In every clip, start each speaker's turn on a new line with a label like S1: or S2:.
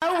S1: Oh,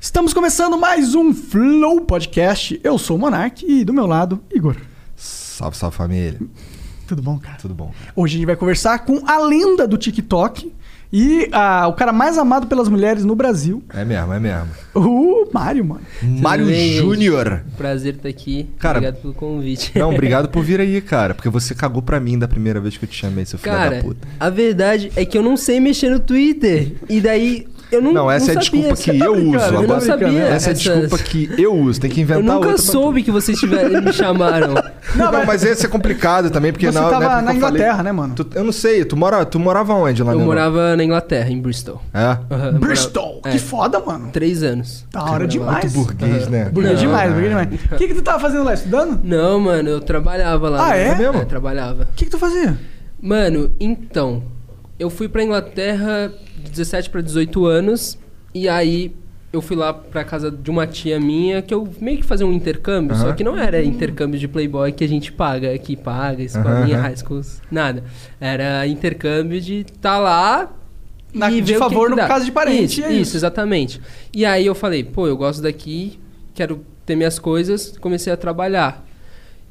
S2: Estamos começando mais um Flow Podcast. Eu sou o Monark e do meu lado, Igor.
S3: Salve, salve família.
S2: Tudo bom, cara?
S3: Tudo bom?
S2: Hoje a gente vai conversar com a lenda do TikTok e ah, o cara mais amado pelas mulheres no Brasil,
S3: É mesmo, é mesmo.
S2: o Mário, mano.
S3: Mário
S4: bem, gente?
S3: Júnior.
S4: Prazer estar aqui.
S3: Cara-
S4: obrigado pelo convite.
S3: Não, obrigado por vir aí, cara. Porque você cagou pra mim da primeira vez que eu te chamei, seu filho
S4: Cara,
S3: da puta.
S4: a verdade é que eu não sei mexer no Twitter. E daí eu não
S3: Não, essa é a
S4: sabia. tá
S3: desculpa que eu uso.
S2: brincando,
S4: Eu não
S3: agora.
S4: sabia.
S3: Essa é a desculpa que eu uso. Tem que
S4: Eu
S3: inventar outra. Ah,
S4: nunca
S3: pra-
S4: soube que vocês tiveram, me chamaram.
S3: Não, mas esse é complicado também, porque
S2: Você
S3: na,
S2: tava
S3: época
S2: na
S3: que eu falei-
S2: Inglaterra, né, mano?
S3: Tu- eu não sei, tu, mora, tu morava onde lá
S4: Eu
S3: na
S4: morava na Inglaterra, em Bristol.
S3: Inglaterra? É?
S4: Aham, eu
S2: Bristol!
S4: morava-
S2: Que
S4: é,
S2: foda, mano.
S4: Três anos.
S3: Tá.
S2: Da hora demais.
S3: Burguês, né?
S2: Burguês
S3: Não,
S2: demais,
S3: não.
S2: burguês demais. O que, que tu tava fazendo lá? Estudando?
S4: Não, mano, eu trabalhava lá.
S2: Ah,
S4: né?
S2: é? É
S3: mesmo?
S4: trabalhava.
S2: O que, que tu fazia?
S4: Mano, então, eu fui pra Inglaterra de 17 pra 18 anos e aí eu fui lá pra casa de uma tia minha que eu meio que fazia um intercâmbio, só
S3: Aham.
S4: que não era intercâmbio de playboy que a gente paga, que paga, escolinha,
S3: Aham, aham.
S4: high schools, nada. Era intercâmbio de tá lá
S2: Na- de
S4: ver o que
S2: favor
S4: que
S2: no
S4: dá.
S2: caso de parente,
S4: Isso,
S2: é isso.
S4: isso, exatamente. E aí eu falei, pô, eu gosto daqui, quero ter minhas coisas, comecei a trabalhar.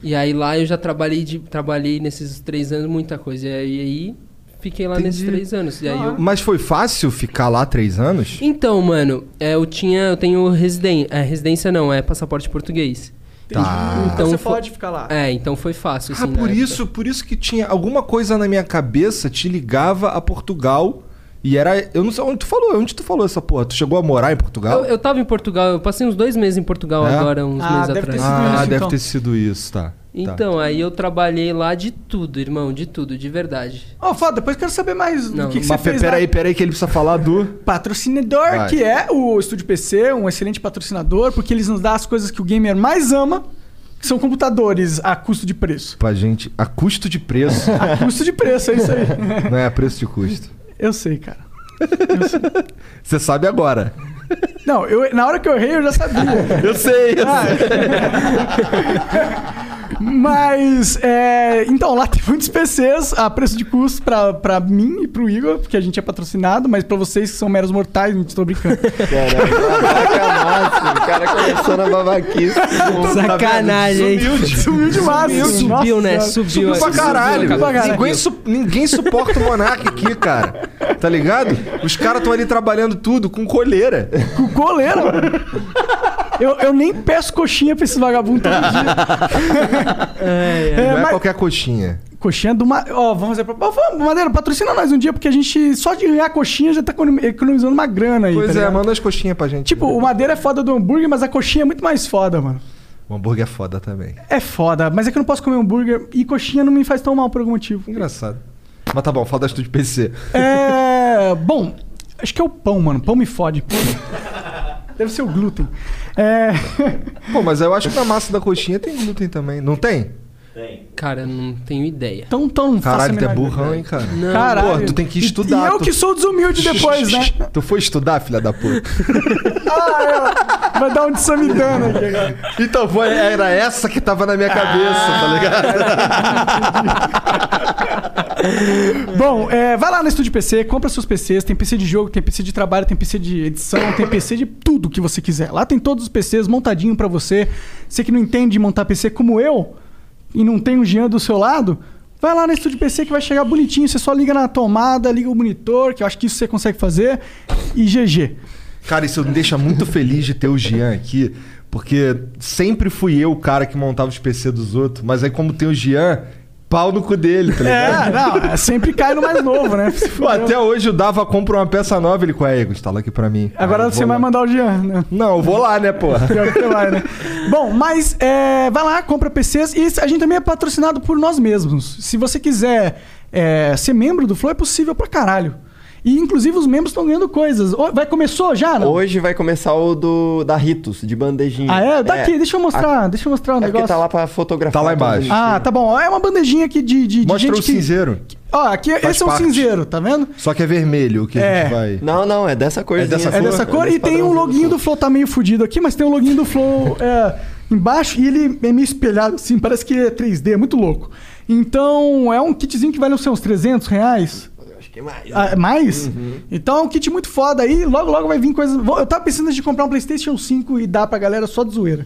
S4: E aí lá eu já trabalhei de, trabalhei nesses três anos muita coisa. E aí, aí fiquei lá nesses
S3: Entendi.
S4: três anos. E aí
S2: Ah.
S4: eu-
S3: Mas foi fácil ficar lá três anos?
S4: Então, mano, é, eu tinha. Eu tenho residência. residência não, é passaporte português.
S3: Tá.
S4: Então
S2: você
S4: fo-
S2: pode ficar lá.
S4: É, então foi fácil.
S3: Ah,
S4: assim, na
S3: por
S4: época.
S3: isso, por isso que tinha alguma coisa na minha cabeça te ligava a Portugal e era, eu não sei onde tu falou, onde tu falou essa porra? Tu chegou a morar em Portugal?
S4: Eu, eu tava em Portugal, eu passei uns dois meses em Portugal
S3: É?
S4: agora, uns
S2: Ah,
S4: meses
S2: deve ter
S4: atrás.
S2: sido
S3: Ah,
S2: isso,
S3: deve
S2: então.
S3: ter sido isso, tá. tá.
S4: Então, aí eu trabalhei lá de tudo, irmão, de tudo, de verdade.
S2: Ó, foda, depois quero saber mais
S4: Não,
S2: do que, que você
S3: Mas pe-
S2: fez lá.
S3: peraí, peraí que ele precisa falar do
S2: Patrocinador,
S3: Vai.
S2: que é o Estúdio PC, um excelente patrocinador, porque eles nos dão as coisas que o gamer mais ama, que são computadores a custo de preço.
S3: pra gente a custo de preço,
S2: A custo de preço, é isso aí.
S3: não é a preço de custo.
S2: Eu sei, cara.
S3: Você sabe agora.
S2: Não, eu, na hora que eu errei, eu já sabia.
S3: Eu sei, eu
S4: Ah.
S3: sei.
S2: Mas, é, então, lá tem muitos PCs a preço de custo pra, pra mim e pro Igor, porque a gente é patrocinado, mas pra vocês que são meros mortais, não estou brincando.
S5: Caraca, o cara começando a babaquice.
S3: Tá
S4: Sacanagem, hein?
S2: Sumiu demais. assim,
S4: Subiu, né?
S2: Nossa
S4: Subiu,
S3: Subiu pra
S4: subiu,
S3: caralho.
S2: pra caralho.
S3: Ninguém, su- ninguém suporta o Monark aqui, cara. Tá ligado? Os caras estão ali trabalhando tudo com coleira.
S2: Com goleiro, mano. Eu, eu nem peço coxinha pra esses vagabundos todo dia. É,
S3: não é
S2: mas-
S3: qualquer coxinha.
S2: Coxinha do Ma... Ó, vamos fazer... pro- Ó, Vamos, Madeira, patrocina nós um dia, porque a gente, só de ganhar coxinha, já tá econom- economizando uma grana aí,
S3: Pois
S2: tá
S3: é,
S2: ligado?
S3: manda as coxinhas pra gente. né?
S2: Tipo, o Madeira é foda do hambúrguer, mas a coxinha é muito mais foda, mano.
S3: O hambúrguer é foda também.
S2: É foda, mas é que eu não posso comer hambúrguer e coxinha não me faz tão mal por algum motivo.
S3: Engraçado. Mas tá bom, fala da Estúdio PC.
S2: É... Bom, acho que é o pão, mano. Pão me fode. Deve ser o glúten. É...
S3: Pô, mas eu acho que na massa da coxinha tem glúten também. Não tem?
S4: Cara, não tenho ideia.
S2: Então, então, não faço a
S3: Caralho, tu
S2: menor
S3: é
S2: ideia.
S3: burrão, hein, cara?
S4: Não.
S2: Caralho.
S3: Pô, tu tem que
S2: E-
S3: estudar,
S2: E eu
S3: tu-
S2: que sou desumilde depois, né?
S3: Tu foi estudar, filha da puta?
S2: Ah, ela vai dar um de samidana aqui agora.
S3: Então, foi, era essa que tava na minha cabeça, tá ligado?
S2: Bom, é, vai lá no Estúdio PC, compra seus PCs. Tem PC de jogo, tem PC de trabalho, tem PC de edição, tem PC de tudo que você quiser. Lá tem todos os PCs montadinho pra você. Você que não entende de montar PC como eu e não tem um Jean do seu lado, vai lá no Estúdio PC que vai chegar bonitinho. Você só liga na tomada, liga o monitor, que eu acho que isso você consegue fazer. E GG.
S3: Cara, isso me deixa muito feliz de ter o Jean aqui, porque sempre fui eu o cara que montava os PC dos outros, mas aí como tem o Jean, pau no cu dele, tá ligado?
S2: É, não, sempre cai no mais novo, né?
S3: Pô, até hoje o Dava compra uma peça nova, ele com a Ego, instala aqui pra mim.
S2: Agora
S3: Aí eu
S2: você
S3: vou
S2: vai
S3: lá.
S2: mandar o Jean, né?
S3: Não, eu vou lá, né, porra?
S2: Pior que vai, né? Bom, mas é, vai lá, compra PCs e a gente também é patrocinado por nós mesmos. Se você quiser é, ser membro do Flow, é possível pra caralho. E inclusive os membros estão ganhando coisas. Ô, Vai começou já? Não?
S5: Hoje vai começar o do da Ritos, de bandejinha.
S2: Ah, é? Daqui, deixa eu mostrar,
S5: A-
S2: deixa eu mostrar o
S5: É porque
S2: negócio.
S5: tá lá pra fotografar.
S3: Tá lá
S5: todos
S3: embaixo.
S5: os-
S2: Ah, tá bom. É uma bandejinha aqui de, de, de
S3: Mostra o
S2: gente que-
S3: cinzeiro.
S2: Ó, aqui, esse é um
S3: parte.
S2: cinzeiro, tá vendo?
S3: Só que é vermelho o que a
S2: É.
S3: gente vai.
S5: Não, não, é dessa cor.
S3: dessa
S2: É dessa cor. E tem um loguinho do Flow, tá meio fudido aqui, mas tem um loguinho do Flow é, embaixo e ele é meio espelhado assim, parece que é 3D, é muito louco. Então, é um kitzinho que vale uns seus 300 reais.
S5: Acho que é mais.
S3: né?
S2: Ah, mais?
S3: Uhum.
S2: Então é um kit muito foda aí. Logo, logo vai vir coisa. Vou- Eu tava pensando de comprar um PlayStation 5 e dar pra galera só de zoeira.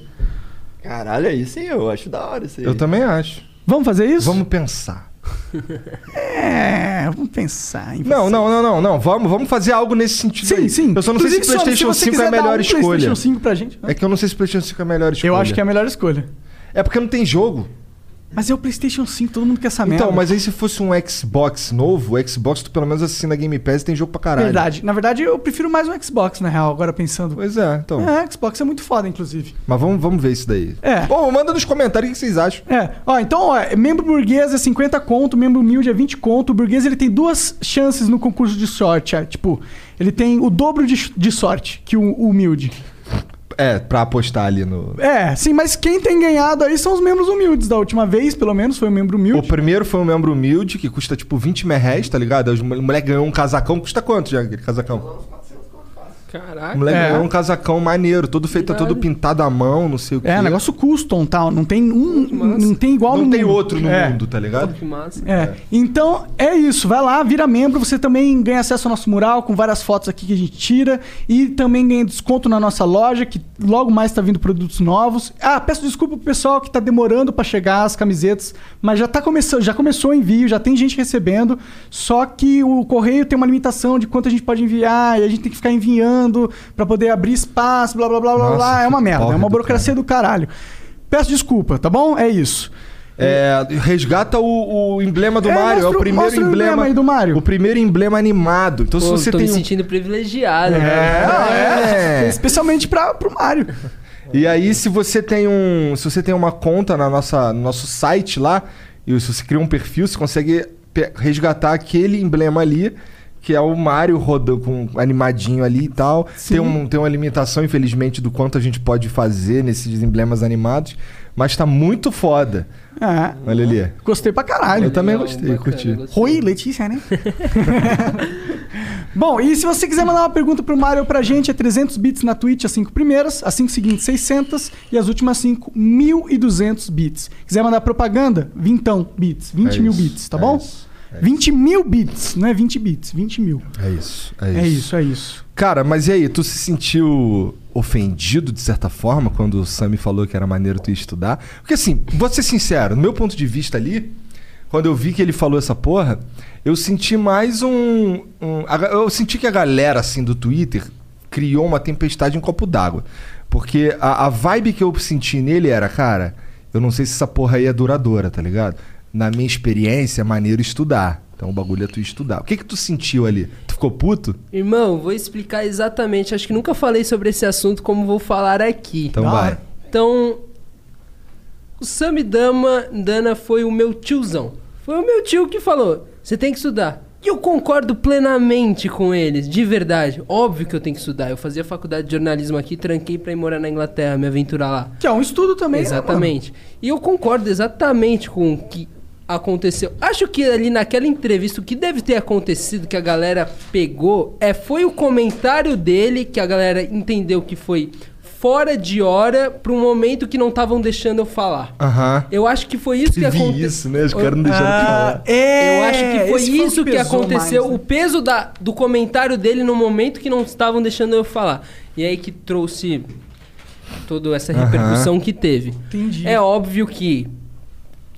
S2: é.
S5: Caralho, é aí sim, eu acho da hora isso aí.
S3: Eu também acho.
S2: Vamos fazer isso?
S3: Vamos pensar.
S2: É, vamos pensar. Em
S3: Não,
S2: você.
S3: não, não, não, não. Vamos, vamos fazer algo nesse sentido.
S2: Sim,
S3: aí.
S2: sim.
S3: Eu só não sei se
S2: Inclusive,
S3: PlayStation
S2: você
S3: 5 é a
S2: quiser dar
S3: melhor
S2: um
S3: escolha.
S2: PlayStation 5 pra gente. né?
S3: É que eu não sei se PlayStation 5 é a melhor escolha.
S2: Eu acho que é a melhor escolha.
S3: É porque não tem jogo.
S2: Mas é o PlayStation 5, todo mundo quer essa merda.
S3: Então, mas aí se fosse um Xbox novo, o Xbox tu pelo menos assina Game Pass e tem jogo pra caralho.
S2: Verdade. Na verdade, eu prefiro mais um Xbox, na real, agora pensando.
S3: Pois é, então.
S2: É, Xbox é muito foda, inclusive.
S3: Mas vamos, vamos ver isso daí.
S2: É.
S3: Bom, manda nos comentários o que vocês acham.
S2: É, ó, então, ó, membro burguês é 50 conto, membro humilde é 20 conto. O burguês ele tem duas chances no concurso de sorte. é, tipo, ele tem o dobro de, de sorte que o, o humilde.
S3: É, pra apostar ali no.
S2: É, sim, mas quem tem ganhado aí são os membros humildes. Da última vez, pelo menos, foi um membro
S3: O
S2: humilde.
S3: primeiro foi um membro humilde, que custa tipo 20 merréis, tá ligado? O moleque ganhou um casacão. Custa quanto, já, aquele casacão? O
S4: Caraca.
S3: moleque
S2: É.
S3: ganhou um casacão maneiro, todo feito, todo pintado à mão, não sei o quê.
S2: É, negócio custom tal. Não tem um.
S4: massa.
S2: Não tem igual
S3: Não
S2: no
S3: tem
S2: mundo.
S3: outro no
S2: É.
S3: mundo, tá ligado?
S4: Que massa.
S2: É. Então é isso, vai lá, vira membro, você também ganha acesso ao nosso mural com várias fotos aqui que a gente tira e também ganha desconto na nossa loja, que logo mais tá vindo produtos novos. Ah, peço desculpa pro pessoal que tá demorando pra chegar as camisetas, mas já tá começando, já começou o envio, já tem gente recebendo, só que o correio tem uma limitação de quanto a gente pode enviar e a gente tem que ficar enviando pra poder abrir espaço, blá blá blá blá
S3: Nossa,
S2: blá, é uma
S3: que
S2: merda, é
S3: porra
S2: uma
S3: do
S2: burocracia do caralho. Peço desculpa, tá bom? É isso.
S3: É, resgata o, o emblema do
S2: É,
S3: Mario.
S2: mostra
S3: é
S2: o-
S3: o primeiro
S2: mostra o
S3: emblema.
S2: emblema aí do Mario.
S3: O primeiro emblema animado. Então,
S4: Pô,
S3: se você
S4: tô
S3: tem.
S4: me
S3: um-
S4: sentindo privilegiado,
S3: Ah,
S4: cara.
S3: é.
S2: É, Especialmente pra, pro Mário.
S3: E aí, se você tem um. Se você tem uma conta na nossa, no nosso site lá, e se você cria um perfil, você consegue pe- resgatar aquele emblema ali. Que é o Mario rodando com animadinho ali e tal. Tem, um, tem uma limitação, infelizmente, do quanto a gente pode fazer nesses emblemas animados. Mas tá muito foda.
S2: É.
S3: Olha ali.
S2: Gostei pra caralho.
S3: Eu também
S4: Legal,
S3: gostei,
S4: bacana,
S3: curti.
S4: gostei.
S2: Oi, Letícia, né? Bom, e se você quiser mandar uma pergunta pro Mário ou pra gente, é 300 bits na Twitch, as cinco primeiras, as cinco seguintes, 600, e as últimas cinco, 1.200 bits. Quiser mandar propaganda, vintão bits, 20
S3: É
S2: mil
S3: isso,
S2: bits, tá
S3: é
S2: bom?
S3: isso,
S2: 20 mil bits, não é 20 bits, 20 mil.
S3: É isso. É
S2: É
S3: isso.
S2: isso, é isso.
S3: Cara, mas e aí, tu se sentiu ofendido de certa forma quando o Sam me falou que era maneiro tu ir estudar? Porque assim, vou ser sincero, no meu ponto de vista ali, quando eu vi que ele falou essa porra, eu senti mais um. um- a- eu senti que a galera assim do Twitter criou uma tempestade em um copo d'água. Porque a, a vibe que eu senti nele era, cara, eu não sei se essa porra aí é duradoura, tá ligado? Na minha experiência, é maneiro estudar. Então o bagulho é tu estudar. O que que tu sentiu ali? Tu ficou puto?
S4: Irmão, vou explicar exatamente. Acho que nunca falei sobre esse assunto como vou falar aqui.
S3: Então
S2: Da
S3: vai.
S2: hora.
S4: Então, o Samidama Dana foi o meu tiozão. Foi o meu tio que falou: você tem que estudar. E eu concordo plenamente com eles, de verdade. Óbvio que eu tenho que estudar. Eu fazia faculdade de jornalismo aqui, tranquei pra ir morar na Inglaterra, me aventurar lá.
S2: Que é um estudo também, né,
S4: Exatamente. E eu concordo exatamente com o que aconteceu. Acho que ali naquela entrevista, o que deve ter acontecido, que a galera pegou, é foi o comentário dele que a galera entendeu que foi fora de hora para um momento que não estavam deixando eu falar.
S3: Aham.
S4: Eu acho que foi isso que
S3: Teve
S4: aconteceu. Ah,
S3: isso, né? Os caras não deixaram de
S2: mano?
S3: falar.
S2: É,
S4: Eu acho que foi
S2: esse o
S4: isso que
S2: pesou
S4: aconteceu.
S2: mais,
S4: O
S2: né?
S4: peso da, do comentário dele no momento que não estavam deixando eu falar. E é aí que trouxe toda essa repercussão que teve.
S2: Entendi.
S4: É óbvio que,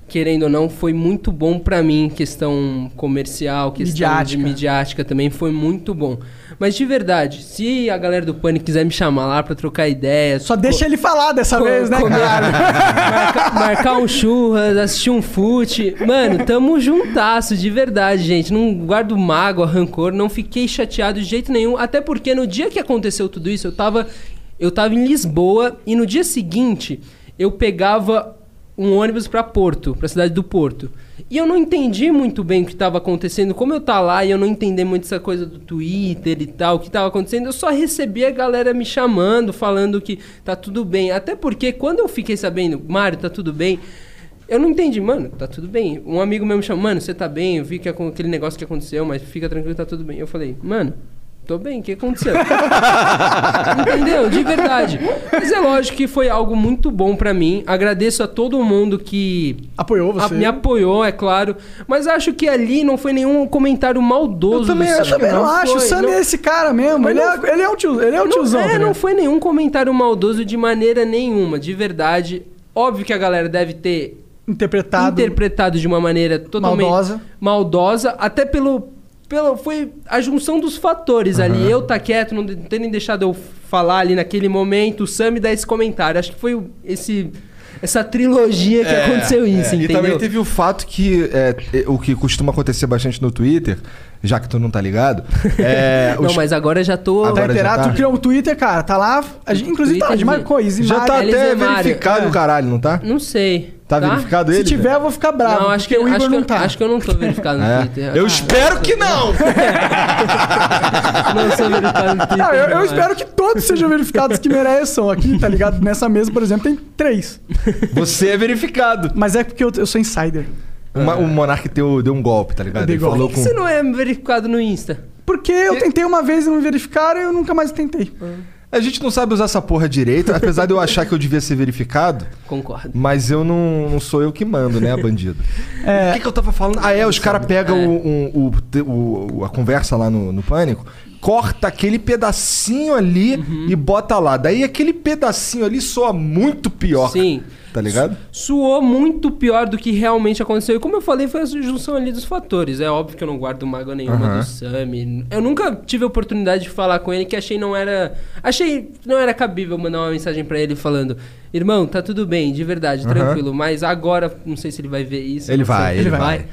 S4: querendo ou não, foi muito bom pra mim. Questão comercial, questão
S2: Midiática.
S4: de midiática também foi muito bom. Mas de verdade, se a galera do Pânico quiser me chamar lá pra trocar ideia...
S2: Só
S4: co-
S2: deixa ele falar dessa
S4: co-
S2: vez, né,
S4: comer-
S2: cara?
S4: marca- marcar um churras, assistir um fute. Mano, tamo juntasso, de verdade, gente. Não guardo mágoa, rancor, não fiquei chateado de jeito nenhum. Até porque no dia que aconteceu tudo isso, eu tava, eu tava em Lisboa e no dia seguinte eu pegava um ônibus pra Porto, pra cidade do Porto. E eu não entendi muito bem o que estava acontecendo. Como eu tá lá e eu não entendi muito essa coisa do Twitter e tal, o que estava acontecendo, eu só recebi a galera me chamando, falando que tá tudo bem. Até porque quando eu fiquei sabendo, Mário, tá tudo bem, eu não entendi, mano, tá tudo bem. Um amigo meu me chamou, mano, você tá bem? Eu vi que acon- aquele negócio que aconteceu, mas fica tranquilo, tá tudo bem. Eu falei, mano, tô bem, o que aconteceu? Entendeu? De verdade. Mas é lógico que foi algo muito bom pra mim. Agradeço a todo mundo que
S2: Apoiou
S4: a-
S2: você.
S4: me apoiou, é claro. Mas acho que ali não foi nenhum comentário maldoso.
S2: Eu também,
S4: do
S2: eu
S4: Sam.
S2: também não, acho.
S4: foi,
S2: o Sam
S4: não-
S2: é esse cara mesmo.
S4: Mas
S2: Ele,
S4: não-
S2: é, ele é um tio, ele é um tiozão.
S4: não,
S2: tá
S4: é, não
S2: ligado?
S4: foi nenhum comentário maldoso de maneira nenhuma, de verdade. Óbvio que a galera deve ter
S2: Interpretado.
S4: interpretado de uma maneira totalmente
S2: Maldosa.
S4: maldosa, até pelo pelo foi a junção dos fatores ali. Eu tá quieto, não de- não terem deixado eu falar ali naquele momento, o Sam me dá esse comentário. Acho que foi o- esse essa trilogia que
S3: É,
S4: aconteceu isso,
S3: é.
S4: entendeu?
S3: E também teve o fato que é, é, o que costuma acontecer bastante no Twitter, já que tu não tá ligado, é,
S4: Não,
S3: os-
S4: mas agora eu já tô
S2: Tá
S3: Agora já
S2: inteirado,
S3: tá?
S2: tu criou um Twitter, cara. Tá lá. a gente- inclusive, tá lá de
S4: Twitter,
S2: marcou isso.
S3: já tá
S4: Eles
S3: até
S4: é Mário.
S3: verificado o
S4: É.
S3: caralho, não tá?
S4: Não sei.
S3: Tá, verificado
S2: Se
S3: ele?
S2: tiver, eu vou ficar Tá bravo.
S4: Não, acho que,
S2: porque o Igor
S4: acho, que,
S2: não
S4: eu-
S2: tá.
S4: acho que eu não tô verificado no Twitter.
S3: É. Eu
S4: Ah,
S3: espero que não!
S4: Não sou verificado tá no Twitter.
S2: Não, eu, eu
S4: não,
S2: espero que todos sejam verificados que mereçam aqui, tá ligado? Nessa mesa, por exemplo, tem três.
S3: Você é verificado.
S2: Mas é porque eu, eu sou insider.
S3: Uma- o Monark deu, deu um golpe, tá ligado?
S2: dei
S3: Ele
S2: golpe.
S3: falou
S4: Por que
S3: com.
S4: que É. você não é verificado no Insta?
S2: Porque eu tentei uma vez e não me verificaram e eu nunca mais tentei.
S3: A gente não sabe usar essa porra direito, apesar de eu achar que eu devia ser verificado,
S4: Concordo.
S3: mas eu não, não sou eu que mando, né, bandido? O que, que eu tava falando? Ah, é, os caras pegam
S4: É.
S3: o, um- o te- o- o- a conversa lá no, no Pânico, corta aquele pedacinho ali
S4: Uhum.
S3: e bota lá. Daí aquele pedacinho ali soa muito pior.
S4: Sim.
S3: Tá ligado?
S4: Suou muito pior do que realmente aconteceu. E como eu falei, foi a junção ali dos fatores. É óbvio que eu não guardo mágoa nenhuma
S3: Aham.
S4: do Sami. Eu nunca tive a oportunidade de falar com ele, que achei não era. Achei não era cabível mandar uma mensagem pra ele falando: Irmão, tá tudo bem, de verdade,
S3: Aham.
S4: tranquilo. Mas agora, não sei se ele vai ver isso.
S3: Ele
S4: não sei.
S3: vai, ele vai.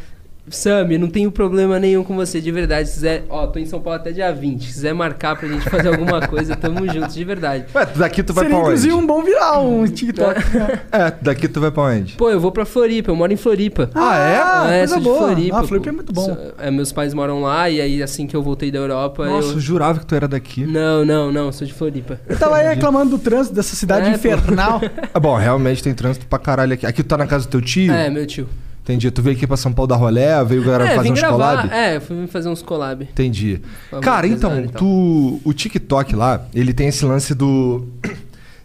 S4: Sami, não tenho problema nenhum com você, de verdade. Se quiser, ó, tô em São Paulo até dia 20. Se quiser marcar pra gente fazer alguma coisa, tamo junto, de verdade.
S3: Ué, daqui tu vai
S2: Seria,
S3: pra onde?
S2: inclusive, um bom viral, um TikTok.
S3: É, daqui tu vai pra onde?
S4: Pô, eu vou pra Floripa, eu moro em Floripa.
S3: Ah, é?
S4: é,
S2: coisa
S4: sou de
S2: boa.
S4: Floripa.
S2: ah, Floripa
S4: pô.
S2: é muito bom.
S4: Sou- é, meus pais moram lá e aí assim que eu voltei da Europa,
S3: Nossa, eu
S4: eu...
S3: jurava que tu era daqui.
S4: Não, não, não, sou de Floripa.
S2: Eu tava aí reclamando do trânsito dessa cidade
S4: É, pô.
S2: infernal.
S3: Ah, bom, realmente tem trânsito pra caralho aqui. Aqui tu tá na casa do teu tio?
S4: É, meu tio.
S3: Entendi. Tu veio aqui pra São Paulo da rolé, veio galera
S4: é,
S3: fazer uns collab? Ah.
S4: É, fui fazer uns collab.
S3: Entendi.
S4: Vamos
S3: Cara,
S4: pesar,
S3: então,
S4: então.
S3: tu. O TikTok lá, ele tem esse lance do.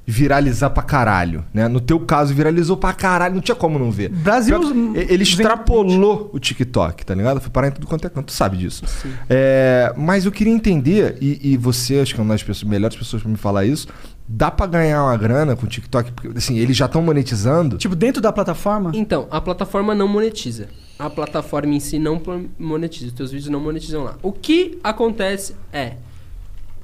S3: Viralizar pra caralho, né? No teu caso, viralizou pra caralho, não tinha como não ver.
S2: Brasil-
S3: Pior que Ele extrapolou o TikTok, tá ligado? Foi parar em tudo quanto é canto, tu sabe disso. É, mas eu queria entender, e, e você, acho que é uma das pessoas- melhores pessoas pra me falar isso, dá pra ganhar uma grana com o TikTok? Porque, assim, eles já estão monetizando.
S2: tipo, dentro da plataforma.
S4: Então, a plataforma não monetiza. A plataforma em si não pla- monetiza. Os teus vídeos não monetizam lá. O que acontece é.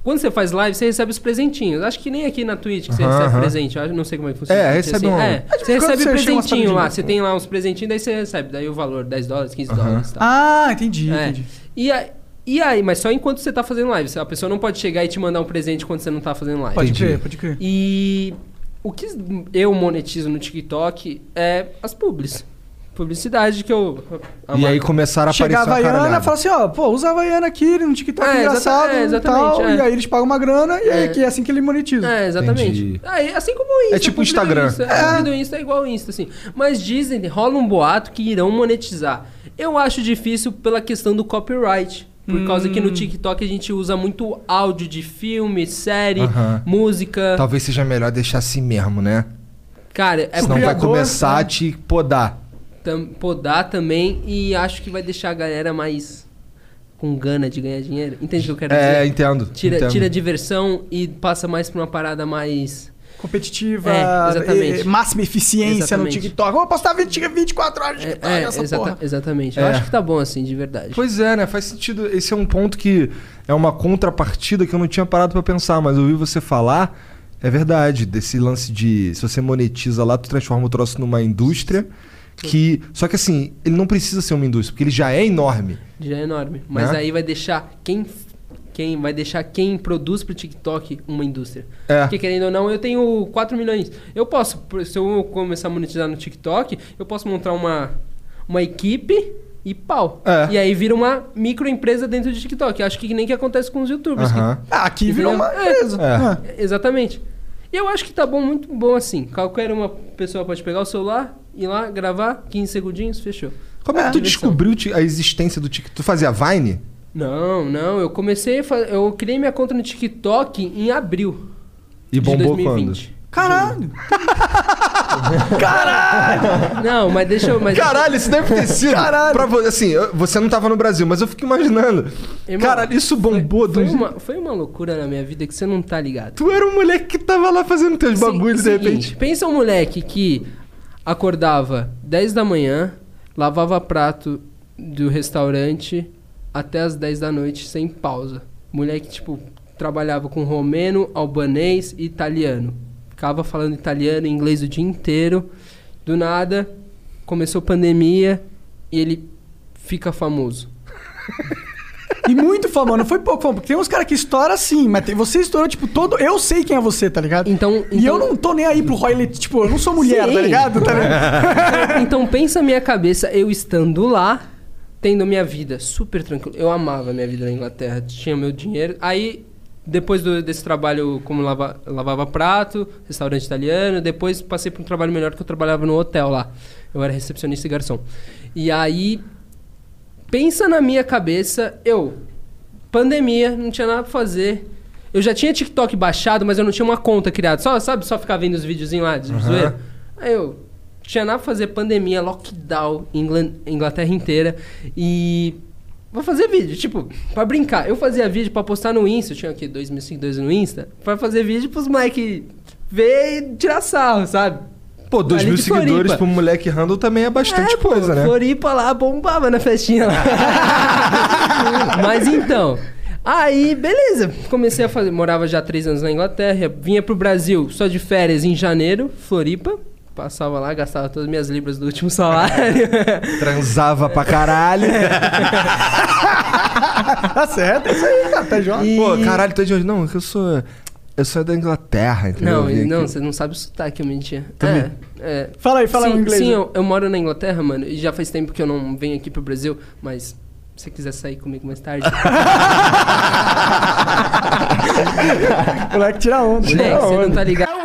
S4: Quando você faz live, você recebe os presentinhos. Acho que nem aqui na Twitch que você
S3: Aham,
S4: recebe
S3: aham.
S4: presente. Eu acho- não sei como é que funciona.
S3: É,
S4: Twitch,
S3: recebe um-
S4: É,
S2: Mas
S4: você
S2: quando
S4: recebe
S2: você chega umas
S4: presentinho lá.
S2: paradinhas.
S4: Você tem lá uns presentinhos, daí você recebe. Daí o valor, 10 dólares, 15 dólares e tal.
S2: Ah, entendi,
S4: É.
S2: entendi.
S4: E aí, e aí, mas só enquanto você tá fazendo live. A pessoa não pode chegar e te mandar um presente quando você não tá fazendo live.
S2: Pode
S3: Entendi.
S2: crer, pode crer.
S4: E o que eu monetizo no TikTok é as publis. Publicidade que eu. a
S3: e aí
S4: marca-
S3: começaram a aparecer
S2: Chegava a
S3: uma
S2: Havaiana
S3: caralhada.
S2: e fala assim, ó, pô, usa a Havaiana aqui no TikTok
S4: É,
S2: engraçado
S4: exata- é,
S2: e
S4: exatamente,
S2: tal.
S4: é.
S2: E aí eles pagam uma grana e aí
S4: É.
S2: que é assim que ele monetiza.
S3: Entendi.
S4: É, exatamente. Aí, assim como o Insta.
S3: É tipo
S4: publi do
S3: Instagram.
S4: Insta, é, publi do Insta é igual o Insta, assim. Mas dizem, rola um boato que irão monetizar. Eu acho difícil pela questão do copyright. Por causa que no
S3: Hum.
S4: TikTok a gente usa muito áudio de filme, série,
S3: Aham. Tá
S4: música.
S3: Talvez seja melhor deixar assim mesmo, né?
S4: Cara, é
S3: Senão
S4: porque
S3: vai
S2: criador,
S3: começar
S2: né?
S3: a te podar.
S4: tam- podar também e acho que vai deixar a galera mais com gana de ganhar dinheiro. Entende o que eu quero
S3: É,
S4: dizer?
S3: entendo.
S4: Tira,
S3: entendo.
S4: tira a diversão e passa mais pra uma parada mais.
S2: Competitiva,
S4: É, exatamente.
S2: e- máxima eficiência
S4: Exatamente.
S2: no TikTok. Vou postar 20, 24 horas de
S4: É,
S2: TikTok
S4: é,
S2: nessa
S4: exata-
S2: porra.
S4: exatamente.
S3: É.
S4: Eu acho que tá bom assim, de verdade.
S3: Pois é, né? Faz sentido. Esse é um ponto que é uma contrapartida que eu não tinha parado pra pensar, mas eu ouvi você falar. É verdade, desse lance de se você monetiza lá, tu transforma o troço numa indústria que. Só que assim, ele não precisa ser uma indústria, porque ele já é enorme.
S4: Já é enorme. Mas
S3: Né?
S4: aí vai deixar quem. Quem vai deixar quem produz pro TikTok uma indústria.
S3: É.
S4: Porque querendo ou não, eu tenho 4 milhões. Eu posso, por- se eu começar a monetizar no TikTok, eu posso montar uma, uma equipe e pau.
S3: É.
S4: E aí vira uma microempresa dentro de TikTok. Eu Acho que nem que acontece com os youtubers. que-
S3: Aham.
S2: Ah, aqui virou uma
S4: É.
S2: empresa. Ah,
S3: É.
S4: Exatamente. E eu acho que tá bom, muito bom assim. Qualquer uma pessoa pode pegar o celular, ir lá, gravar, 15 segundinhos, fechou.
S3: Como é que tu
S4: Diversão.
S3: descobriu ti- a existência do TikTok? Tu fazia Vine?
S4: Não, não, eu comecei, a fa- eu criei minha conta no TikTok em abril
S3: E bombou
S4: de
S3: quando?
S4: 2020.
S2: Caralho.
S4: Não, mas deixa eu... Mas
S3: Caralho, isso deve ter sido. Caralho. Pra você, assim, eu- você não tava no Brasil, mas eu fico imaginando.
S4: Irmão,
S3: Caralho, isso bombou um do.
S4: Foi um uma, foi uma loucura na minha vida que você não tá ligado.
S3: Tu era um moleque que tava lá fazendo teus
S4: Se-
S3: bagulhos de
S4: seguinte,
S3: repente.
S4: Pensa um moleque que acordava 10 da manhã, lavava prato do restaurante até as 10 da noite sem pausa. Moleque, tipo, trabalhava com romeno, albanês e italiano. Ficava falando italiano e inglês o dia inteiro. Do nada, começou pandemia e ele fica famoso.
S2: E muito famoso, não foi pouco famoso. Porque tem uns caras que estouram sim, mas tem- você estourou, tipo, todo. Eu sei quem é você, tá ligado?
S4: Então-
S2: E
S4: então-
S2: eu não tô nem aí pro royalty, tipo, eu não sou mulher,
S4: Sim.
S2: tá ligado? Tá ligado?
S4: Então pensa a minha cabeça, eu estando lá, tendo minha vida super tranquila. Eu amava a minha vida na Inglaterra, tinha meu dinheiro. Aí, depois do- desse trabalho como lava- lavava prato, restaurante italiano, depois passei para um trabalho melhor que eu trabalhava no hotel lá. Eu era recepcionista e garçom. E aí, pensa na minha cabeça, eu, pandemia, não tinha nada pra fazer. Eu já tinha TikTok baixado, mas eu não tinha uma conta criada. Só, sabe, só ficar vendo os videozinhos lá de zoeira. Aí eu, tinha nada pra fazer, pandemia, lockdown, England, Inglaterra inteira. E vou fazer vídeo, tipo, pra brincar. Eu fazia vídeo pra postar no Insta, eu tinha aqui 2 mil seguidores no Insta, pra fazer vídeo pros moleque ver e tirar sarro, sabe?
S3: Pô, dois
S4: Ali
S3: mil
S4: de
S3: seguidores
S4: Floripa.
S3: pro moleque Randall também é bastante
S4: É, pô,
S3: coisa, né?
S4: Floripa lá bombava na festinha lá. Mas então. Aí, beleza. Comecei a fazer. Morava já há três anos na Inglaterra. Vinha pro Brasil só de férias em janeiro, Floripa. Passava lá, gastava todas as minhas libras do último salário.
S3: Transava pra caralho.
S4: É.
S2: tá certo, é isso aí, tá, tá jovem.
S3: Pô, caralho, tu é de onde? Não, é que eu sou. Eu sou da Inglaterra, entendeu?
S4: não,
S3: Eu vim
S4: não,
S3: aqui.
S4: você não sabe o sotaque, eu mentia.
S3: Também.
S4: É, é.
S2: Fala aí, fala
S4: sim,
S2: em inglês.
S4: Sim,
S2: né?
S4: eu, eu moro na Inglaterra, mano, e já faz tempo que eu não venho aqui pro Brasil, mas se você quiser sair comigo mais tarde.
S2: O moleque tira onda.
S4: moleque,
S2: Tira
S4: você
S2: onda.
S4: não tá ligado.
S1: Oh,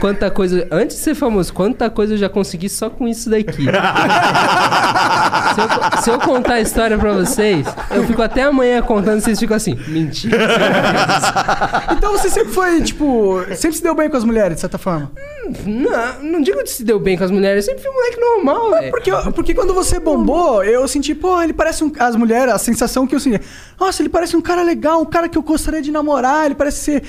S4: Quanta coisa. Antes de ser famoso, quanta coisa eu já consegui só com isso daqui. se, eu, se eu contar a história pra vocês, eu fico até amanhã contando e vocês ficam assim, mentira. tá-
S2: Então você sempre foi, tipo, sempre se deu bem com as mulheres, de certa forma.
S4: É. Não, não digo que se deu bem com as mulheres, eu sempre fui um moleque normal, velho.
S2: Porque, porque quando você bombou, eu senti, pô, ele parece um. As mulheres, a sensação que eu senti. Nossa, ele parece um cara legal, um cara que eu gostaria de namorar, ele parece ser.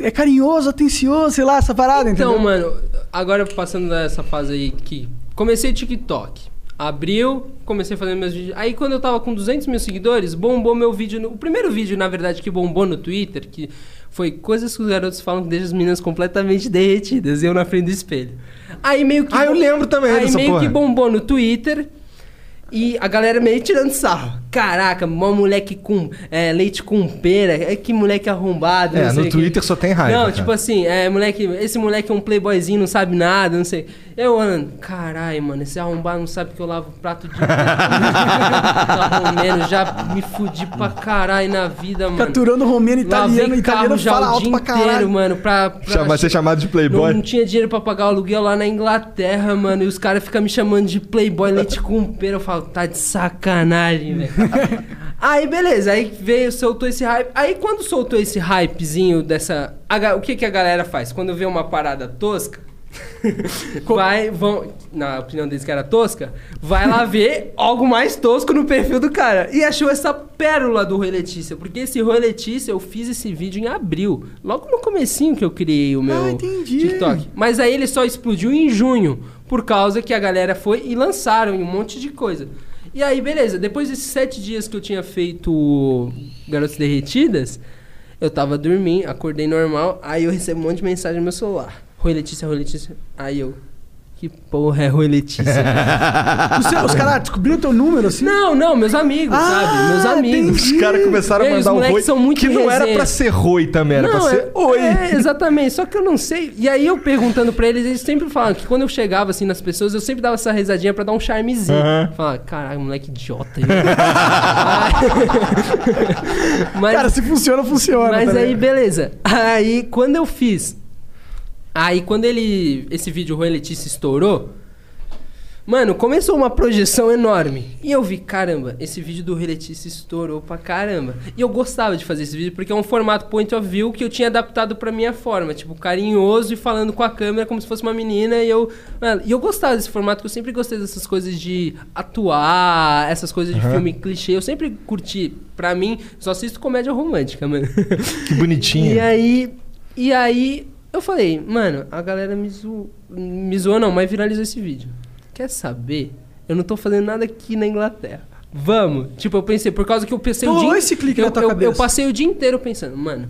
S2: É carinhoso, atencioso, sei lá, essa parada,
S4: Então,
S2: entendeu?
S4: mano, agora passando dessa fase aí que comecei TikTok. Abril, comecei a fazer meus vídeos. Aí quando eu tava com 200 mil seguidores, bombou meu vídeo. no- o primeiro vídeo, na verdade, que bombou no Twitter, que foi coisas que os garotos falam que deixam as meninas completamente derretidas. E eu na frente do espelho. Aí meio que.
S3: Ah, eu lembro também
S4: Aí
S3: dessa
S4: meio
S3: porra.
S4: que bombou no Twitter. E a galera meio tirando sarro. Caraca, mó moleque com é, leite com pera. é Que moleque arrombado.
S3: É,
S4: não sei
S3: no
S4: o quê.
S3: Twitter só tem raiva,
S4: Não,
S3: cara.
S4: tipo assim, é, moleque, esse moleque é um playboyzinho, não sabe nada, não sei. Eu, mano, caralho, mano, esse arrombado não sabe que eu lavo prato de. tá romeno, já me fudi pra caralho na vida, mano.
S2: Caturando romeno italiano,
S4: Lavei
S2: italiano
S4: carro já
S2: fala
S4: o
S2: alto
S4: dia
S2: pra caralho.
S4: inteiro, mano, pra... pra
S3: Chama- ser chamado de playboy.
S4: Não, não tinha dinheiro pra pagar o aluguel lá na Inglaterra, mano, e os caras ficam me chamando de playboy leite com pera. Eu falo, tá de sacanagem, velho. aí, beleza, aí veio, soltou esse hype. Aí, quando soltou esse hypezinho dessa... a ga- o que que a galera faz? Quando vê uma parada tosca... vai, vão... Na opinião deles que era tosca, vai lá ver algo mais tosco no perfil do cara. E achou essa pérola do Rui Letícia, porque esse Rui Letícia, eu fiz esse vídeo em abril, logo no comecinho que eu criei o meu
S2: Ah, entendi.
S4: TikTok. Mas aí ele só explodiu em junho, por causa que a galera foi e lançaram em um monte de coisa. E aí, beleza. Depois desses sete dias que eu tinha feito Garotas Derretidas, eu tava dormindo, acordei normal, aí eu recebo um monte de mensagem no meu celular. Rui Letícia, Rui Letícia. Aí eu... Que porra é Rui Letícia?
S2: Os seus- Os caras descobriram teu número assim?
S4: não, não, meus amigos,
S2: Ah,
S4: sabe? Meus amigos.
S3: Os caras começaram a
S4: Ei, os
S3: mandar um
S4: moleques
S3: oi.
S4: são muito
S3: que não era
S4: resenha.
S3: pra ser roi também, era
S4: Não,
S3: pra ser
S4: é-
S3: oi.
S4: É, exatamente. Só que eu não sei. E aí eu perguntando pra eles, eles sempre falam que quando eu chegava assim nas pessoas, eu sempre dava essa risadinha pra dar um charmezinho.
S3: Aham.
S4: Falar, caralho, moleque idiota. hein?" Aí- mas
S2: Cara, se funciona, funciona.
S4: mas
S2: tá
S4: aí,
S2: ligado?
S4: beleza. Aí quando eu fiz. Aí quando ele. Esse vídeo Rui Letícia estourou. Mano, começou uma projeção enorme. E eu vi, caramba, esse vídeo do Rui Letícia estourou pra caramba. E eu gostava de fazer esse vídeo porque é um formato point of view que eu tinha adaptado pra minha forma. Tipo, carinhoso e falando com a câmera como se fosse uma menina. E eu. Mano, e eu gostava desse formato, que eu sempre gostei dessas coisas de atuar, essas coisas de filme clichê. Eu sempre curti. Pra mim, só assisto comédia romântica, mano.
S3: Que bonitinho.
S4: E aí, e aí eu falei, mano, a galera me zoou, me zoou não, mas viralizou esse vídeo. Quer saber? Eu não tô fazendo nada aqui na Inglaterra. Vamos. Tipo, eu pensei, por causa que eu pensei o
S2: Rolou
S4: dia...
S2: esse clique
S4: eu,
S2: na tua
S4: eu,
S2: cabeça.
S4: eu passei o dia inteiro pensando, mano,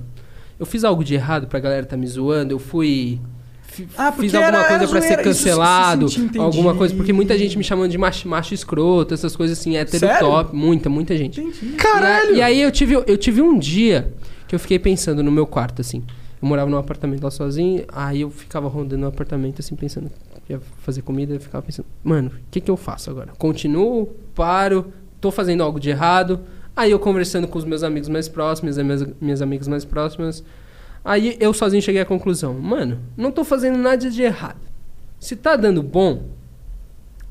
S4: eu fiz algo de errado pra galera tá me zoando, eu fui... fi-
S2: Ah, porque
S4: fiz alguma
S2: era-
S4: coisa
S2: era
S4: pra ser
S2: zoeira, isso se- se
S4: cancelado,
S2: sentia, entendi.
S4: alguma coisa, porque muita gente me chamando de macho, macho escroto, essas coisas assim, hétero
S2: Sério?
S4: top, muita, muita gente.
S2: Entendi.
S4: E, a- e aí eu tive, eu tive um dia que eu fiquei pensando no meu quarto, assim. Eu morava num apartamento lá sozinho, aí eu ficava rondando o apartamento, assim, pensando. Ia fazer comida, eu ficava pensando, mano, o que, que eu faço agora? Continuo, paro, tô fazendo algo de errado. Aí eu conversando com os meus amigos mais próximos, as minhas, minhas amigas mais próximas. Aí eu sozinho cheguei à conclusão, mano, não tô fazendo nada de errado. Se tá dando bom,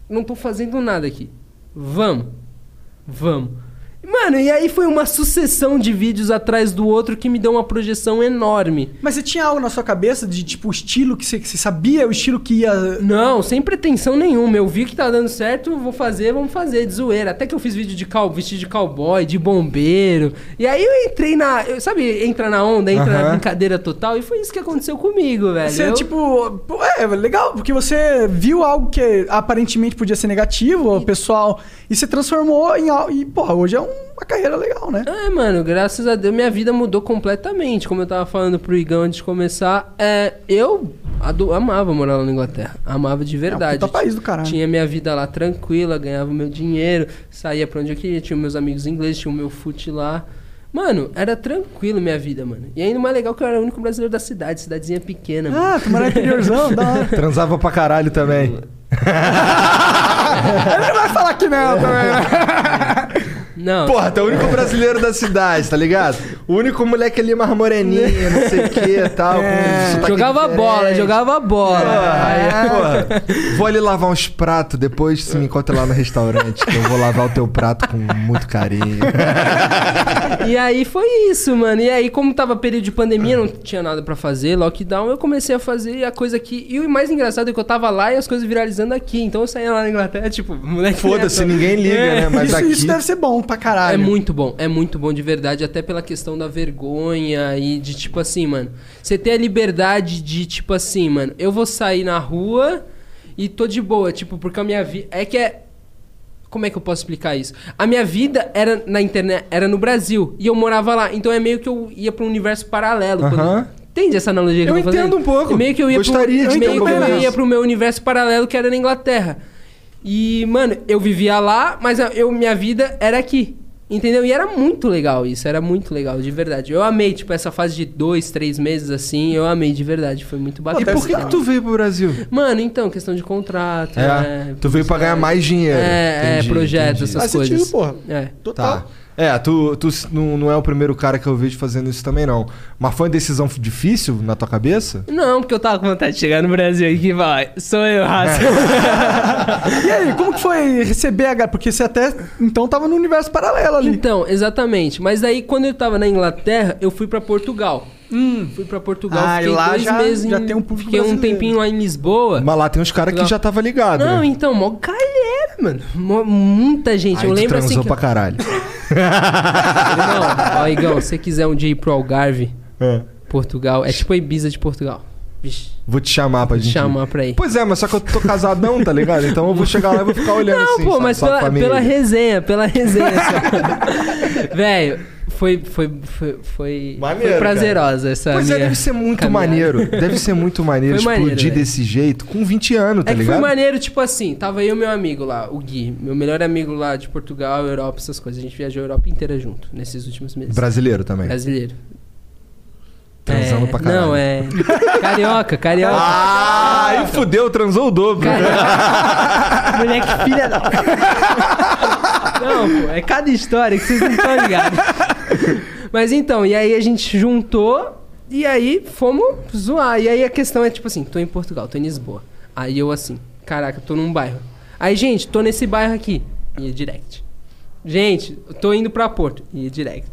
S4: não tô fazendo nada aqui. Vamos. Vamos. Mano, e aí foi uma sucessão de vídeos atrás do outro que me deu uma projeção enorme.
S2: Mas você tinha algo na sua cabeça de tipo o estilo que você, que você sabia, o estilo que ia.
S4: Não, sem pretensão nenhuma. Eu vi que tá dando certo, vou fazer, vamos fazer, de zoeira. Até que eu fiz vídeo de cal, vestido de cowboy, de bombeiro. E aí eu entrei na. eu- sabe, entra na onda, entra na
S3: Aham.
S4: brincadeira total. E foi isso que aconteceu comigo, velho.
S2: Você,
S4: Eu-
S2: tipo, pô, é legal, porque você viu algo que aparentemente podia ser negativo, o pessoal, e você transformou em algo. E, porra, hoje é uma carreira legal, né?
S4: É, mano, graças a Deus minha vida mudou completamente. Como eu tava falando pro Igão antes de começar, é, eu ado- amava morar lá na Inglaterra. Amava de verdade.
S2: É um puta país do caralho.
S4: Tinha minha vida lá tranquila, ganhava meu dinheiro, saía pra onde eu queria, tinha meus amigos ingleses, tinha o meu fute lá. Mano, era tranquilo minha vida, mano. E ainda mais legal que eu era o único brasileiro da cidade, cidadezinha pequena, mano.
S2: Ah, tu mora no interiorzão, da
S4: é.
S2: hora.
S3: Transava pra caralho também.
S2: Ele não vai falar que não
S4: É.
S2: também, né?
S4: Não,
S3: Porra, tu é o único brasileiro da cidade, tá ligado? O único moleque ali mais moreninho, não sei o que e tal. com
S2: tá
S3: sotaque
S4: É. jogava
S3: diferente.
S4: bola, jogava
S2: Ah.
S4: bola.
S3: Porra, porra. Vou ali lavar uns pratos depois se me encontra lá no restaurante. que eu vou lavar o teu prato com muito carinho.
S4: E aí foi isso, mano. E aí, como tava período de pandemia, não tinha nada pra fazer, lockdown, eu comecei a fazer a coisa que. E o mais engraçado é que eu tava lá e as coisas viralizando aqui. Então eu saía lá na Inglaterra, tipo, moleque.
S3: Foda-se,
S4: né?
S3: ninguém liga, né? Mas
S2: isso,
S3: aqui.
S2: isso deve ser bom pra
S4: É
S2: caralho.
S4: muito bom, é muito bom de verdade, até pela questão da vergonha e de tipo assim, mano. Você ter a liberdade de tipo assim, mano, eu vou sair na rua e tô de boa, tipo, porque a minha vida. É que é. Como é que eu posso explicar isso? A minha vida era na internet, era no Brasil e eu morava lá, então é meio que eu ia pra um universo paralelo. quando-
S3: Aham.
S4: Entende essa analogia que
S3: Eu
S4: eu tô fazendo?
S3: entendo um pouco.
S4: É Meio que eu ia
S3: Gostaria
S4: pro,
S3: de entender
S4: meio
S3: um
S4: que
S3: pouco
S4: eu ia
S3: disso.
S4: pro meu universo paralelo que era na Inglaterra. E, mano, eu vivia lá, mas a- eu, minha vida era aqui. Entendeu? E era muito legal isso, era muito legal, de verdade. Eu amei, tipo, essa fase de dois, três meses assim, eu amei de verdade, foi
S3: E
S4: muito bacana.
S3: por que, que tu veio pro Brasil?
S4: Mano, então, questão de contrato,
S3: É,
S4: né?
S3: tu veio pra ganhar mais dinheiro.
S4: É,
S3: Entendi,
S4: é, projetos,
S3: entendi.
S2: Faz
S4: essas
S2: sentido,
S4: coisas.
S2: porra.
S4: É.
S2: Total.
S3: Tá. É, tu, tu s- não, não é o primeiro cara que eu vejo fazendo isso também, não. Mas foi uma decisão f- difícil na tua cabeça?
S4: Não, porque eu tava com vontade de chegar no Brasil aqui e falar, sou
S3: É.
S4: eu, raça.
S2: E aí, como que foi receber a galera? Porque você até então tava no universo paralelo ali.
S4: Então, exatamente. Mas aí, quando eu tava na Inglaterra, eu fui pra Portugal. Fui pra Portugal,
S2: Hum. Ah, e
S4: fiquei
S2: lá
S4: dois
S2: já-
S4: meses.
S2: já
S4: em-
S2: tem um público
S4: Fiquei um
S2: brasileiro.
S4: tempinho lá em Lisboa.
S3: Mas lá tem uns caras que
S4: Não.
S3: já tava ligado.
S4: Não,
S3: né?
S4: então, mó galera, mano. Mó- muita gente.
S3: Aí
S4: eu
S3: tu
S4: lembro
S3: transou
S4: assim. Que...
S3: pra caralho.
S4: Não, ó, Igão, se você quiser um dia ir pro Algarve, Portugal, é tipo a é Ibiza de Portugal. Vixe,
S3: Vou te chamar pra
S4: vou te
S3: gente.
S4: chamar pra ir.
S3: Pois é, mas só que eu tô casadão, tá ligado? Então eu vou chegar lá e vou ficar olhando
S4: Não,
S3: assim.
S4: pô,
S3: sabe?
S4: mas
S3: Só
S4: pela,
S3: pra mim.
S4: pela resenha, pela resenha só. Velho, foi, foi, foi, foi,
S5: Maneiro,
S4: foi
S5: cara.
S4: prazerosa essa
S3: Pois é,
S4: minha...
S3: deve ser muito
S4: caminhada.
S3: maneiro. Deve ser muito maneiro
S4: Foi
S3: explodir
S4: maneiro, velho.
S3: desse jeito com 20 anos, tá
S4: é que
S3: ligado?
S4: foi maneiro, tipo assim, tava eu e meu amigo lá, o Gui, meu melhor amigo lá de Portugal, Europa, essas coisas. A gente viajou a Europa inteira junto nesses últimos meses.
S3: Brasileiro também.
S4: Brasileiro.
S3: Transando
S4: é,
S3: pra caralho.
S4: Não, é. Carioca, carioca.
S3: Ah, aí fudeu, transou o dobro.
S4: Cara, moleque filha da. Não, pô, é cada história que vocês não estão ligados. Mas então, e aí a gente juntou e aí fomos zoar. E aí a questão é tipo assim: tô em Portugal, tô em Lisboa. Aí eu assim, caraca, tô num bairro. Aí, gente, tô nesse bairro aqui. Ia direct. Gente, tô indo pra Porto. Ia direct.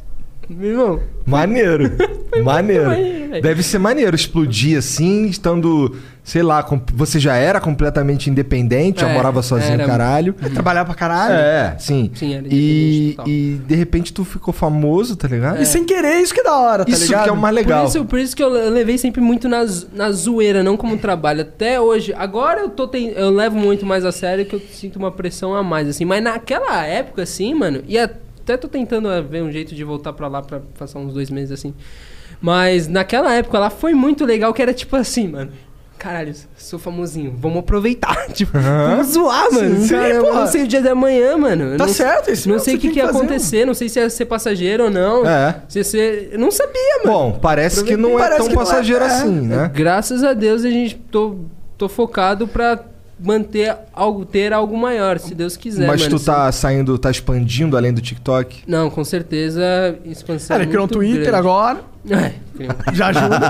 S4: Meu irmão,
S3: Maneiro. maneiro.
S4: maneiro, velho.
S3: Deve ser maneiro explodir assim, estando, sei lá, com- você já era completamente independente, já
S4: É,
S3: morava sozinho,
S4: era-
S3: caralho.
S2: Trabalhar pra caralho.
S3: É, sim.
S4: Sim, era independente
S3: e,
S4: total.
S3: e de repente tu ficou famoso, tá ligado?
S2: E sem querer, isso que é da hora, tá
S3: Isso
S2: ligado?
S3: que é o mais legal.
S4: Por isso, por isso que eu levei sempre muito na, zo- na zoeira, não como um trabalho. Até hoje. Agora eu tô ten- eu levo muito mais a sério que eu sinto uma pressão a mais, assim. Mas naquela época, assim, mano, e até tô tentando eh, ver um jeito de voltar pra lá pra passar uns dois meses assim. Mas naquela época lá foi muito legal, que era tipo assim, mano. Caralho, sou famosinho, vamos aproveitar. Tipo, vamos zoar, mano.
S2: Sim,
S4: Cara, eu
S2: porra.
S4: não sei o dia da manhã, mano. Eu
S2: Tá
S4: não-
S2: certo, isso
S4: Não
S2: mesmo
S4: sei o
S2: que tem
S4: que, que
S2: que
S4: ia
S2: fazer,
S4: acontecer, não sei se ia ser passageiro ou não.
S3: É.
S4: Se ia ser. Eu não sabia, mano.
S3: Bom, parece que não é
S2: Parece
S3: tão
S2: que não é,
S3: passageiro
S2: é.
S3: assim, né?
S4: Graças a Deus a gente tô, tô focado pra manter algo, ter algo maior, se Deus quiser.
S3: Mas
S4: mano.
S3: tu tá saindo, tá expandindo além do TikTok.
S4: Não, com certeza expansão. é
S2: Cara, ele criou um
S4: muito
S2: Twitter
S4: grande.
S2: agora,
S4: É, criou.
S2: já ajuda.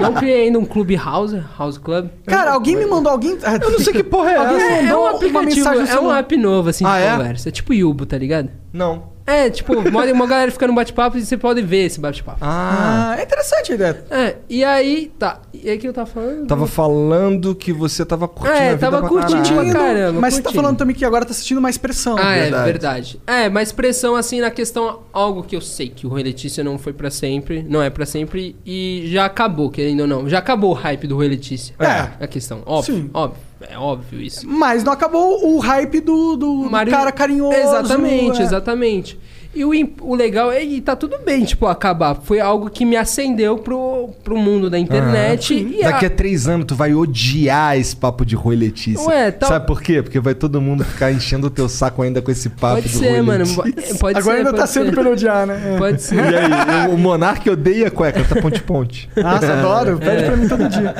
S4: não criei ainda um clube house, house club.
S2: Cara, alguém me mandou, alguém...
S3: Eu não sei que porra é
S2: Alguém
S3: essa.
S4: É, é
S2: mandou
S4: um
S2: uma
S4: aplicativo,
S2: mensagem no
S4: é um
S2: celular.
S4: app novo assim
S3: Ah,
S4: de
S3: é?
S4: conversa, é tipo Yubo, tá ligado?
S3: Não.
S4: É, tipo, uma, uma galera fica no bate-papo e você pode ver esse bate-papo.
S3: Ah.
S2: Ah, é interessante a ideia.
S4: É, e aí, tá. E aí o que eu tava falando?
S3: Tava falando que você tava curtindo.
S4: É,
S3: a vida
S4: tava
S3: pra
S4: curtindo.
S3: caralho.
S4: Pra caramba,
S2: mas você tá
S4: curtindo.
S2: falando também que agora tá sentindo mais pressão.
S4: Ah, é
S3: verdade.
S4: verdade. É, mas pressão assim na questão algo que eu sei que o Rui Letícia não foi pra sempre, não é pra sempre e já acabou, querendo ou não. Já acabou o hype do Rui Letícia.
S2: É.
S4: A questão, óbvio,
S2: Sim.
S4: óbvio, é óbvio isso.
S2: Mas não acabou o hype do, do, do
S4: Mário-
S2: Um cara carinhoso.
S4: Exatamente,
S2: é.
S4: exatamente. E o, imp- o legal é e tá tudo bem, tipo, acabar. Foi algo que me acendeu pro, pro mundo da internet e
S3: Ah. Daqui é a
S4: a...
S3: três anos tu vai odiar esse papo de Rui Letícia.
S4: Ué, tá- tal-
S3: Sabe por quê? Porque vai todo mundo ficar enchendo o teu saco ainda com esse papo
S4: Pode
S3: do Rui
S4: ser, mano.
S3: Letícia.
S4: Pode pode
S2: agora
S4: ser,
S2: ainda tá
S4: pode
S2: sendo
S4: ser.
S2: pelo odiar, né? É.
S4: Pode
S3: E
S4: ser.
S3: aí, o- o Monark odeia cueca, tá ponte-ponte.
S2: Nossa,
S4: É.
S2: adoro. Pede pra mim todo dia.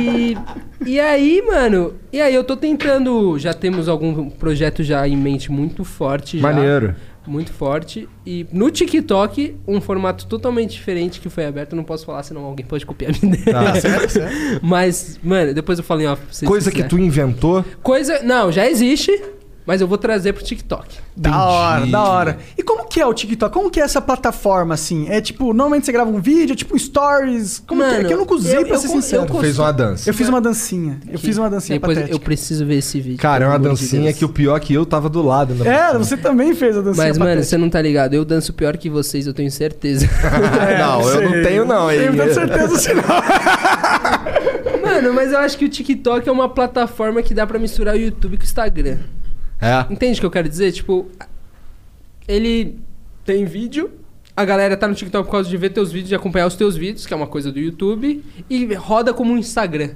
S4: E, e aí, mano, e aí eu tô tentando. Já temos algum projeto já em mente muito forte. já,
S3: Maneiro.
S4: muito forte. E no TikTok, um formato totalmente diferente que foi aberto. Não posso falar, senão alguém pode copiar a minha ideia.
S3: Tá.
S4: Mas, mano, depois eu falo em off pra vocês.
S3: Coisa
S4: se
S3: que
S4: quiser.
S3: tu inventou.
S4: Coisa. Não, já existe, mas eu vou trazer pro TikTok.
S2: Da hora, da hora. E como que é o TikTok? Como que é essa plataforma, assim? É tipo, normalmente você grava um vídeo, é tipo stories. Como que é?
S4: Mano,
S2: Que eu nunca usei,
S4: eu-
S2: pra
S4: eu
S2: ser
S4: con- eu
S2: sincero.
S3: Tu fez uma dança.
S2: Eu fiz uma dancinha. Eu fiz uma dancinha
S4: Depois eu
S2: patética.
S4: preciso ver esse vídeo.
S3: Cara, é
S4: pelo
S3: uma
S4: amor de
S3: dancinha
S4: Deus.
S3: que o pior é que eu tava do lado. na
S2: É,
S3: dancinha.
S2: você também fez a dancinha
S4: Mas, mano, você
S2: patética.
S4: não tá ligado. Eu danço pior que vocês, eu tenho certeza.
S2: É,
S3: não, eu não
S2: sei.
S3: tenho, não, hein?
S2: Tenho tanta certeza assim, não.
S4: Mano, mas eu acho que o TikTok é uma plataforma que dá pra misturar o YouTube com o Instagram.
S3: É.
S4: Entende o que eu quero dizer? Tipo, ele tem vídeo, a galera tá no TikTok por causa de ver teus vídeos, de acompanhar os teus vídeos, que é uma coisa do YouTube, e roda como um Instagram.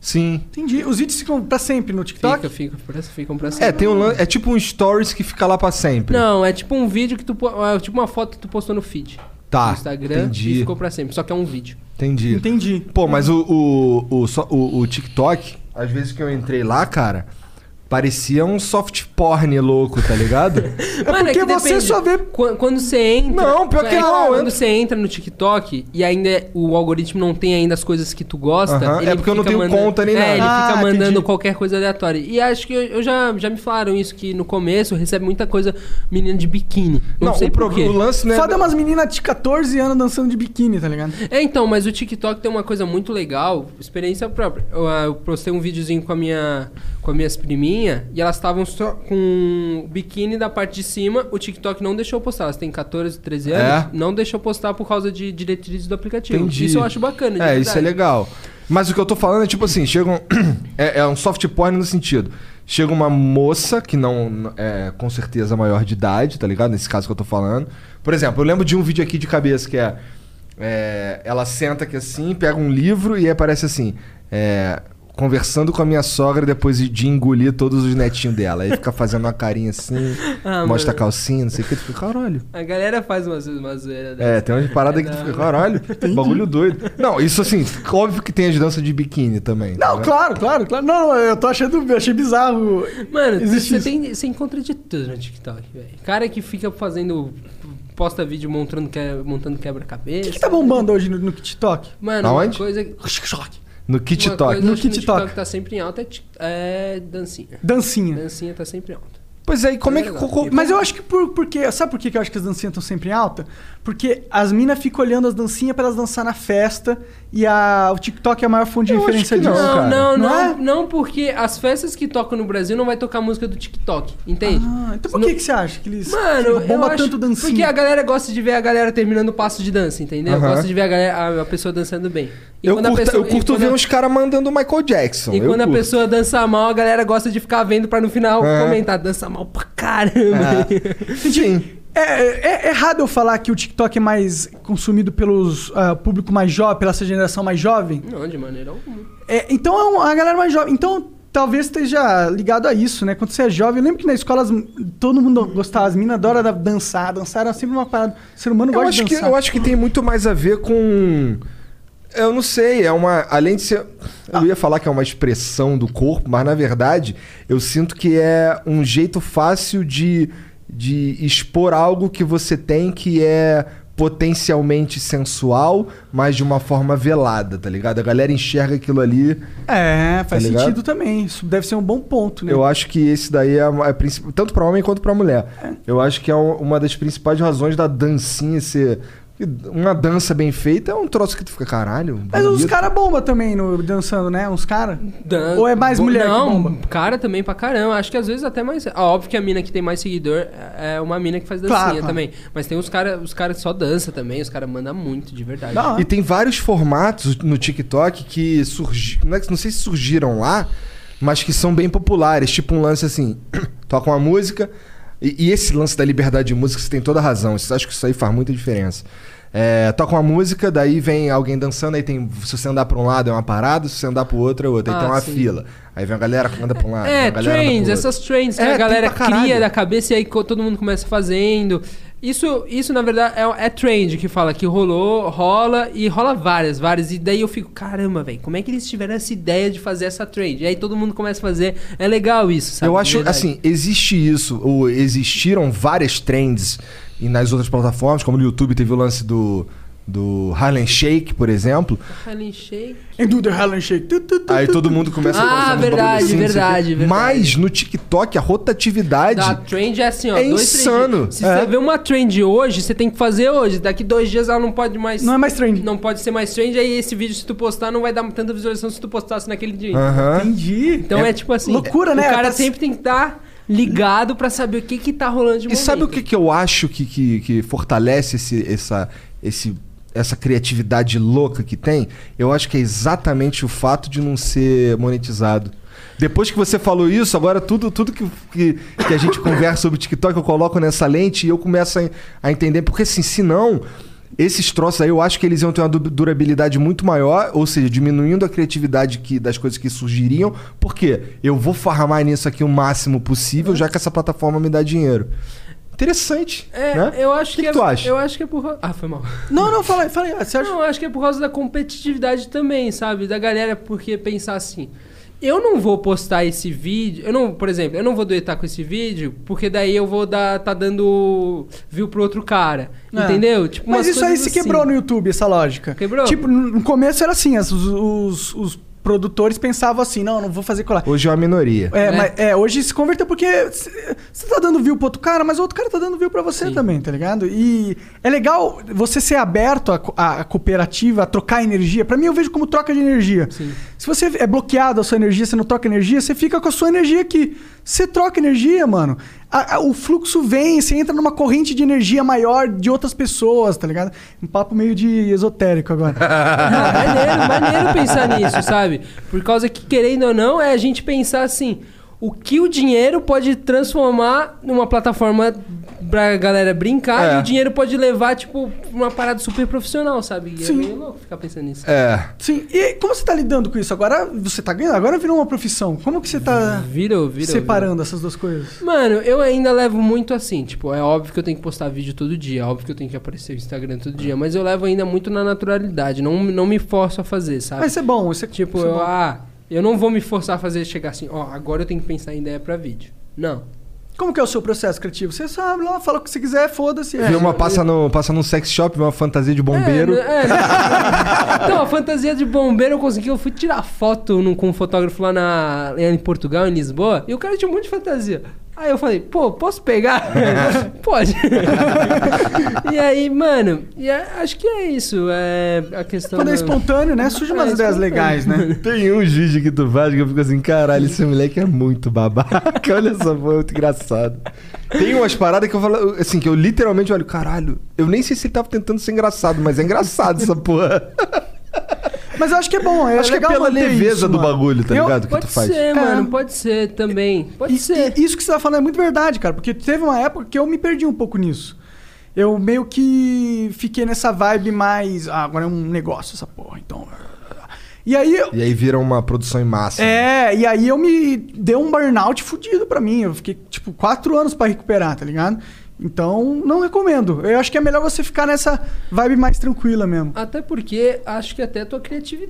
S3: Sim.
S2: Entendi. Os vídeos ficam pra sempre no TikTok?
S4: Fica, fica, pra- ficam pra
S3: É,
S4: sempre.
S3: tem um lan- é tipo um stories que fica lá pra sempre.
S4: Não, é tipo um vídeo que tu. po- É tipo uma foto que tu postou no feed.
S3: Tá.
S4: no Instagram
S3: entendi.
S4: e ficou pra sempre. Só que é um vídeo.
S3: Entendi.
S2: Entendi.
S3: Pô, mas o, o, o, só- o, o TikTok, às vezes que eu entrei lá, cara, parecia um soft porn louco, tá ligado?
S4: Mano, é
S2: porque
S4: que
S2: você
S4: depende.
S2: só vê-
S4: Qu- Quando você entra.
S3: Não, pior que
S4: é,
S3: não,
S4: Quando
S3: entra-
S4: você entra no TikTok e ainda é- o algoritmo não tem ainda as coisas que tu gosta.
S3: Aham,
S4: ele
S3: é porque eu não
S4: fica
S3: tenho
S4: mandando-
S3: conta nem
S4: é,
S3: nada.
S4: Ele
S2: Ah,
S4: fica mandando
S2: entendi.
S4: qualquer coisa aleatória. E acho que eu, eu já, já me falaram isso, que no começo recebe muita coisa menina de biquíni. Não, sei
S3: o,
S4: por
S3: pro-
S4: quê.
S3: o lance, né?
S2: Só dá umas meninas de 14 anos dançando de biquíni, tá ligado?
S4: É, então, mas o TikTok tem uma coisa muito legal, experiência própria. Eu, ah, eu postei um videozinho com a minha com as minhas priminhas e elas estavam só com o biquíni da parte de cima. O TikTok não deixou eu postar. Elas têm 14, 13 anos,
S3: É?
S4: não deixou eu postar por causa de diretrizes do aplicativo.
S3: Entendi.
S4: Isso eu acho bacana, de
S3: É, isso é
S4: verdade.
S3: legal. Mas o que eu tô falando é tipo assim, chega um... é, é um soft porn no sentido. Chega uma moça que não é com certeza maior de idade, tá ligado? Nesse caso que eu tô falando. Por exemplo, eu lembro de um vídeo aqui de cabeça que é, é, ela senta aqui assim, pega um livro e aparece assim, é, conversando com a minha sogra depois de engolir todos os netinhos dela. Aí fica fazendo uma carinha assim,
S4: Ah,
S3: mostra a
S4: mano.
S3: calcinha, não sei o que, tu fica, caralho.
S4: A galera faz umas, umas zoeiras
S3: É, tem umas paradas que tu
S4: não.
S3: fica, caralho, bagulho doido. Não, isso assim, óbvio que tem as danças de biquíni também. tá
S2: Não,
S3: ligado?
S2: claro, claro, claro. Não, não, eu tô achando, eu achei bizarro.
S4: Mano,
S2: Existe
S4: você,
S2: isso.
S4: tem, você encontra de tudo no TikTok, velho. Cara que fica fazendo. posta vídeo montando, que- é, montando
S2: O que,
S4: quebra-cabeça.
S2: que tá bombando hoje no, no TikTok?
S4: Mano,
S3: Aonde?
S4: uma coisa. uma
S3: No kit
S4: coisa
S3: talk.
S4: que no
S2: kit
S4: TikTok
S2: talk.
S4: que tá sempre em alta é, tik- é dancinha.
S2: Dancinha.
S4: Dancinha tá sempre em alta.
S3: Pois é, e como é que.
S4: Legal.
S3: co- co-
S2: Mas eu acho que por, porque. Sabe por que que eu acho que as dancinhas estão sempre em alta? Porque as minas ficam olhando as dancinhas pra elas dançar na festa e a, o TikTok é a maior fonte de
S3: Eu acho
S2: referência
S3: que não.
S2: disso.
S4: Não,
S3: cara.
S4: não,
S2: Não
S4: não, não,
S2: é?
S4: porque as festas que tocam no Brasil não vai tocar música do TikTok, entende?
S2: Ah, então por
S4: Não-
S2: que, que você acha que eles
S4: Mano,
S2: que
S4: eu
S2: bomba
S4: acho,
S2: tanto dancinha?
S4: Porque a galera gosta de ver a galera terminando o passo de dança, entendeu?
S3: Aham.
S4: Gosta de ver a, galera, a pessoa dançando bem. E
S3: Eu
S4: quando a
S3: curto,
S4: pessoa-
S3: eu
S4: e
S3: curto
S4: quando
S3: ver
S4: a-
S3: uns caras mandando Michael Jackson.
S4: E
S3: eu
S4: quando a
S3: curto.
S4: pessoa dança mal, a galera gosta de ficar vendo pra no final
S3: É.
S4: comentar, dança mal pra caramba.
S3: É. Sim.
S2: É, é- é errado eu falar que o TikTok é mais consumido pelos ah, público mais jovem, pela essa geração mais jovem.
S4: Não, de maneira alguma.
S2: É, então é um- a galera mais jovem. Então talvez esteja ligado a isso, né? Quando você é jovem, eu lembro que na escola as- todo mundo gostava, as minas adoram da- dançar, dançar era sempre uma parada. O ser humano
S3: Eu
S2: gosta de
S3: acho, que,
S2: dançar.
S3: eu acho que tem muito mais a ver com. Eu não sei, é uma. Além de ser.
S2: Ah.
S3: Eu ia falar que é uma expressão do corpo, mas na verdade eu sinto que é um jeito fácil de, de expor algo que você tem que é potencialmente sensual, mas de uma forma velada, tá ligado? A galera enxerga aquilo ali.
S2: É, faz
S3: Tá ligado?
S2: sentido também. Isso deve ser um bom ponto, né?
S3: Eu acho que esse daí é, a- é princi- tanto pra homem quanto pra mulher. Eu acho que é um- uma das principais razões da dancinha ser uma dança bem feita é um troço que tu fica caralho.
S2: Mas
S3: bonito.
S2: uns caras bomba também no, dançando, né? Uns caras.
S4: Dan-
S2: Ou é mais
S4: Bo-
S2: mulher que
S4: Não,
S2: bomba?
S4: cara também pra caramba. Acho que às vezes até mais. Ah, óbvio que a mina que tem mais seguidor é é uma mina que faz dancinha
S2: Claro, claro.
S4: também. Mas tem os caras os cara que só dança também, os caras mandam muito, de verdade.
S2: Da hora.
S3: E tem vários formatos no TikTok que surgiram. Não, é que- não sei se surgiram lá, mas que são bem populares. Tipo um lance assim: toca uma música. E, e esse lance da liberdade de música, você tem toda a razão. Isso- Acho que isso aí faz muita diferença. É, toca uma música, daí vem alguém dançando, aí tem. Se você andar pra um lado é uma parada, se você andar pro outro é outra. Aí
S4: Ah,
S3: tem uma
S4: sim.
S3: fila. Aí vem a galera que anda pra um lado. vem
S4: É,
S3: a galera anda pro
S4: trends,
S3: outro.
S4: essas trends que
S3: É,
S4: a
S3: tem
S4: galera
S3: pra caralho.
S4: cria da cabeça e aí co- todo mundo começa fazendo. Isso, isso na verdade, é, é trend que fala que rolou, rola e rola várias, várias. E daí eu fico, caramba, velho, como é que eles tiveram essa ideia de fazer essa trend? E aí todo mundo começa a fazer. É legal isso, sabe?
S3: Eu
S4: De
S3: acho,
S4: verdade.
S3: assim, existe isso, ou existiram várias trends e nas outras plataformas, como no YouTube teve o lance do, do Harlem Shake, por exemplo.
S4: Harlem Shake.
S2: And do the Harlem Shake. Tu, tu, tu,
S3: Aí
S2: tu, tu.
S3: todo mundo começa
S4: Ah,
S3: fazer uns
S4: verdade,
S3: bagulho assim, não sei o
S4: verdade,
S3: quê.
S4: verdade.
S3: Mas no TikTok a rotatividade.
S4: Da trend é assim, ó.
S3: É
S4: dois, três
S3: insano.
S4: dias. Se
S3: É.
S4: você vê uma trend hoje, você tem que fazer hoje. Daqui dois dias ela não pode mais.
S2: Não é mais trend.
S4: Não pode ser mais trend. Aí esse vídeo, se tu postar, não vai dar tanta visualização se tu postasse naquele dia.
S3: Aham.
S2: Entendi.
S4: Então é, tipo assim.
S2: Loucura,
S4: o
S2: né?
S4: O cara
S2: Tá-
S4: sempre tem que estar ligado pra saber o que que tá rolando de
S3: E
S4: momento.
S3: sabe o que, que eu acho que, que, que fortalece esse, essa, esse, essa criatividade louca que tem? Eu acho que é exatamente o fato de não ser monetizado. Depois que você falou isso, agora tudo, tudo que, que, que a gente conversa sobre TikTok eu coloco nessa lente e eu começo a, en- a entender. Porque assim, se não, esses troços aí eu acho que eles iam ter uma du- durabilidade muito maior, ou seja, diminuindo a criatividade que, das coisas que surgiriam. Porque eu vou farmar nisso aqui o máximo possível, já que essa plataforma me dá dinheiro. Interessante.
S4: É,
S3: né?
S4: eu acho
S3: O
S4: que,
S3: que
S4: é,
S3: tu acha?
S4: Eu acho que é por causa. Ah, foi mal.
S2: Não, não, fala aí, fala aí. Você acha...
S4: Não, eu acho que é por causa da competitividade também, sabe? Da galera, porque pensar assim. Eu não vou postar esse vídeo. Eu não, por exemplo, eu não vou doetar com esse vídeo, porque daí eu vou dar. tá dando view pro outro cara.
S2: É.
S4: Entendeu? Tipo,
S2: Mas
S4: umas
S2: isso aí
S4: coisas
S2: se
S4: assim.
S2: quebrou no YouTube, essa lógica.
S4: Quebrou?
S2: Tipo, no começo era assim, as- os, os- os produtores pensavam assim, não, não vou fazer colar.
S3: Hoje é uma minoria.
S2: É,
S4: Né?
S2: mas- é, hoje se converteu porque você tá dando view pro outro cara, mas o outro cara tá dando view pra você
S4: Sim.
S2: também, tá ligado? E é legal você ser aberto à, co- à cooperativa, a trocar energia. Pra mim, eu vejo como troca de energia. Se você é bloqueado a sua energia, você não troca energia, você fica com a sua energia aqui. Você troca energia, mano. A- a- o fluxo vem, você entra numa corrente de energia maior de outras pessoas, tá ligado? Um papo meio de esotérico agora.
S4: Ah, maneiro, maneiro pensar nisso, sabe? Por causa que, querendo ou não, é a gente pensar assim: o que o dinheiro pode transformar numa plataforma pra galera brincar
S3: É.
S4: e o dinheiro pode levar, tipo, uma parada super profissional, sabe? E é
S2: Sim.
S4: meio louco ficar pensando nisso.
S3: É.
S2: Sim. E como você tá lidando com isso? Agora você tá ganhando, agora virou uma profissão. Como que você tá
S4: Virou, virou.
S2: separando essas duas coisas?
S4: Mano, eu ainda levo muito assim, tipo, é óbvio que eu tenho que postar vídeo todo dia, é óbvio que eu tenho que aparecer no Instagram todo dia, mas eu levo ainda muito na naturalidade, não, não me forço a fazer, sabe?
S2: Mas isso é bom, isso é
S4: Tipo,
S2: isso é
S4: eu,
S2: bom.
S4: ah, eu não vou me forçar a fazer chegar assim, ó, agora eu tenho que pensar em ideia pra vídeo. Não.
S2: Como que é o seu processo criativo? Você sabe lá, fala o que você quiser, foda-se. é.
S3: Vê uma passa, no, passa num sex shop, vê uma fantasia de bombeiro.
S4: É, é, não. então, a fantasia de bombeiro eu consegui, eu fui tirar foto num- com um fotógrafo lá na, em Portugal, em Lisboa, e o cara tinha um monte de fantasia. Aí eu falei, pô, posso pegar? Pode. e aí, mano, e a- acho que é isso. É a questão.
S2: Quando é
S4: da-
S2: espontâneo, né? Surge umas
S4: É
S2: ideias
S4: espontâneo.
S2: legais, né?
S3: Tem um vídeo que tu faz que eu fico assim, caralho, esse moleque é muito babaca. Olha essa porra, muito engraçado. Tem umas paradas que eu falo, assim, que eu literalmente olho, caralho, eu nem sei se ele tava tentando ser engraçado, mas é engraçado essa porra.
S2: Mas eu acho que é bom. Eu
S3: Acho que é
S2: legal
S3: pela
S2: manter
S3: leveza
S2: isso,
S3: do
S2: mano.
S3: bagulho, tá
S2: Eu-
S3: ligado? Que
S4: Pode
S3: tu faz.
S4: ser, mano,
S2: É.
S4: pode ser também. Pode
S2: E-
S4: ser.
S2: e isso que você tá falando é muito verdade, cara, porque teve uma época que eu me perdi um pouco nisso. Eu meio que fiquei nessa vibe mais. Ah, agora é um negócio essa porra, então. E aí. eu-
S3: E aí vira uma produção em massa.
S2: É, e aí eu me. Deu um burnout fudido pra mim. Eu fiquei, tipo, quatro anos pra recuperar, tá ligado? Então, não recomendo. Eu acho que é melhor você ficar nessa vibe mais tranquila mesmo.
S4: Até porque acho que até a tua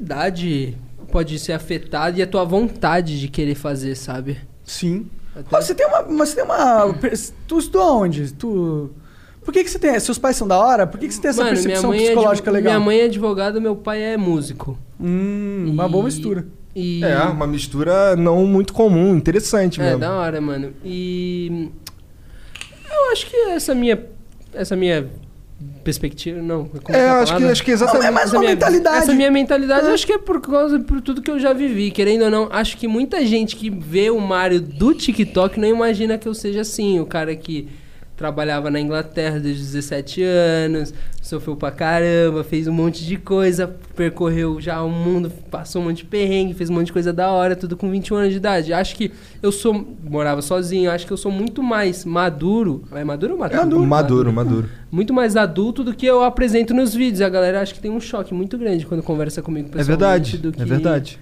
S4: criatividade pode ser afetada e a tua vontade de querer fazer, sabe?
S2: Sim.
S4: Até-
S2: Mas você tem uma. Mas você tem uma. Tu estudou onde? Tu. Por que, que você tem. Seus pais são da hora? Por que, que você tem essa
S4: Mano,
S2: percepção
S4: é advo-
S2: psicológica legal?
S4: Minha mãe é advogada, meu pai é músico.
S2: Hum, uma boa
S4: E-
S2: mistura.
S4: E...
S3: É, uma mistura não muito comum, interessante
S4: É,
S3: mesmo.
S4: da hora, mano. E eu acho que essa minha essa minha perspectiva, não, como
S3: É,
S4: a
S3: acho que,
S4: palavra?
S3: acho que exatamente.
S2: Não, é mais
S4: Essa
S2: uma
S4: minha-
S2: mentalidade.
S4: Essa minha mentalidade, eu acho que é por causa por tudo que eu já vivi, querendo ou não. Acho que muita gente que vê o Mário do TikTok não imagina que eu seja assim, o cara que trabalhava na Inglaterra desde os 17 anos, sofreu pra caramba, fez um monte de coisa, percorreu já o mundo, passou um monte de perrengue, fez um monte de coisa da hora, tudo com 21 anos de idade. Acho que eu sou morava sozinho, acho que eu sou muito mais maduro, é maduro ou maduro?
S3: Maduro, maduro. maduro.
S4: muito mais adulto do que eu apresento nos vídeos. A galera acha que tem um choque muito grande quando conversa comigo
S3: É
S4: pessoalmente.
S3: verdade,
S4: do que,
S3: é verdade.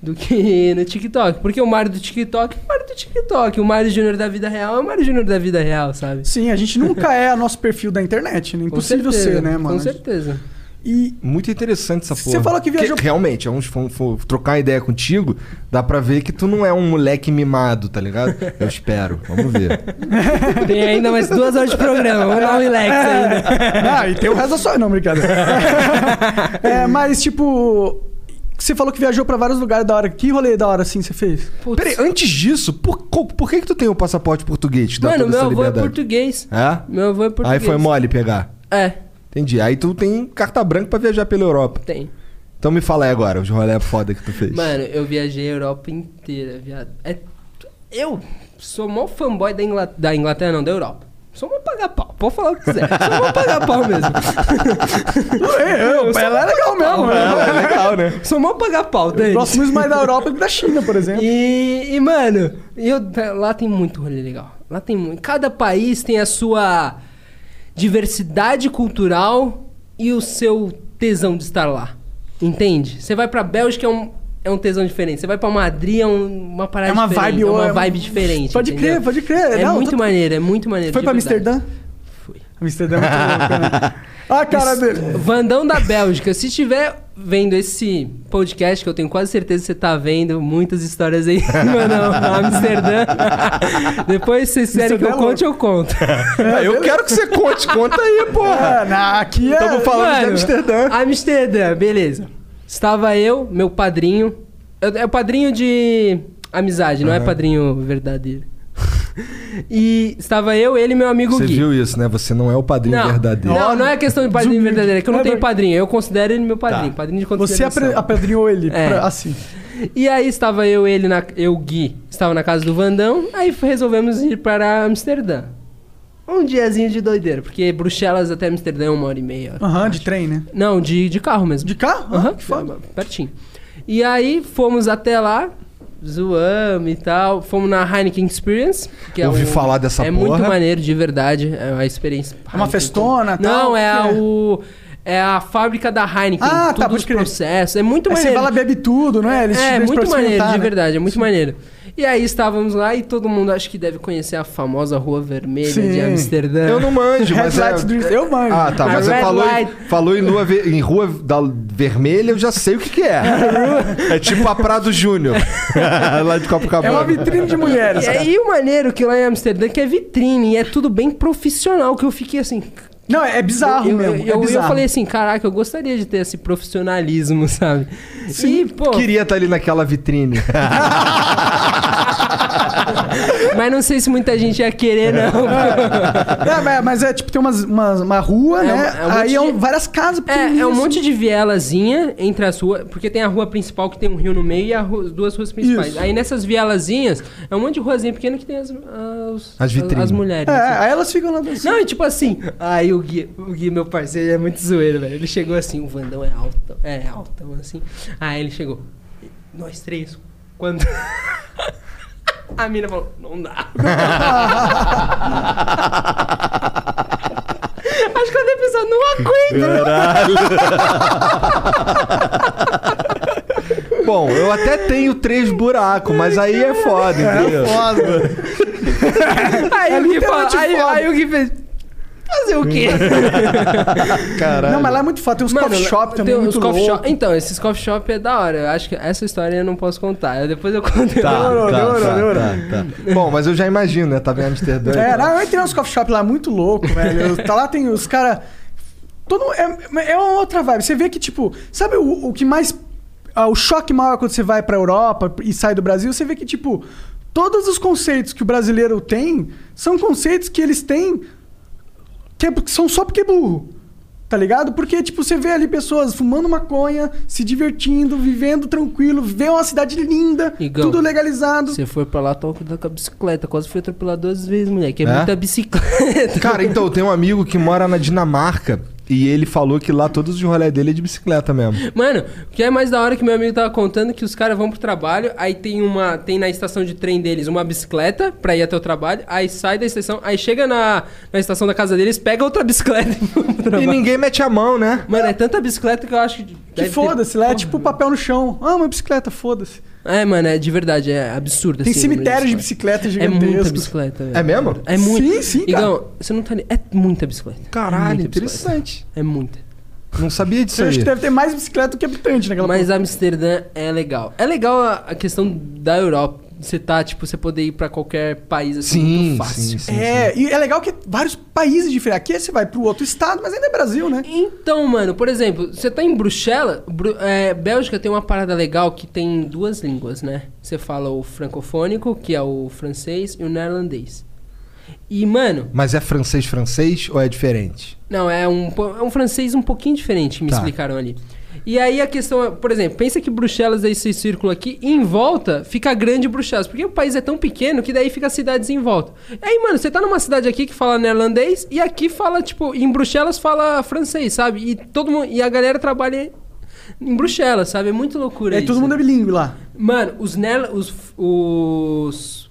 S4: Do que no TikTok. Porque o Mário do TikTok é o Mário do TikTok. O Mário Júnior da vida real é o Mário Júnior da vida real, sabe?
S2: Sim, a gente nunca é nosso perfil da internet, né?
S4: Com
S2: Impossível
S4: certeza,
S2: ser, né, mano?
S4: Com certeza.
S2: E
S3: Muito interessante essa
S2: Você
S3: porra.
S2: falou que viajou-
S3: realmente, é um, for, for trocar ideia contigo, dá pra ver que tu não é um moleque mimado, tá ligado? Eu espero. Vamos ver.
S4: Tem ainda mais duas horas de programa. Vamos dar um relax
S3: É.
S4: ainda.
S2: Ah, e tem o resto da sua. Não, brincadeira. é, mas, tipo. Você falou que viajou pra vários lugares da hora. Que rolê da hora assim você fez?
S4: Putz.
S3: Peraí, antes disso, por, co- por que que tu tem o passaporte português? que Dá Tá
S4: Mano,
S3: toda
S4: meu
S3: essa
S4: avô é
S3: liberdade?
S4: português.
S3: É?
S4: Meu avô é português.
S3: Aí foi mole pegar.
S4: É,
S3: Entendi. Aí tu tem carta branca pra viajar pela Europa.
S4: tem.
S3: Então me fala aí agora, os rolé foda que tu fez.
S4: Mano, eu viajei a Europa inteira, viado. É, eu sou mó fanboy da Inglaterra, da Inglaterra, não, da Europa. Sou mó pagar pau, pode falar o que quiser. Sou mó pagar pau mesmo.
S2: Eu, ela é legal mesmo,
S3: é legal, né?
S4: Sou mó pagar pau, Dani.
S2: Próximos mais da Europa que da China, por exemplo.
S4: E, e, mano, eu, lá tem muito rolê legal. Lá tem muito. Cada país tem a sua diversidade cultural e o seu tesão de estar lá. Entende? Você vai pra Bélgica, é um, é um tesão diferente. Você vai pra Madrid, é um- uma parada
S2: É uma
S4: diferente.
S2: vibe,
S4: é uma
S2: é um-
S4: vibe diferente.
S2: Pode
S4: entendeu?
S2: crer, pode crer.
S4: É
S2: Não,
S4: muito
S2: tô-
S4: maneiro, é muito maneiro.
S2: Foi
S4: de
S2: pra
S4: verdade.
S2: Amsterdã?
S4: Fui.
S2: Amsterdã é muito louco, né? Ah, cara dele.
S4: Vandão da Bélgica, se tiver vendo esse podcast, que eu tenho quase certeza que você tá vendo, muitas histórias aí, mano, Amsterdã. Depois, se vocês quiserem que eu
S2: Amsterdã é
S4: conte, eu conto.
S3: Ah, eu quero que você conte, conta aí, porra.
S2: Ah, na- aqui é.
S3: Tamo falando de
S4: Mano,
S3: Amsterdã.
S4: Amsterdã, beleza. Estava eu, meu padrinho. eu- É o padrinho de amizade, não é padrinho verdadeiro. E estava eu, ele e meu amigo
S3: Você
S4: Gui.
S3: viu isso, né? Você não é o padrinho
S4: Não,
S3: verdadeiro.
S4: não, não é questão de padrinho
S2: Desumilde.
S4: verdadeiro, é que eu não
S2: É
S4: tenho
S2: verdade.
S3: Tá.
S4: padrinho. Eu considero ele meu padrinho, padrinho de
S2: Você
S4: consideração.
S2: apre- apedrinhou ele
S4: É.
S2: pra- assim.
S4: E aí estava eu, ele, na, eu, Gui, estava na casa do Vandão, aí f- resolvemos ir para Amsterdã. Um diazinho de doideira, porque Bruxelas até Amsterdã é uma hora e meia.
S2: Aham,
S4: eu
S2: de
S4: acho.
S2: trem, né?
S4: Não, de, de carro mesmo.
S2: De carro?
S4: Aham, é,
S2: Ah, que foda.
S4: pertinho. E aí fomos até lá, zoamos e tal. Fomos na Heineken Experience. Que é
S3: Ouvi
S4: um-
S3: falar dessa
S4: É
S3: porra.
S4: muito maneiro, de verdade. É uma experiência.
S2: É uma festona,
S4: Não,
S2: tal,
S4: é
S2: o
S4: a,
S2: quê?
S4: o. É a fábrica da Heineken.
S2: Ah, tá,
S4: tudo
S2: pode
S4: os
S2: crer.
S4: processos. É muito
S2: Aí
S4: maneiro
S2: você vai lá, bebe tudo, não é? Eles te
S4: é
S2: dão isso pra
S4: muito maneiro,
S2: experimentar,
S4: de
S2: né?
S4: verdade, é muito maneiro. E aí estávamos lá e todo mundo acho que deve conhecer a famosa Rua Vermelha de
S2: Sim.
S4: Amsterdã.
S3: Eu não manjo,
S2: Red
S3: mas é...
S2: Lights Dreams, eu manjo.
S3: Ah, tá,
S4: A
S3: mas
S4: red
S3: você falou, em,
S4: light.
S3: falou em, lua ve- em Rua da Vermelha, eu já sei o que que é. é tipo a Prado Júnior, lá de
S2: É uma
S3: Copacabana.
S2: vitrine de mulheres,
S4: E
S2: cara.
S4: aí o maneiro que lá em Amsterdã que é vitrine e é tudo bem profissional, que eu fiquei assim...
S2: Não, é bizarro
S4: eu,
S2: mesmo.
S4: eu,
S2: é
S4: eu, eu
S2: bizarro.
S4: falei assim, caraca, eu gostaria de ter esse profissionalismo, sabe? e, pô,
S3: Queria estar ali naquela vitrine.
S4: mas não sei se muita gente ia querer, não.
S2: É, mas- mas é tipo, tem umas, umas- uma rua,
S4: É,
S2: né?
S4: é um monte
S2: aí é um-
S4: de-
S2: várias casas
S4: É, é um
S2: pequenininhas,
S4: monte de vielazinha entre as ruas, porque tem a rua principal que tem um rio no meio e a ru- as duas ruas principais.
S2: Isso.
S4: Aí nessas vielazinhas, é um monte de ruazinha pequena que tem as, as,
S3: As vitrines.
S4: as mulheres.
S2: assim. É,
S4: assim.
S2: aí elas ficam lá dançando.
S4: Não, e tipo assim, aí o Gui, o Gui, meu parceiro, é muito zoeiro, velho. Ele chegou assim, o Vandão é alto, é altão assim. Aí ele chegou, nós três, quando. A mina falou, não dá. Acho que eu dei pensando, não aguento.
S3: Bom, eu até tenho três buracos, mas aí é foda, entendeu?
S2: Foda.
S4: Aí,
S2: É
S4: o Gui
S2: literalmente
S4: fala- aí-
S2: foda.
S4: aí o Gui fez. Fazer o quê?
S3: Caralho.
S2: Não, mas lá é muito foda. Tem uns Hum. coffee shop também, é
S4: tem
S2: muito
S4: uns coffee
S2: louco.
S4: shop. Então, esses coffee shop é da hora. Eu acho que essa história eu não posso contar. Eu- depois eu conto.
S3: Tá,
S2: Demorou,
S3: tá,
S2: demorou,
S3: tá,
S2: demorou.
S3: tá, tá. Bom, mas eu já imagino, né? Tava em Amsterdã.
S2: É, não, eu entrei nos coffee shop lá, muito louco, velho. Eu- Tá lá, tem os caras. Todo, é, é uma outra vibe. Você vê que, tipo, sabe o, o que mais. ah, o choque maior quando você vai pra Europa e sai do Brasil, você vê que, tipo, todos os conceitos que o brasileiro tem são conceitos que eles têm que é porque- são só porque é burro. Tá ligado? Porque, tipo, você vê ali pessoas fumando maconha, se divertindo, vivendo tranquilo, vê uma cidade linda,
S4: Igão,
S2: tudo legalizado.
S4: Você foi pra lá, toca com a bicicleta. Quase fui atropelado duas vezes, moleque. É,
S3: É?
S4: muita bicicleta.
S3: Cara, então, eu tenho um amigo que mora na Dinamarca e ele falou que lá todos os rolés dele é de bicicleta mesmo.
S4: Mano, o que é mais da hora que meu amigo tava contando é que os caras vão pro trabalho, aí tem uma. Tem na estação de trem deles uma bicicleta pra ir até o trabalho, aí sai da estação, aí chega na, na estação da casa deles, pega outra bicicleta e vão pro
S3: E
S4: trabalho.
S3: ninguém mete a mão, né?
S4: Mano, é tanta bicicleta que eu acho que.
S2: Que
S4: deve
S2: foda-se,
S4: ter-
S2: lá é tipo papel no chão. Ah, uma bicicleta, foda-se.
S4: É, mano, é de verdade, é absurdo.
S2: Tem
S4: assim, o número
S2: cemitério de
S4: bicicleta.
S2: bicicletas
S4: É muita
S2: gigantescos.
S4: bicicleta, velho.
S3: É mesmo?
S4: É muito.
S2: Sim, sim, cara.
S4: Igão, você não tá ali. É muita bicicleta. é
S3: Caralho,
S4: muita bicicleta.
S3: interessante.
S4: É muita.
S3: Não sabia disso
S2: Eu acho
S3: aí.
S2: que deve ter mais bicicleta do que habitante naquela
S4: Mas
S2: porra.
S4: Amsterdã é legal. É legal a, a questão da Europa. Você tá, tipo, você poder ir pra qualquer país assim muito
S3: Sim,
S4: fácil.
S3: sim, sim.
S2: É, e é legal que vários países diferentes. Aqui você vai pro outro estado, mas ainda é Brasil, né?
S4: Então, mano, por exemplo, você tá em Bruxelas, Bru- é, Bélgica tem uma parada legal que tem duas línguas, né? Você fala o francofônico, que é o francês, e o neerlandês. E, mano,
S3: Mas é francês-francês ou é diferente?
S4: Não, é um, po- é um francês um pouquinho diferente, me
S3: Tá.
S4: explicaram ali. E aí a questão é, por exemplo, pensa que Bruxelas é esse círculo aqui, e em volta fica a grande Bruxelas, porque o país é tão pequeno que daí fica as cidades em volta. E aí, mano, você tá numa cidade aqui que fala neerlandês e aqui fala, tipo, em Bruxelas fala francês, sabe? E todo mundo, e a galera trabalha em Bruxelas, sabe? É muito loucura
S2: É,
S4: isso.
S2: todo mundo é bilíngue lá.
S4: Mano, os nela, os, os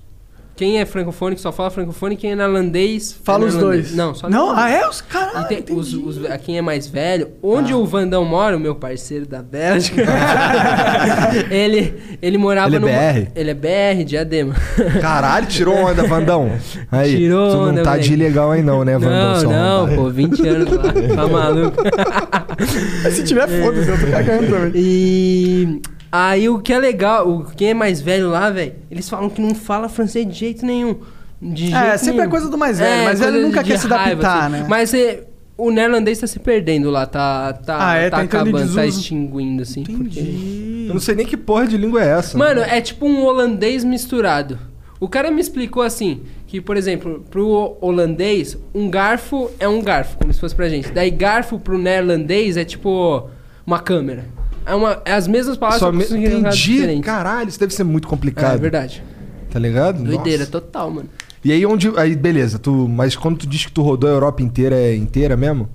S4: quem é francofônico só fala francofone, quem é neerlandês
S2: Fala
S4: é
S2: os
S4: neerlandês.
S2: dois.
S4: Não, só
S2: Não?
S4: neerlandês.
S2: Ah, é? Os
S4: E
S2: caras.
S4: tem os, os- a quem é mais velho, onde o Vandão mora, o meu parceiro da Bélgica, ele, ele morava
S3: Ele é
S4: numa-
S3: BR?
S4: Ele é BR, diadema.
S3: Caralho, tirou onda, Vandão. Aí,
S4: Tirou
S3: tu não
S4: onda,
S3: tá de
S4: moleque.
S3: ilegal aí não, né,
S2: é
S3: Vandão?
S4: não,
S2: um
S3: Só
S4: não,
S3: onda.
S4: pô, 20 anos lá, tá maluco.
S2: Se tiver, foda-se, eu tô cagando Tá também.
S4: E aí o que é legal, o, quem é mais velho lá, velho, eles falam que não fala francês de jeito nenhum. De jeito
S2: É, sempre
S4: nenhum.
S2: é coisa do mais velho, mas
S4: coisa
S2: ele nunca
S4: de
S2: quer se adaptar,
S4: raiva, assim.
S2: né?
S4: Mas é, o neerlandês tá se perdendo lá, tá, tá,
S2: Ah, é,
S4: tá
S2: tá entrando em
S4: acabando, tá
S2: desuso.
S4: extinguindo, assim. porque-
S3: Eu não sei nem que porra de língua é essa.
S4: Mano, é tipo um holandês misturado. O cara me explicou assim, que, por exemplo, pro holandês, um garfo é um garfo, como se fosse pra gente. Daí garfo pro neerlandês é tipo uma câmera. É, uma, é as mesmas palavras,
S3: Só
S4: só,
S3: me...
S4: com significado
S3: Entendi.
S4: um diferente.
S3: Caralho, isso deve ser muito complicado.
S4: É, é verdade.
S3: Tá ligado?
S4: Doideira
S3: Nossa.
S4: total, mano.
S3: E aí onde. Aí, beleza, tu. Mas quando tu diz que tu rodou a Europa inteira, é inteira mesmo?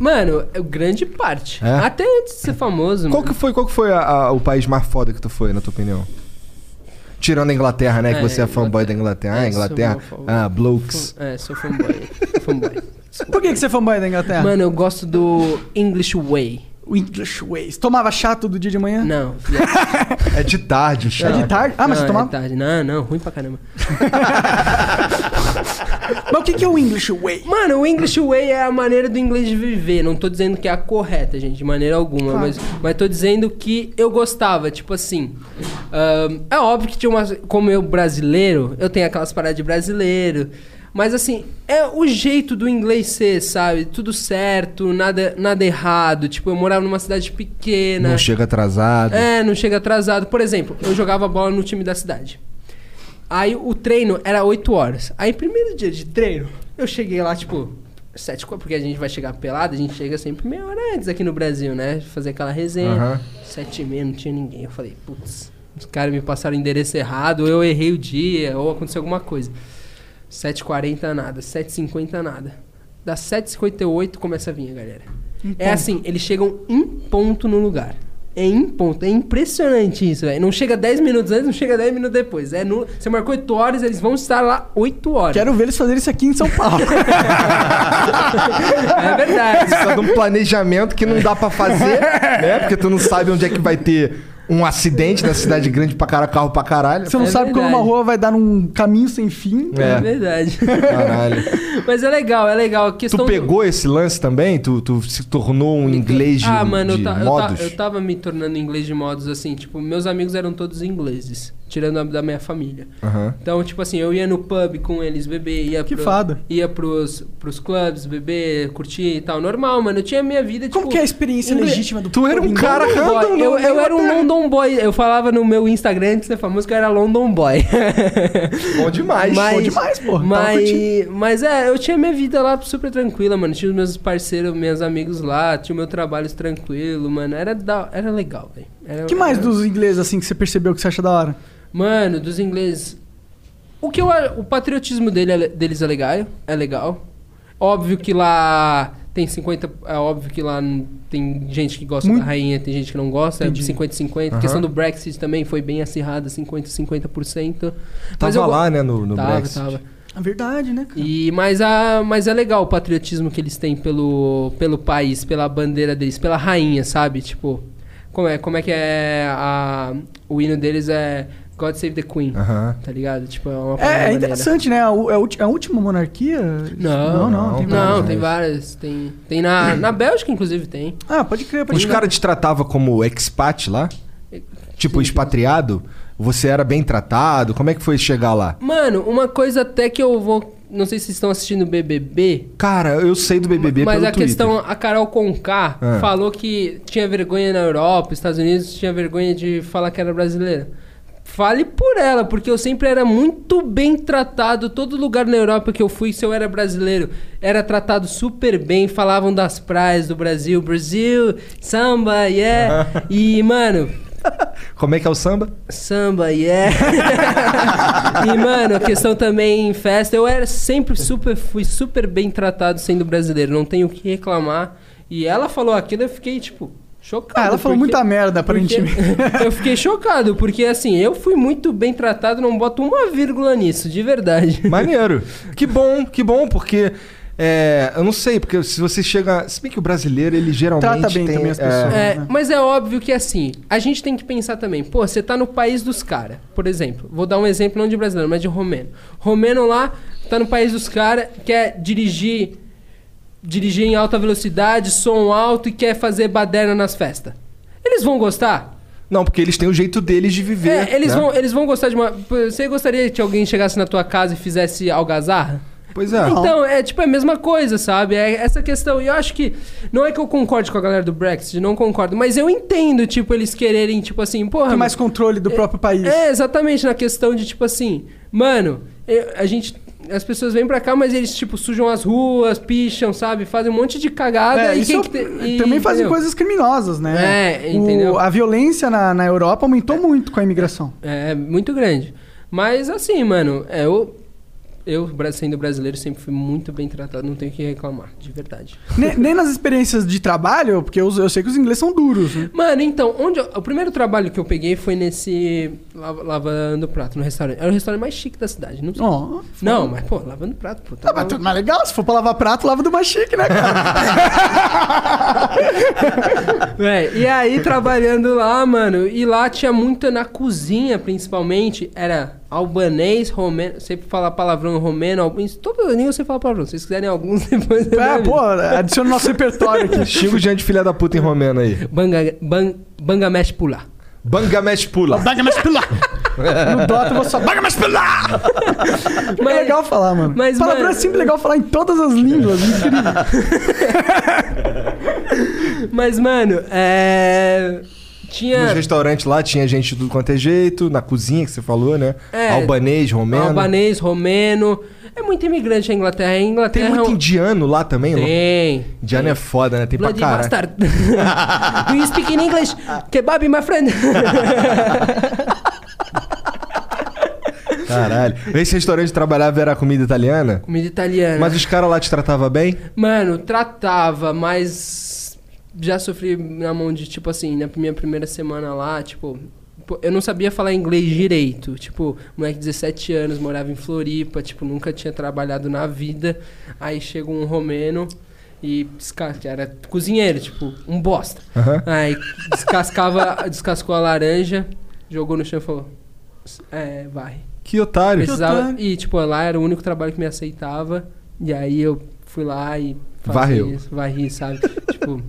S4: Mano, é grande parte.
S3: É?
S4: Até antes de ser famoso,
S3: Qual
S4: mano.
S3: que foi, qual que foi a- a- o país mais foda que tu foi, na tua opinião? Tirando a Inglaterra, né? que
S4: É,
S3: você é fanboy da Inglaterra. Ah,
S4: É,
S3: Inglaterra.
S4: sou meu
S3: Ah, blokes.
S4: É, sou fanboy. fanboy.
S2: Por que, que você é fanboy da Inglaterra?
S4: Mano, eu gosto do English Way.
S2: O English Ways. Tomava chá todo dia de manhã?
S4: Não, viado.
S3: É de tarde o chá.
S2: É de tarde? Ah, mas
S4: não,
S2: você tomava.
S4: é tarde. Não, não, ruim pra caramba.
S2: Mas o que, que é o English Way?
S4: Mano, o English Way é a maneira do inglês de viver. Não tô dizendo que é a correta, gente, de maneira alguma. Mas, mas tô dizendo que eu gostava, tipo assim. ahn, é óbvio que tinha uma. Como eu brasileiro, eu tenho aquelas paradas de brasileiro. Mas assim, é o jeito do inglês ser, sabe? Tudo certo, nada, nada errado. Tipo, eu morava numa cidade pequena.
S3: Não chega atrasado.
S4: né? É, não chega atrasado. Por exemplo, eu jogava bola no time da cidade. Aí o treino era 8 horas. Aí, primeiro dia de treino, eu cheguei lá, tipo, 7 porque a gente vai chegar pelado, a gente chega sempre meia hora antes aqui no Brasil, né? Fazer aquela
S3: Aham.
S4: resenha. Sete e meia, não tinha ninguém. Eu falei, putz, os caras me passaram o endereço errado, ou eu errei o dia, ou aconteceu alguma coisa. 7h40 nada, 7h50 nada. Das 7h58 começa a vir a galera. é assim, eles chegam em ponto no lugar. É em ponto. É impressionante isso, velho. Não chega 10 minutos antes, não chega 10 minutos depois. É no... Você marcou 8 horas, eles vão estar lá 8 horas.
S2: Quero ver eles fazerem isso aqui em São Paulo.
S4: É verdade.
S3: Precisa de um planejamento que não dá pra fazer, né? Porque tu não sabe onde é que vai ter um acidente na cidade grande pra caralho, carro pra caralho.
S2: Você não
S4: É
S2: sabe como
S4: verdade.
S2: uma rua vai dar num caminho sem fim.
S4: É
S3: É,
S4: verdade.
S3: caralho.
S4: Mas é legal, é legal. A questão
S3: Tu
S4: do-
S3: pegou esse lance também? Tu, tu se tornou um inglês de,
S4: ah, mano,
S3: de
S4: eu, ta- eu ta-
S3: modos?
S4: eu tava me tornando inglês de modos assim, tipo, meus amigos eram todos ingleses, tirando a, da minha família.
S3: Aham.
S4: Então, tipo assim, eu ia no pub com eles beber, ia
S2: Que
S4: pro-
S2: fada.
S4: ia pros pros clubes beber, curtir e tal, normal, mano. Eu tinha a minha vida tipo
S2: Como que é a experiência
S4: inglês-
S2: legítima do
S3: Tu era um
S2: Pô,
S3: cara
S4: London
S3: random,
S4: boy.
S3: não,
S4: eu,
S3: nem
S4: eu era um
S3: até-
S4: London boy. Eu falava no meu Instagram antes de ser famoso que eu era London boy.
S3: Bom demais.
S4: Mas-
S2: Bom demais, pô. Tava curtindo.
S4: Mas, mas é, eu tinha minha vida lá super tranquila, mano. Tinha os meus parceiros, meus amigos lá, tinha o meu trabalho tranquilo, mano. Era, da, era legal, velho. Era-
S2: O que mais
S4: era-
S2: dos ingleses, assim, que você percebeu que você acha da hora?
S4: Mano, dos ingleses. O que eu, a- o patriotismo dele é le- deles é legal, é legal. Óbvio que lá tem 50, é óbvio que lá n- tem gente que gosta
S2: Muito-
S4: da rainha, tem gente que não gosta,
S2: Entendi.
S4: é 50 50. A questão do Brexit também foi bem acirrada, 50 50%.
S3: Tava
S4: eu go-
S3: lá, né, no, no
S4: tava,
S3: Brexit.
S4: tava.
S2: A verdade, né, cara?
S4: E, mas, a, mas é legal o patriotismo que eles têm pelo, pelo país, pela bandeira deles, pela rainha, sabe? Tipo, como é, como é que é a, o hino deles é God Save the Queen,
S3: Aham.
S4: tá ligado? Tipo, é uma parada
S2: É, é
S4: maneira.
S2: interessante, né? A, u- é a ulti- a última monarquia?
S4: Não,
S2: não, não. tem
S3: não.
S2: várias.
S4: Não, tem várias. Tem, tem na, na Bélgica, inclusive, tem.
S2: Ah, pode crer, pode
S3: Os
S2: crer.
S3: caras te tratavam como expat lá? Tipo, expatriado? Você era bem tratado? Como é que foi chegar lá?
S4: Mano, uma coisa até que eu vou... Não sei se vocês estão assistindo o BBB,
S3: Cara, eu sei do BBB
S4: Mas
S3: pelo
S4: a
S3: Twitter.
S4: questão, a Carol Conká
S3: Ah.
S4: falou que tinha vergonha na Europa, Estados Unidos, tinha vergonha de falar que era brasileira. Fale por ela, porque eu sempre era muito bem tratado. Todo lugar na Europa que eu fui, se eu era brasileiro, era tratado super bem. Falavam das praias do Brasil, Brasil, samba, yeah. E, mano,
S3: Como é que é o samba?
S4: Samba, yeah. e, mano, a questão também em festa. Eu era sempre super, fui super bem tratado sendo brasileiro. Não tenho o que reclamar. E ela falou aquilo, eu fiquei, tipo, chocado.
S2: Ah, ela falou
S4: porque-
S2: muita merda,
S4: porque-
S2: aparentemente.
S4: eu fiquei chocado, porque assim, eu fui muito bem tratado, não boto uma vírgula nisso, de verdade.
S3: Maneiro. que bom, que bom, porque... é, eu não sei, porque se você chega... Se bem que o brasileiro, ele geralmente
S2: Trata bem
S3: tem,
S2: também as
S3: é,
S2: pessoas.
S4: É,
S2: né?
S4: mas é óbvio que assim, a gente tem que pensar também, pô, você tá no país dos caras, por exemplo, vou dar um exemplo não de brasileiro, mas de romeno. Romeno lá tá no país dos caras, quer dirigir dirigir em alta velocidade, som alto e quer fazer baderna nas festas. Eles vão gostar?
S3: Não, porque eles têm o jeito deles de viver.
S4: É, eles,
S3: né?
S4: vão, eles vão gostar de uma. Você gostaria que alguém chegasse na tua casa e fizesse algazarra?
S3: Pois é.
S4: Então, é tipo, é a mesma coisa, sabe? É essa questão. E eu acho que. Não é que eu concorde com a galera do Brexit, não concordo. Mas eu entendo, tipo, eles quererem, tipo assim, porra.
S2: Tem mais controle do próprio país.
S4: É, exatamente, na questão de, tipo assim, mano, eu- a gente. As pessoas vêm pra cá, mas eles, tipo, sujam as ruas, picham, sabe? Fazem um monte de cagada.
S2: É,
S4: e
S2: isso
S4: quem que tem- e-
S2: também fazem
S4: entendeu?
S2: coisas criminosas, né?
S4: É, entendeu?
S2: a violência na, na Europa aumentou muito com a imigração.
S4: É, muito grande. Mas assim, mano, é, eu, eu, bra- sendo brasileiro, sempre fui muito bem tratado, não tenho o que reclamar, de verdade.
S2: Ne- nem nas experiências de trabalho, porque eu, eu sei que os ingleses são duros. né?
S4: Mano, então, onde eu- o primeiro trabalho que eu peguei foi nesse lava- lavando prato no restaurante. Era o restaurante mais chique da cidade, não sei.
S2: Ó.
S4: Não, mas pô, lavando prato,
S2: Ah,
S4: pô. Tá
S2: mas tudo mais legal, se for pra lavar prato, lava do mais chique, né, cara?
S4: Véi, É, e aí trabalhando lá, mano, e lá tinha muita na cozinha, principalmente, era albanês, romeno, sempre falar palavrão romeno, alguns, todo nem você fala palavrão, se vocês quiserem alguns depois. eu
S2: é,
S4: aviso.
S2: pô, adiciona o nosso repertório
S4: Então,
S2: aqui.
S3: Xingo de gente filha da puta em romeno aí.
S4: Banga, bang, banga mexe pular.
S3: Bangamesh pula.
S2: Baga mais pilar! No Dota eu vou só. Baga mais pilar!
S4: É. Mas-
S2: é legal falar, mano.
S4: mas,
S2: Palavrão
S4: mano-
S2: é sempre legal falar em todas as línguas. né? incrível.
S4: Mas, mano, é. Tinha.
S3: Nos restaurantes lá tinha gente de tudo quanto é jeito, na cozinha que você falou, né?
S4: É.
S3: Albanês, romeno.
S4: Albanês, romeno. É muito imigrante a Inglaterra. A
S3: Tem
S4: Inglaterra
S3: muito
S4: é um-
S3: indiano lá também, Lô?
S4: Tem.
S3: Indiano é foda, né? Tem
S4: Bloody
S3: pra caralho.
S4: bastard. Do you speak in English? Kebab, my friend.
S3: Caralho. Esse restaurante trabalhava era comida italiana?
S4: Comida italiana.
S3: Mas os caras lá te tratavam bem?
S4: Mano, tratava, mas já sofri na mão de, tipo assim, na minha primeira semana lá, tipo, pô, eu não sabia falar inglês direito. Tipo, moleque de 17 anos, morava em Floripa, tipo, nunca tinha trabalhado na vida. Aí chega um romeno e desca- que era cozinheiro, tipo, um bosta.
S3: Aham.
S4: Aí descascava, descascou a laranja, jogou no chão e falou: É, vai.
S3: Que otário.
S4: Precisava,
S2: otário.
S4: e, tipo, lá era o único trabalho que me aceitava. E aí eu fui lá e. fazer
S3: Varreu.
S4: Isso, varri, sabe? tipo.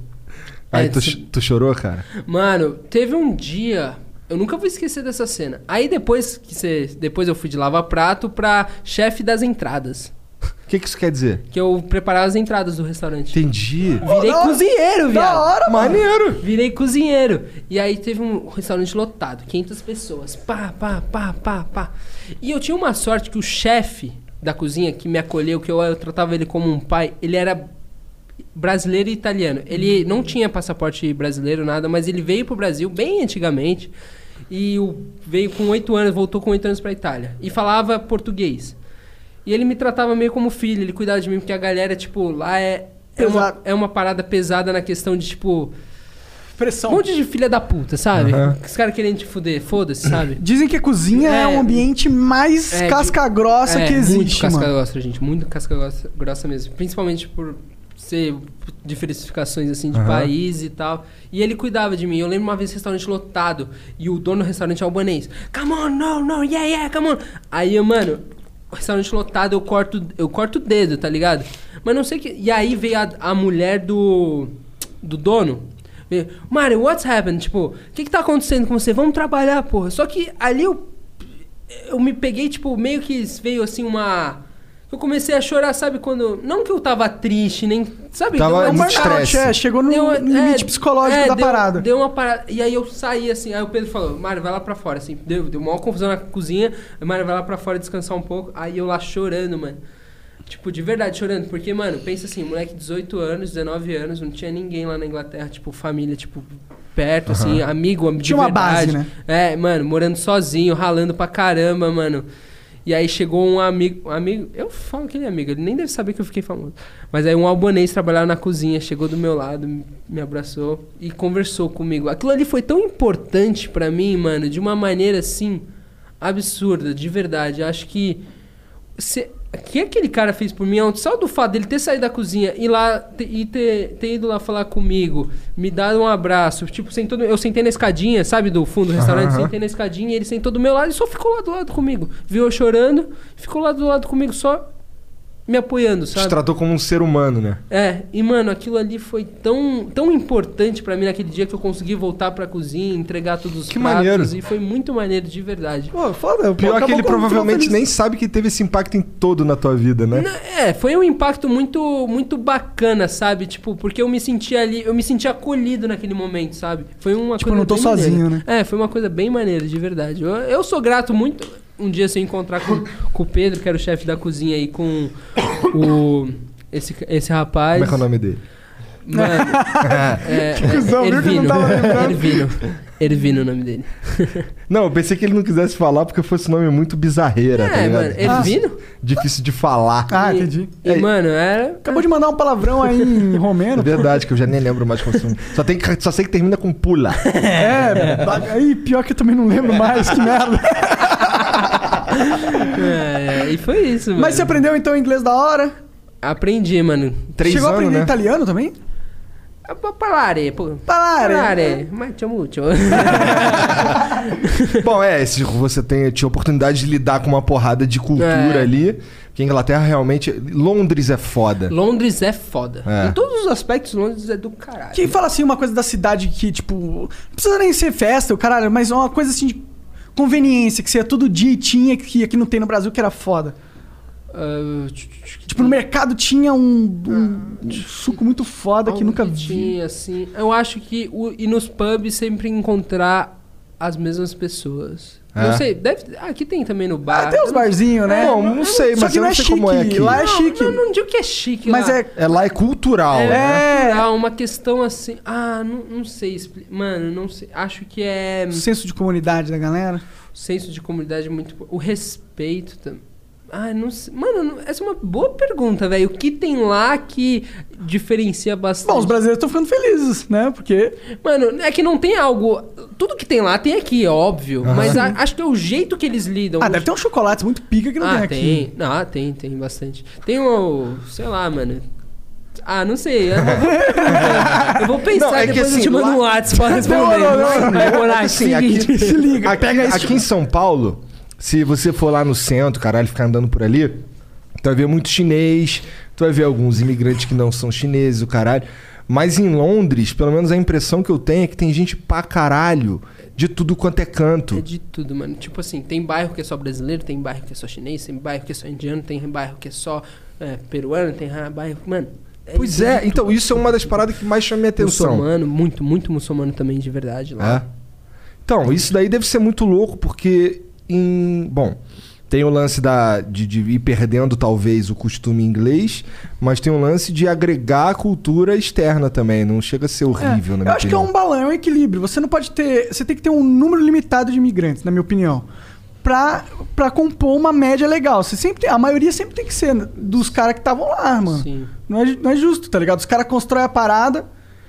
S3: Aí
S4: é,
S3: tu,
S4: se-
S3: tu chorou, cara?
S4: Mano, teve um dia. Eu nunca vou esquecer dessa cena. Aí depois que você. Depois eu fui de lava-prato pra chefe das entradas.
S3: O que, que isso quer dizer?
S4: Que eu preparava as entradas do restaurante.
S3: Entendi.
S4: Virei
S2: Nossa,
S4: cozinheiro, viado.
S2: Da hora, mano.
S3: Maneiro.
S4: Virei cozinheiro. E aí teve um restaurante lotado, 500 pessoas. Pá, pá, pá, pá, pá. E eu tinha uma sorte que o chefe da cozinha que me acolheu, que eu, eu tratava ele como um pai, ele era brasileiro e italiano. Ele não tinha passaporte brasileiro, nada, mas ele veio pro Brasil bem antigamente. E o- veio com 8 anos, voltou com 8 anos pra Itália. E falava português. E ele me tratava meio como filho, ele cuidava de mim, porque a galera, tipo, lá é. É uma,
S2: Pesado.
S4: é uma parada pesada na questão de, tipo, um
S2: Pressão.
S4: monte de filha da puta, sabe?
S3: Aham.
S4: Os caras querendo te fuder, foda-se, sabe?
S2: Dizem que a cozinha é,
S4: É.
S2: um ambiente mais
S4: É, de-
S2: casca-grossa
S4: É,
S2: que
S4: Muito
S2: existe,
S4: casca
S2: mano.
S4: grossa, gente. Muito casca grossa, grossa mesmo. Principalmente por ser diversificações assim de
S3: Aham.
S4: país e tal. E ele cuidava de mim. Eu lembro uma vez restaurante lotado e o dono do restaurante é albanês. Come on, no, no, yeah, yeah, come on. Aí, eu, mano, restaurante lotado, eu corto, eu corto o dedo, tá ligado? Mas não sei que. E aí veio a, a mulher do. do dono. Veio, Mário, what's happened? Tipo, o que que tá acontecendo com você? Vamos trabalhar, porra. Só que ali eu eu me peguei, tipo, meio que veio assim uma. Eu comecei a chorar, sabe? Quando. Não que eu tava triste, nem. Sabe?
S3: Tava
S4: deu
S3: muito
S4: uma-
S3: estresse.
S2: Burnout, é, chegou no
S4: deu-
S2: limite
S4: é,
S2: psicológico
S4: é,
S2: da
S4: deu-
S2: parada.
S4: Deu uma parada. E aí eu saí assim. Aí o Pedro falou: Mário, vai lá pra fora. Assim, deu, deu maior confusão na cozinha. Aí, Mário, vai lá pra fora descansar um pouco. Aí eu lá chorando, mano. Tipo, de verdade, chorando. Porque, mano, pensa assim: moleque, 18 anos, 19 anos, não tinha ninguém lá na Inglaterra, tipo, família, tipo, perto, assim, amigo, amigo.
S2: Tinha uma base, né?
S4: É, mano, morando sozinho, ralando pra caramba, mano. E aí chegou um amigo, um amigo, eu falo que ele é amigo, ele nem deve saber que eu fiquei famoso. Mas aí um albanês trabalhava na cozinha, chegou do meu lado, me- me abraçou e conversou comigo. Aquilo ali foi tão importante pra mim, mano, de uma maneira assim absurda, de verdade. Eu Acho que se, o que aquele cara fez por mim ontem, só do fato dele ter saído da cozinha e lá te- e ter, ter ido lá falar comigo, me dar um abraço, tipo, sentou no- eu sentei na escadinha, sabe, do fundo do restaurante,
S3: Aham, aham.
S4: sentei na escadinha, ele sentou do meu lado e só ficou lá do lado comigo. Viu eu chorando, ficou lá do lado comigo só me apoiando, sabe?
S3: Te tratou como um ser humano, né?
S4: É, e mano, aquilo ali foi tão, tão importante pra mim naquele dia que eu consegui voltar pra cozinha, entregar todos os
S3: Que
S4: pratos
S3: maneiro.
S4: e foi muito maneiro de verdade.
S2: Pô, foda.
S3: O pior é que ele provavelmente nem sabe que teve esse impacto em todo na tua vida, né?
S4: Na- É, foi um impacto muito muito bacana, sabe? Tipo, porque eu me senti ali, eu me senti acolhido naquele momento, sabe? Foi uma
S2: Tipo,
S4: coisa
S2: não tô
S4: bem
S2: sozinho, né?
S4: maneira. É, foi uma coisa bem maneira, de verdade. Eu, eu sou grato muito um dia se eu encontrar com, com o Pedro, que era o chefe da cozinha aí com o esse esse rapaz.
S3: Como é que é o nome dele?
S4: Mano, é,
S2: Que cuzão,
S4: é,
S2: viu que eu não
S4: Ervino,
S2: tava lembrando?
S4: Ervino, Ervino é o nome dele.
S3: Não, eu pensei que ele não quisesse falar porque fosse um nome muito bizarreira, tá
S4: é,
S3: ligado?
S4: mano, Ervino?
S3: Difícil de falar.
S2: Ah, entendi.
S4: E,
S3: É.
S4: mano, era...
S2: Acabou de mandar um palavrão aí em
S3: É
S2: romeno.
S3: verdade, que eu já nem lembro mais como se chama. só, tem, que- só sei que termina com pula.
S2: É, aí pior que eu também não lembro mais, que merda.
S4: É, e foi isso, mano.
S2: Mas você aprendeu então inglês da hora?
S4: Aprendi, mano.
S3: Três
S2: Chegou a
S3: anos,
S2: aprender
S3: né?
S2: italiano também?
S4: A pa- Parlare, É pô.
S2: Parlare.
S4: Parlare, mas te amo, te amo.
S3: Bom, é, se você tem, tinha oportunidade de lidar com uma porrada de cultura
S4: É.
S3: ali, porque a Inglaterra realmente... Londres é foda.
S4: Londres é foda.
S3: É.
S4: Em todos os aspectos, Londres é do caralho.
S2: Quem fala assim uma coisa da cidade que, tipo, não precisa nem ser festa, o caralho, mas uma coisa assim de conveniência, que você ia todo dia e tinha, que aqui não tem no Brasil, que era foda.
S4: Ah, tch, tch, tch,
S2: Tipo, no mercado tinha um, um- um suco muito foda que
S4: algo
S2: nunca vi.
S4: tinha, um assim. Eu acho que o, e nos pubs sempre encontrar as mesmas pessoas.
S3: É.
S4: Não sei, deve. ah, Aqui tem também no bar.
S2: Ah, tem uns
S4: Eu não-
S2: barzinhos, né?
S3: Bom, não sei,
S2: Só
S3: mas
S2: que
S3: eu
S2: não
S3: não
S2: é
S3: sei como é
S2: chique,
S3: aqui.
S2: lá é
S4: Não,
S2: chique.
S4: Não, não digo que é chique
S2: Mas
S4: lá.
S2: é.
S3: É lá é cultural, né?
S2: É.
S4: Ah, uma questão assim. Ah, não, não sei. expli- Mano, não sei. Acho que é.
S2: Senso de comunidade da galera.
S4: senso de comunidade muito. O respeito também. Ai, não sei. Mano, não- essa é uma boa pergunta, velho. O que tem lá que diferencia bastante?
S2: Bom, os brasileiros estão ficando felizes, né? Porque.
S4: Mano, é que não tem algo. Tudo que tem lá tem aqui, é óbvio. Mas a- acho que é o jeito que eles lidam.
S2: Ah,
S4: O
S2: deve ter uns chocolates muito pica que não
S4: ah,
S2: tem aqui.
S4: tem. Ah, tem, tem bastante. Tem o. sei lá, mano. Ah, não sei. Eu vou, eu vou pensar
S3: Não, é que
S4: depois eu
S3: assim,
S4: te mando
S3: lá-
S4: um WhatsApp pra responder.
S2: não, não,
S4: Vai,
S3: não.
S4: Monark,
S3: Assim,
S4: seguinte.
S3: aqui-
S2: É, Se liga,
S3: Aqui,
S2: pega isso.
S3: aqui em São Paulo, se você for lá no centro, caralho, ficar andando por ali, tu vai ver muito chinês, tu vai ver alguns imigrantes que não são chineses, o caralho. Mas em Londres, pelo menos a impressão que eu tenho é que tem gente pra caralho de tudo quanto é
S4: É
S3: canto.
S4: de tudo, mano. Tipo assim, tem bairro que é só brasileiro, tem bairro que é só chinês, tem bairro que é só indiano, tem bairro que é só é, peruano, tem ra- bairro. Mano.
S3: Pois é, então isso é uma das paradas que mais chama minha atenção.
S4: Muçulmano, muito, muito muçulmano também, de verdade.
S3: É.
S4: Lá.
S3: Então, isso daí deve ser muito louco, porque em. Bom, tem o lance da, de, de ir perdendo, talvez, o costume inglês, mas tem o lance de agregar a cultura externa também. Não chega a ser horrível, na
S2: Eu
S3: minha
S2: acho que é um
S3: opinião.
S2: balão, é um equilíbrio. Você não pode ter. Você tem que ter um número limitado de imigrantes, na minha opinião. Pra, pra compor uma média legal. Você sempre tem- a maioria sempre tem que ser dos caras que estavam lá, mano.
S4: Sim.
S2: Não é, ju- não é justo, tá ligado? Os caras constroem a parada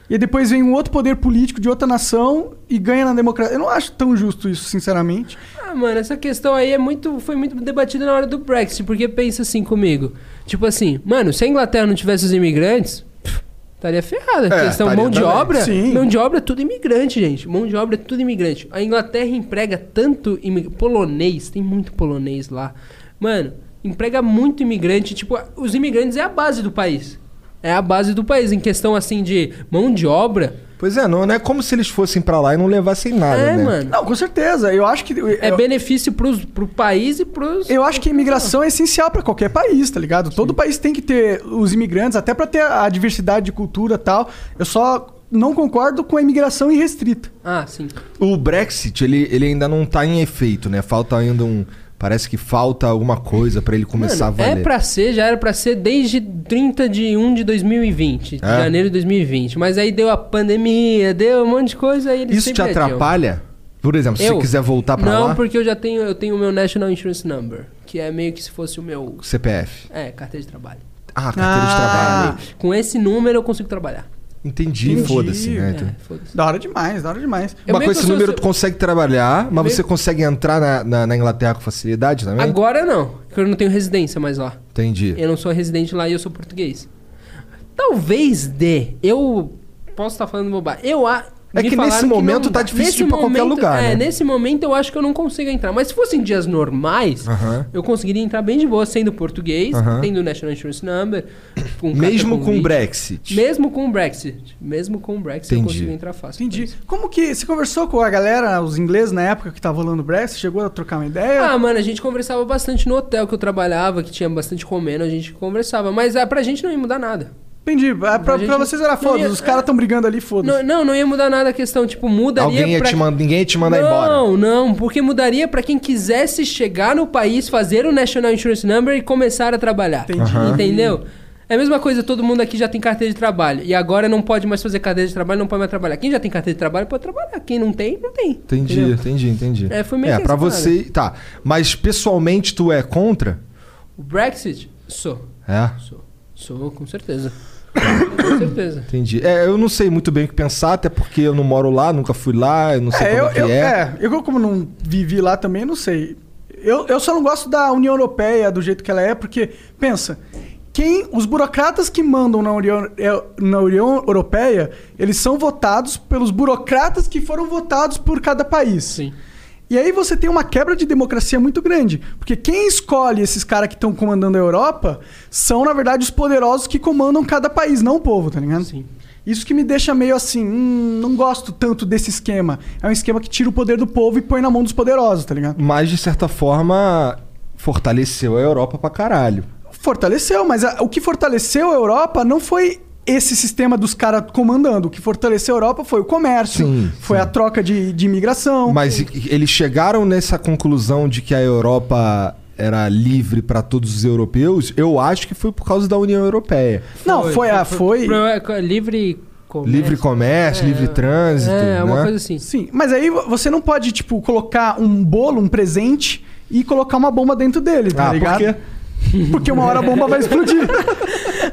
S2: e depois vem um outro poder político de outra nação e ganha na democracia. Eu não acho tão justo isso, sinceramente.
S4: Ah, mano, essa questão aí é muito, foi muito debatida na hora do Brexit, porque pensa assim comigo. Tipo assim, mano, se a Inglaterra não tivesse os imigrantes, pff, estaria ferrada.
S3: É,
S4: questão
S3: estaria
S4: mão de
S3: também.
S4: obra,
S2: Sim.
S4: mão de obra é tudo imigrante, gente. Mão de obra é tudo imigrante. A Inglaterra emprega tanto imi- polonês, tem muito polonês lá. Mano, emprega muito imigrante, tipo, a- os imigrantes é a base do país. É a base do país em questão assim de mão de obra.
S3: Pois é, não, não é como se eles fossem pra lá e não levassem nada,
S4: um é,
S3: né?
S4: mano.
S2: Não, com certeza. Eu acho que.
S4: É
S2: eu-
S4: benefício pros, pro país e pros
S2: Eu acho que a imigração é essencial pra qualquer país, tá ligado? Todo país tem que ter os imigrantes, até pra ter a diversidade de cultura e tal. Eu só não concordo com a imigração irrestrita.
S4: Ah, sim.
S3: O Brexit, ele, ele ainda não tá em efeito, né? Falta ainda um. Parece que falta alguma coisa pra ele começar
S4: Mano,
S3: a valer.
S4: É pra ser, já era pra ser desde 30 de 1 de 2020, de
S3: É?
S4: janeiro de 2020. Mas aí deu a pandemia, deu um monte de coisa aí eles
S3: Isso te
S4: sempre adiam.
S3: atrapalha? Por exemplo, se
S4: Eu?
S3: você quiser voltar pra
S4: Não,
S3: lá,
S4: porque eu já tenho, eu tenho o meu National Insurance Number, que é meio que se fosse o meu,
S3: CPF.
S4: é, carteira de trabalho.
S3: Ah, carteira de
S2: Ah.
S3: trabalho.
S4: Com esse número eu consigo trabalhar.
S3: Entendi,
S2: Entendi.
S3: foda-se, né? Então-
S4: É, foda-se.
S2: Da hora demais, da hora demais.
S4: Eu
S3: Uma coisa,
S4: meio que
S3: esse
S4: sou-
S3: número
S4: sou-
S3: tu consegue trabalhar, mas
S4: meio-
S3: você consegue entrar na, na, na Inglaterra com facilidade também?
S4: Agora não, porque eu não tenho residência mais lá.
S3: Entendi.
S4: Eu não sou residente lá e eu sou português. Talvez dê. Eu posso estar falando bobagem. Eu a-
S3: É
S4: me
S3: que
S4: falaram
S3: nesse momento
S4: não
S3: tá
S4: dá.
S3: difícil
S4: Nesse
S3: de ir pra qualquer
S4: momento-
S3: lugar,
S4: É,
S3: né?
S4: nesse momento eu acho que eu não consigo entrar. Mas se fossem dias normais,
S3: Aham.
S4: eu conseguiria entrar bem de boa, sendo português,
S3: Aham.
S4: tendo o National Insurance Number. com
S3: Mesmo
S4: carta
S3: com o
S4: convite.
S3: Brexit.
S4: Mesmo com o Brexit. Mesmo com o Brexit
S3: Entendi.
S4: eu consigo entrar fácil.
S2: Entendi. Como que. Você conversou com a galera, os ingleses, na época que tava rolando o Brexit? Chegou a trocar uma ideia?
S4: Ah, mano, a gente conversava bastante no hotel que eu trabalhava, que tinha bastante romeno, a gente conversava. Mas ah, pra gente não ia mudar nada.
S2: Entendi. Ah, Pra,
S4: a gente é.
S2: pra vocês era
S4: não
S2: foda,
S4: ia-
S2: os caras tão brigando ali,
S4: Não,
S2: foda-se.
S4: não, não ia mudar nada a questão. Tipo, mudaria
S3: Alguém ia
S4: pra...
S3: te manda, ninguém ia te mandar
S4: não,
S3: embora.
S4: Não, porque mudaria pra quem quisesse chegar no país, fazer o National Insurance Number e começar a trabalhar.
S2: Entendi.
S4: Entendeu? É a mesma coisa, todo mundo aqui já tem carteira de trabalho. E agora não pode mais fazer carteira de trabalho, não pode mais trabalhar. Quem já tem carteira de trabalho pode trabalhar. Quem não tem, não tem.
S3: Entendi,
S4: entendeu?
S3: entendi, entendi.
S4: É, foi meio que
S3: pra
S4: essa
S3: você. Tá. Mas pessoalmente tu é contra?
S4: O Brexit, sou.
S3: É.
S4: Sou. Sou, com certeza. com certeza.
S3: Entendi. É, eu não sei muito bem o que pensar, até porque eu não moro lá, nunca fui lá, eu não sei
S2: É, eu,
S3: como é que
S2: eu,
S3: é.
S2: é, eu como não vivi lá também, não sei. Eu, eu só não gosto da União Europeia do jeito que ela é, porque, pensa, quem os burocratas que mandam na União, é, na União Europeia, eles são votados pelos burocratas que foram votados por cada país.
S4: Sim.
S2: E aí você tem uma quebra de democracia muito grande, porque quem escolhe esses caras que estão comandando a Europa são, na verdade, os poderosos que comandam cada país, não o povo, tá ligado?
S4: Sim.
S2: Isso que me deixa meio assim, hum, não gosto tanto desse esquema. É um esquema que tira o poder do povo e põe na mão dos poderosos, tá ligado?
S3: Mas, de certa forma, fortaleceu a Europa pra caralho.
S2: Fortaleceu, mas a- o que fortaleceu a Europa não foi esse sistema dos caras comandando. O que fortaleceu a Europa foi o comércio,
S3: Sim,
S2: foi a troca de, de imigração.
S3: Mas e- e- eles chegaram nessa conclusão de que a Europa era livre pra todos os europeus, eu acho que foi por causa da União Europeia.
S2: não, foi, a. Foi,
S4: Pro- é, co- livre comércio.
S3: Livre comércio,
S4: É.
S3: livre trânsito.
S4: É,
S3: né?
S4: uma coisa assim.
S2: Sim, mas aí vo- você não pode, tipo, colocar um bolo, um presente e colocar uma bomba dentro dele, tá
S3: Ah,
S2: ligado?
S3: por quê?
S2: Porque uma hora a bomba vai explodir.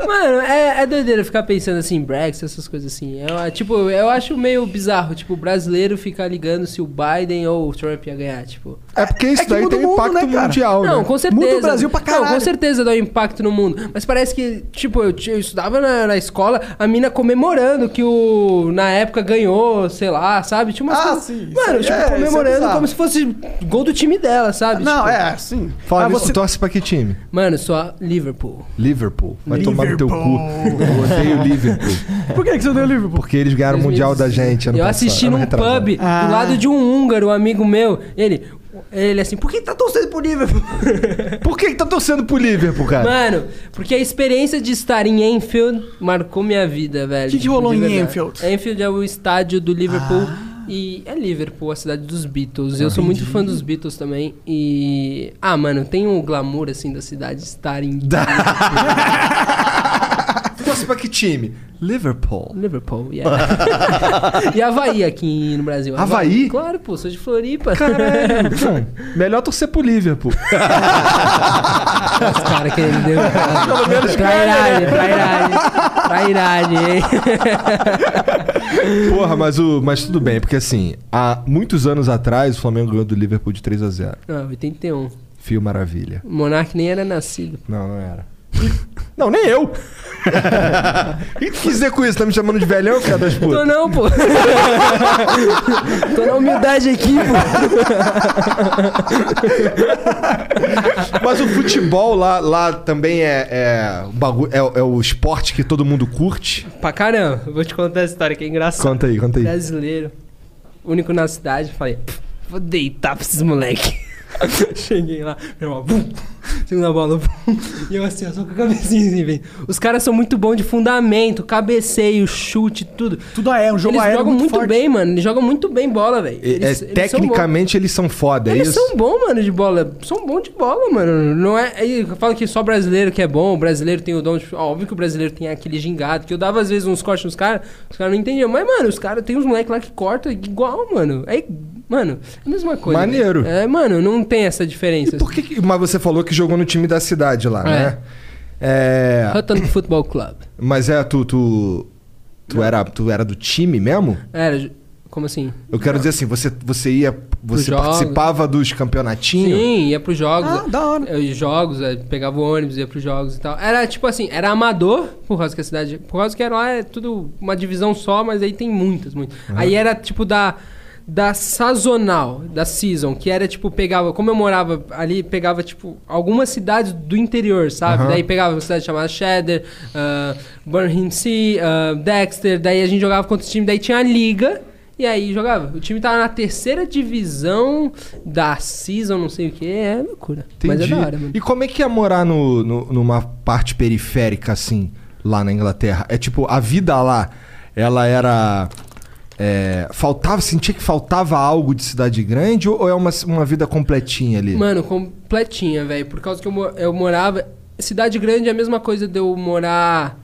S4: Mano, é, é doideira ficar pensando assim, em Brexit, essas coisas assim. Eu, ah, tipo, eu acho meio bizarro, tipo, o brasileiro ficar ligando se o Biden ou o Trump ia ganhar, tipo.
S3: É porque isso
S2: que
S3: daí
S2: muda
S3: tem
S2: o mundo,
S3: impacto
S2: né, cara?
S3: mundial,
S4: Não,
S3: né?
S4: com certeza.
S2: Muda o Brasil pra
S4: Não,
S2: caralho.
S4: com certeza dá um impacto no mundo. Mas parece que, tipo, eu, eu estudava na, na escola, a mina comemorando que o. Na época ganhou, sei lá, sabe? Tinha umas
S2: Ah,
S4: coisas-
S2: sim, isso
S4: Mano,
S2: é-
S4: tipo,
S2: é, isso é
S4: comemorando
S2: bizarro.
S4: como se fosse gol do time dela, sabe?
S2: não,
S4: Tipo,
S2: é, sim.
S3: Fala
S2: Mas
S3: nisso,
S2: você-
S3: torce pra que time?
S4: Mano, só Liverpool.
S3: Liverpool. Vai tomar no teu cu.
S2: Liverpool.
S3: Eu odeio Liverpool.
S2: Por que, que você deu o livro? pô?
S3: Porque eles ganharam o Mundial da
S4: 2016.
S3: gente ano
S4: Eu
S3: passado,
S4: assisti
S3: ano
S4: num
S3: retrasado.
S4: pub
S2: Ah.
S4: do lado de um húngaro, um amigo meu. Ele, ele assim, por que tá torcendo pro Liverpool?
S3: Por que, que tá torcendo pro Liverpool, cara?
S4: Mano, porque a experiência de estar em Enfield marcou minha vida, velho.
S2: Que que rolou
S4: De
S2: em
S4: verdade.
S2: Anfield?
S4: Enfield é o estádio do Liverpool.
S3: Ah.
S4: E é Liverpool, a cidade dos Beatles. Eu sou muito fã dos Beatles também. E. Ah, mano, tem um glamour assim da cidade estar em
S3: Torce pra que time? Liverpool.
S4: Liverpool, yeah. e Havaí aqui no Brasil.
S3: Havaí?
S4: Claro, pô, sou de Floripa.
S3: Caralho. Bom, melhor torcer pro Liverpool.
S4: Os caras que ele deu. Pelo menos né? trairagem, trairagem. Trairagem, hein?
S3: Porra, mas, o, mas tudo bem, porque assim, há muitos anos atrás o Flamengo ganhou do Liverpool de 3 a 0
S4: Não, 81.
S3: Fio maravilha.
S4: O Monark nem era nascido.
S3: Não, não era. Não, nem eu. O que tu quis dizer com isso? Tá me chamando de velhão, cara das
S4: Tô
S3: putas?
S4: não, pô. Tô na humildade aqui, pô.
S3: Mas o futebol lá, lá também é, é, o bagu- é, o- é o esporte que todo mundo curte.
S4: Pra caramba, eu vou te contar a história que é engraçada.
S3: Conta aí, conta aí.
S4: Brasileiro, único na cidade, falei, "Pff, vou deitar pra esses moleque. Cheguei lá, meu irmão, bum, segunda bola, bum, e eu assim, ó, só com a cabecinha assim, velho. Os caras são muito bons de fundamento, cabeceio, chute, tudo.
S2: Tudo é, um jogo
S4: Eles
S2: aéreo
S4: jogam muito,
S2: forte.
S4: bem, mano. Eles jogam muito bem bola, velho.
S3: É-
S4: Eles-
S3: é,
S4: eles são bons.
S3: tecnicamente eles são foda, é
S4: Eles
S3: isso?
S4: são bons, mano, de bola. São bons de bola, mano. Não é. aí Eu falo que só brasileiro que é bom, o brasileiro tem o dom de. ó, Óbvio que o brasileiro tem aquele gingado, que eu dava às vezes uns cortes nos caras, os caras não entendiam. Mas, mano, os caras tem uns moleques lá que cortam igual, mano. É, mano, é a mesma coisa.
S3: Maneiro.
S4: velho. É, mano, não tem essa
S3: E
S4: diferença.
S3: por que, que- Mas você falou que jogou no time da cidade lá,
S4: É.
S3: né? É.
S4: assim. Hutton Football Club.
S3: Mas é, tu. Tu, tu, era, tu era do time mesmo?
S4: Era. Como assim?
S3: Eu quero dizer assim, você, você ia Você
S4: jogos.
S3: participava dos campeonatinhos?
S4: Sim, ia pros jogos.
S2: Ah, da hora.
S4: Eu ia jogos, eh, pegava o ônibus, ia pros jogos e tal. Era tipo assim, era amador, por causa que a cidade. Por causa que era lá é tudo uma divisão só, mas aí tem muitas, muitas. Aí era tipo da. Da sazonal, da season, que era tipo, pegava, como eu morava ali, pegava tipo algumas cidades do interior, sabe? Daí pegava uma cidade chamada Cheddar, ah, Burnham Sea, ah, Dexter, daí a gente jogava contra o time, daí tinha a liga, e aí jogava. O time tava na terceira divisão da season, não sei o que. É loucura. Mas é
S3: Entendi.
S4: da hora, mano.
S3: E como é que é morar no, no- numa parte periférica, assim, lá na Inglaterra? É tipo, a vida lá, ela era. é, faltava, sentia que faltava algo de cidade grande ou, ou é uma, uma vida completinha ali?
S4: Mano, completinha, velho. Por causa que eu, mo- eu morava. Cidade grande é a mesma coisa de eu morar.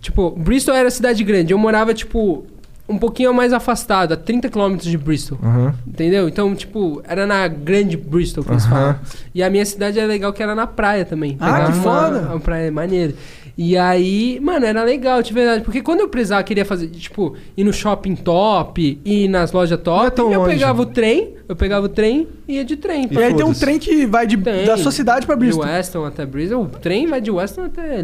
S4: Tipo, Bristol era cidade grande. Eu morava, tipo, um pouquinho mais afastado, a 30 km de Bristol.
S3: Aham.
S4: Entendeu? Então, tipo, era na grande Bristol que eles
S3: Aham.
S4: falam. E a minha cidade era legal que era na praia também.
S2: Ah,
S4: Pegava
S2: que
S4: uma-
S2: foda!
S4: Uma praia maneira. E aí, mano, era legal, de verdade. Porque quando eu precisava, queria fazer, tipo, ir no shopping top, ir nas lojas top,
S3: Não é tão
S4: eu
S3: longe.
S4: pegava o trem, eu pegava o trem e ia de trem.
S2: E aí tem um
S3: foda-se.
S2: trem que vai de,
S4: Tem.
S2: da sua cidade pra Bristol.
S4: De Weston até Bristol. O trem vai de Weston até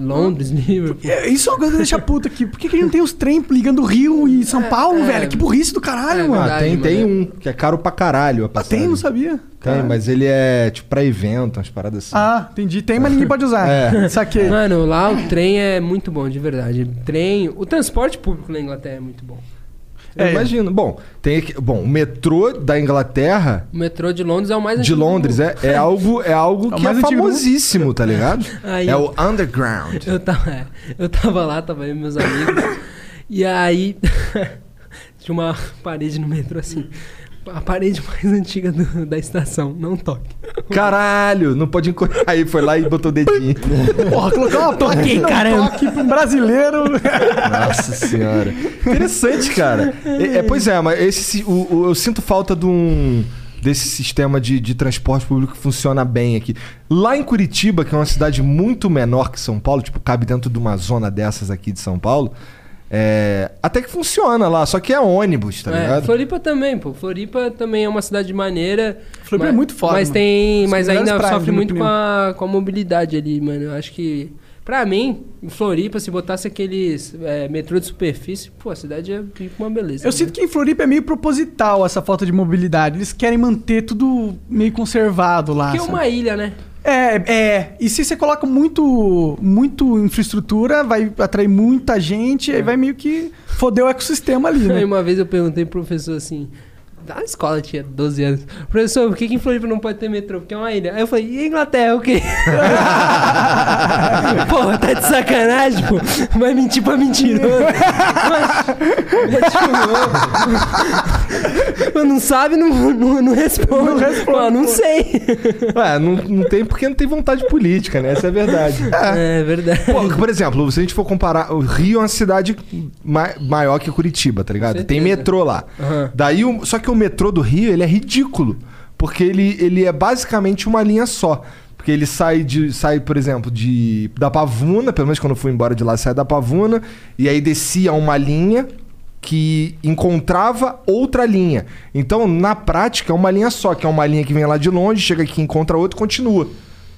S4: Londres, Liverpool.
S2: É, Isso é uma coisa que deixa puta aqui. Por que, que a gente não tem os trem ligando Rio e São Paulo,
S4: é.
S2: velho? Que burrice do caralho,
S4: É
S2: mano.
S3: Ah, tem,
S4: verdade, mano.
S3: tem um, que é caro pra caralho a
S2: Ah,
S3: passagem.
S2: tem, não sabia.
S3: Tem, mas ele é tipo pra evento, umas paradas assim.
S2: Ah, entendi. Tem, mas ninguém pode usar.
S3: É.
S2: Saquei.
S4: Mano, lá o trem é muito bom, de verdade. Trem, o transporte público na Inglaterra é muito bom.
S3: Eu
S2: é.
S3: imagino. Bom, tem aqui, bom, o metrô da Inglaterra
S4: O metrô de Londres é o mais
S3: de
S4: antigo do
S3: Londres
S4: mundo.
S3: é, é algo é algo
S2: É o
S3: que é
S2: mais antigo do mundo.
S3: famosíssimo, tá ligado?
S4: Aí.
S3: É o underground.
S4: Eu tava, é, eu tava lá, tava eu e meus amigos. e aí tinha uma parede no metrô assim. A parede mais antiga do- da estação, não toque.
S3: Caralho, não pode encontrar. Aí foi lá e botou o dedinho.
S2: Porra, colocar uma placa aqui, caramba. Toque pra um brasileiro.
S3: Nossa senhora. Interessante, cara. É, é, pois é, mas esse, si- o, o- eu sinto falta de um. Desse sistema de, de transporte público que funciona bem aqui. Lá em Curitiba, que é uma cidade muito menor que São Paulo, tipo, cabe dentro de uma zona dessas aqui de São Paulo, é, até que funciona lá, só que é ônibus, tá
S4: É,
S3: ligado?
S4: Floripa também, pô. Floripa também é uma cidade maneira.
S2: Floripa
S4: mas-
S2: é muito foda,
S4: Mas
S2: mano.
S4: tem.
S2: As
S4: Mas
S2: melhores
S4: ainda
S2: praias,
S4: sofre
S2: na minha
S4: muito com a, com a mobilidade ali, mano. Eu acho que. Pra mim, em Floripa, se botasse aqueles é, metrô de superfície, pô, a cidade é uma beleza.
S2: Eu sinto que em Floripa é meio proposital essa falta de mobilidade. Eles querem manter tudo meio conservado lá.
S4: Porque é
S2: sabe?
S4: uma ilha, né?
S2: É, é. E se você coloca muito, muito infraestrutura, vai atrair muita gente,
S4: É.
S2: aí vai meio que foder o ecossistema ali,
S4: Aí
S2: né?
S4: uma vez eu perguntei pro professor assim. Da escola tinha 12 anos. Professor, por que, que em Floripa não pode ter metrô? Porque é uma ilha. Aí eu falei, e a Inglaterra, o quê? pô, tá de sacanagem, pô. Vai mentir pra mentiroso. Mas tipo, não sabe, não, não, não responde. Não não sei.
S3: Ué, É, não, não tem porque não tem vontade política, né? Essa é a verdade.
S4: É, verdade.
S3: Pô, por exemplo, se a gente for comparar, o Rio é uma cidade ma- maior que Curitiba, tá ligado?
S4: Com
S3: Tem
S4: certeza.
S3: metrô lá.
S4: Aham.
S3: Daí, o- só que o metrô do Rio, ele é ridículo, porque ele, ele é basicamente uma linha só. Porque ele sai de sai, por exemplo, de da Pavuna, pelo menos quando eu fui embora de lá, sai da Pavuna e aí descia uma linha que encontrava outra linha. Então, na prática, é uma linha só, que é uma linha que vem lá de longe, chega aqui, encontra outra, e continua.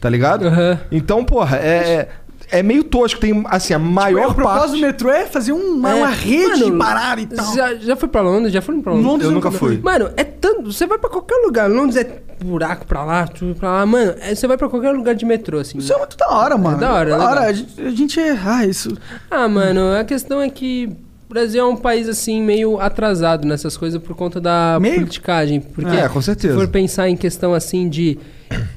S3: Tá ligado?
S4: Aham.
S3: Então, porra, é, é, é meio tosco. Tem, assim, a maior
S2: Tipo, o propósito do
S3: parte...
S2: metrô é fazer uma,
S4: É,
S2: uma rede
S4: mano,
S2: de parada e tal.
S4: Já, já foi pra Londres? Já foram pra Londres?
S2: Londres
S3: Eu nunca fui.
S4: Mano, é tanto. Você vai pra qualquer lugar. Londres é buraco pra lá, tudo pra lá. Mano, é- você vai pra qualquer lugar de metrô, assim.
S2: Isso é
S3: um
S2: muito da hora, mano.
S4: da hora,
S2: da
S4: legal.
S2: hora. A gente, a gente é. Ah, isso.
S4: Ah, mano, a questão é que o Brasil é um país, assim, meio atrasado nessas coisas por conta da
S2: Meio?
S4: politicagem. Porque
S3: É, com certeza.
S4: se for pensar em questão, assim, de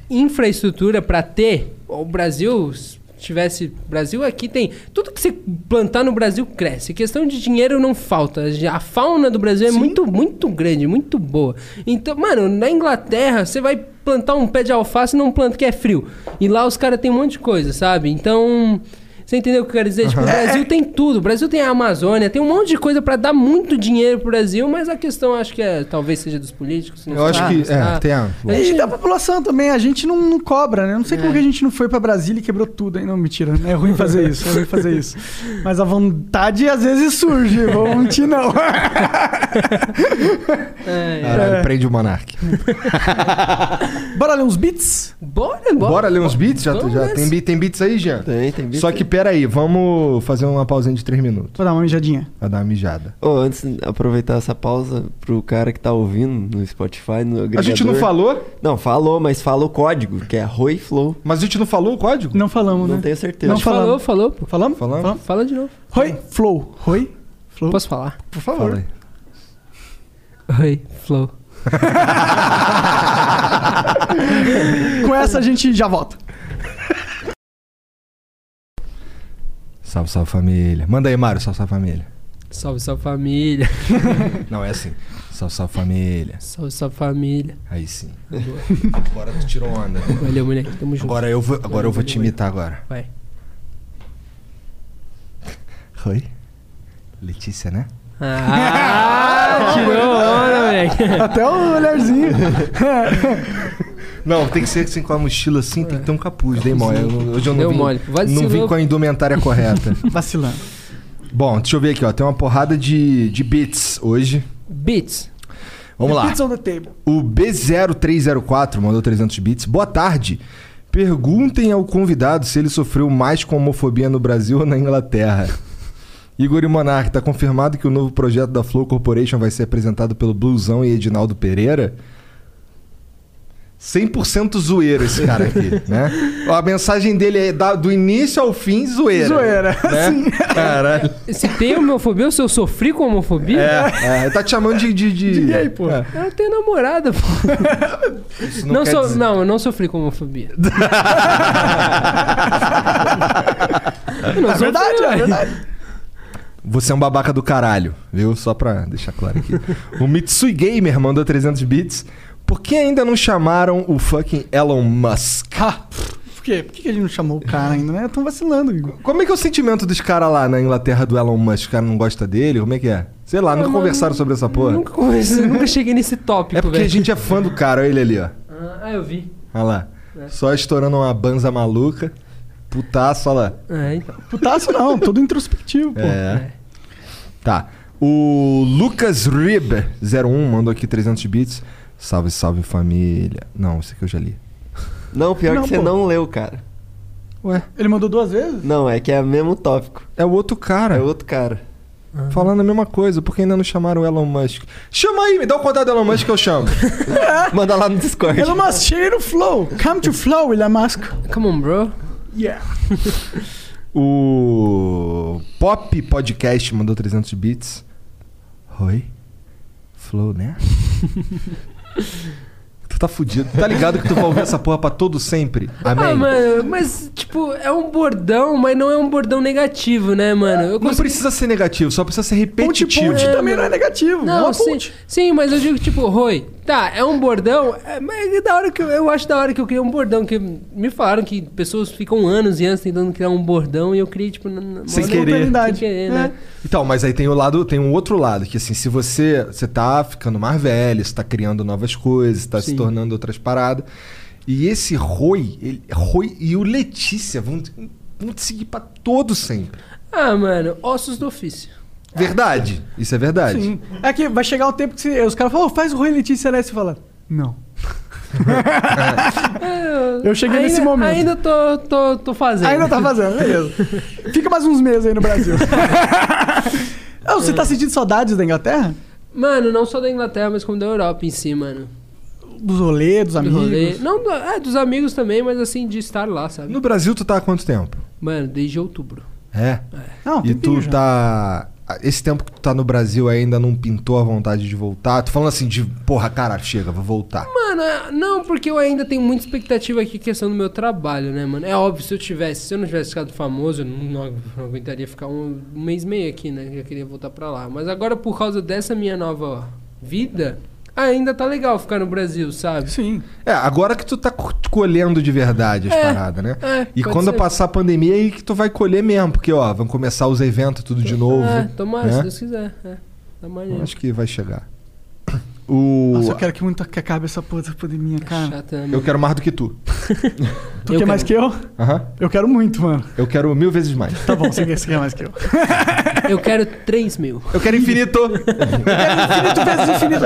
S4: infraestrutura pra ter, o Brasil se tivesse Brasil aqui tem tudo que você plantar no Brasil cresce questão de dinheiro não falta a fauna do Brasil é muito muito grande muito boa então mano na Inglaterra você vai plantar um pé de alface e não planta que é frio e lá os caras têm um monte de coisa sabe então Você entendeu o que eu quero dizer? Tipo, o Brasil tem tudo. O Brasil tem a Amazônia, tem um monte de coisa pra dar muito dinheiro pro Brasil, mas a questão acho que é, talvez seja dos políticos. né? não
S3: Eu acho
S4: sabe,
S3: que.
S4: sei lá.
S3: É, tem a.
S2: A gente da população também, a gente não, não cobra, né? Não sei como que a gente não foi pra Brasília e quebrou tudo, hein? Não, mentira. É ruim fazer isso, é ruim fazer isso. Mas a vontade às vezes surge, vou mentir não.
S4: É,
S3: Caralho, prende o Monark.
S2: Bora ler uns beats?
S4: Bora, bora.
S3: Bora ler uns beats? Já,
S4: Vamos
S3: já
S4: nessa.
S3: tem, beat- tem beats aí, Jean?
S5: Tem, tem beat
S3: Só
S5: aí.
S3: que peraí, vamos fazer uma pausinha de três minutos.
S2: Vou dar uma mijadinha.
S3: Pra dar uma mijada.
S5: Ô, antes de aproveitar essa pausa pro cara que tá ouvindo no Spotify, no
S3: A gente não
S5: agregador.
S3: falou,
S5: Não, falou, mas fala o código, que é Roi Flow.
S3: mas a gente não falou o código?
S2: Não falamos,
S5: Não
S2: né?
S5: tenho certeza.
S2: Não
S4: Mas falou,
S2: falamos.
S4: falou, pô.
S2: Falamos?
S3: Falamos.
S4: Fala de novo.
S2: Roi, flow. Roi, flow.
S4: Posso falar?
S2: por
S3: Fala aí.
S4: Oi, Flow.
S2: Com essa a gente já volta.
S3: Salve, salve família. Manda aí, Mário, salve, salve família.
S4: Salve, salve família.
S3: Não, é assim. Salve, salve família.
S4: Salve, salve família.
S3: Aí sim.
S4: Boa.
S3: Agora tu tirou onda.
S4: Valeu, moleque. Tamo junto.
S3: Agora eu vou, agora eu vou te imitar agora.
S4: Vai.
S3: Oi? Letícia, né?
S4: Ah, tirou onda, moleque.
S2: Até o olharzinho.
S3: Não, tem que ser assim com a mochila assim, tem que ter um capuz, dei mole. Eu- Hoje eu não
S4: Deu
S3: vim,
S4: mole. Vacilou.
S3: não vim com a indumentária correta.
S2: Vacilando.
S3: Bom, deixa eu ver aqui, ó. Tem uma porrada de, de bits hoje.
S4: Beats.
S3: Vamos lá.
S2: Beats on the table.
S3: O B0304 mandou 300 bits. Boa tarde. Perguntem ao convidado se ele sofreu mais com homofobia no Brasil ou na Inglaterra. Igor e Monark, tá confirmado que o novo projeto da Flow Corporation vai ser apresentado pelo Blusão e Edinaldo Pereira? 100% zoeiro esse cara aqui, né? Ó, A mensagem dele é da- do início ao fim zoeira.
S2: Zoeira,
S3: né? Caralho.
S4: Se tem homofobia ou se eu sofri com homofobia?
S3: É, é, tá te chamando de... De, de...
S2: gay, pô.
S3: É,
S4: Eu tenho namorada, pô.
S3: isso
S4: Não,
S3: quer
S4: sou-
S3: dizer-
S4: não, eu não sofri com homofobia. Eu não
S2: É
S4: sofri,
S2: verdade, é
S4: velho.
S2: verdade.
S3: Você é um babaca do caralho, viu? Só pra deixar claro aqui. o Mitsui Gamer mandou 300 bits. Por que ainda não chamaram o fucking Elon Musk?
S2: Ah, por quê? Por que que a gente não chamou o cara ainda, né? Tão vacilando, Igor.
S3: Como é que é o sentimento dos caras lá na Inglaterra do Elon Musk? O cara não gosta dele? Como é que é? Sei lá, nunca
S4: mano,
S3: conversaram sobre essa porra.
S4: Nunca, conversei, nunca cheguei nesse tópico,
S3: É porque
S4: velho.
S3: a gente é fã do cara, olha ele ali, ó.
S4: Ah, eu vi.
S3: Olha lá. Só estourando uma banza maluca. Putaço, olha lá.
S4: É, então.
S2: Putaço não, tudo introspectivo, pô.
S3: É. Tá. O Lucas Rib01 mandou aqui 300 bits. Salve, salve família. Não, esse aqui eu já li.
S5: Não, pior
S2: Não,
S5: que você
S2: pô.
S5: não leu, cara.
S3: Ué,
S2: Ele mandou duas vezes?
S5: Não, é que é o mesmo tópico.
S3: é o outro cara
S5: É outro cara.
S3: falando a mesma coisa. Por que ainda não chamaram o Elon Musk? Chama aí, me dá o contato do Elon Musk que eu chamo.
S5: Manda lá no Discord.
S2: Elon Musk, cheguei no Flow. Come to Flow, Elon Musk.
S4: Come on, bro.
S2: Yeah.
S3: o Pop Podcast mandou 300 bits. Oi? Flow, né? tu tá fudido. Tá ligado que tu vai ouvir essa porra pra todo sempre? Amém.
S4: Ah, mano, mas, tipo, é um bordão, mas não é um bordão negativo, né, mano? Eu
S3: Não
S4: consigo-
S3: precisa ser negativo, só precisa ser
S2: Ponte
S3: repetitivo.
S2: ponte também não é negativo. é
S4: Não,
S2: uma
S4: sim,
S2: ponte.
S4: sim, mas eu digo, tipo, Roi, tá, é um bordão, é, mas é da hora que eu, eu acho da hora que eu criei um bordão, que me falaram que pessoas ficam anos e anos tentando criar um bordão e eu criei, tipo, na, na-
S3: Sem querer.
S4: uma- Sem
S2: Oportunidade. É.
S4: querer, né?
S3: Então, mas aí tem o lado, tem um outro lado, que assim, se você, você tá ficando mais velho, você tá criando novas coisas, tá se
S4: Sim.
S3: tornando outras paradas. E esse Roi, ele- Roi e o Letícia vão, te- vão te seguir pra todo sempre.
S4: Ah, mano, ossos do ofício.
S3: Verdade. Isso é verdade.
S2: Sim. É que vai chegar o tempo que você- os caras falam, "Ô, faz o Rui Letícia, né? E Você fala, não. Eu cheguei
S4: Ainda-
S2: nesse momento.
S4: Ainda tô, tô, tô fazendo.
S2: Ainda tá fazendo, beleza. Fica mais uns meses aí no Brasil. Ah, Você tá sentindo saudades da Inglaterra?
S4: Mano, não só da Inglaterra, mas como da Europa em si, mano.
S2: Dos rolê, dos
S4: Do
S2: amigos?
S4: rolê. Não, do- é, dos amigos também, mas assim, de estar lá, sabe?
S3: No Brasil, tu tá há quanto tempo?
S4: Mano, desde outubro.
S3: É.
S2: Não,
S3: E
S2: tempinho
S3: tu
S2: já.
S3: tá. Esse tempo que tu tá no Brasil ainda não pintou a vontade de voltar? Tu falando assim de, porra, cara, chega, vou voltar.
S4: Mano, é- não, porque eu ainda tenho muita expectativa aqui questão do meu trabalho, né, mano? É óbvio, se eu tivesse, se eu não tivesse ficado famoso, eu não, não agu- não aguentaria ficar um, um mês e meio aqui, né? Eu queria voltar pra lá. Mas agora, por causa dessa minha nova vida, ainda tá legal ficar no Brasil, sabe?
S2: Sim.
S3: É, agora que tu tá co- colhendo de verdade as
S4: É,
S3: paradas, né?
S4: é,
S3: e
S4: pode
S3: quando
S4: ser.
S3: passar a pandemia, aí que tu vai colher mesmo, porque, ó, vão começar os eventos tudo de novo.
S4: É, tomara,
S3: né? Então,
S4: se Deus quiser. É, tá maneiro.
S3: Acho que vai chegar. O...
S2: Nossa, eu quero que muito que acabe essa puta pandemia, cara.
S4: Chato, né,
S3: Eu quero mais do que tu.
S2: Tu
S4: Eu
S2: quer mais que eu?
S3: Aham.
S2: Eu quero muito, mano.
S3: Eu quero mil vezes mais.
S2: Tá bom, você quer, você quer mais que eu.
S4: mano? Eu quero 3 mil.
S3: Eu quero infinito.
S2: Infinito vezes infinito.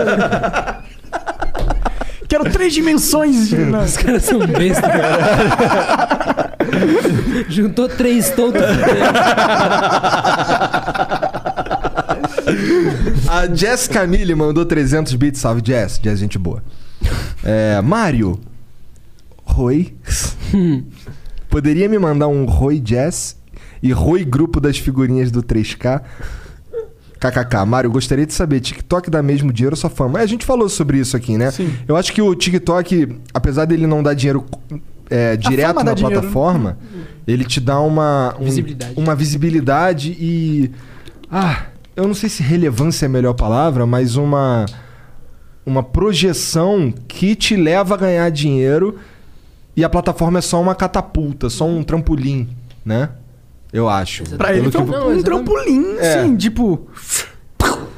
S2: Quero três dimensões. De... Não.
S4: Os caras são besta. cara. Juntou três tontos.
S3: a Jess Camille mandou 300 bits. Salve, Jess. Jess, gente boa. É, Mário. Roi. Poderia me mandar um Roi Jess e Roi Grupo das Figurinhas do 3K? KKK, Mário, gostaria de saber, TikTok dá mesmo dinheiro ou só fama? É, a gente falou sobre isso aqui, né?
S2: Sim.
S3: Eu acho que o TikTok, apesar dele não dar dinheiro é, direto
S2: fama
S3: na
S2: dá dinheiro, né?
S3: plataforma, ele te dá uma, um-
S4: Visibilidade.
S3: uma visibilidade e. Ah, eu não sei se relevância é a melhor palavra, mas uma. Uma projeção que te leva a ganhar dinheiro e a plataforma é só uma catapulta, só um trampolim, né? Eu acho.
S2: Pra
S3: Pelo
S2: ele
S3: que
S2: foi um,
S4: Não,
S2: um
S4: exatamente.
S2: trampolim,
S3: É.
S2: sim. Tipo,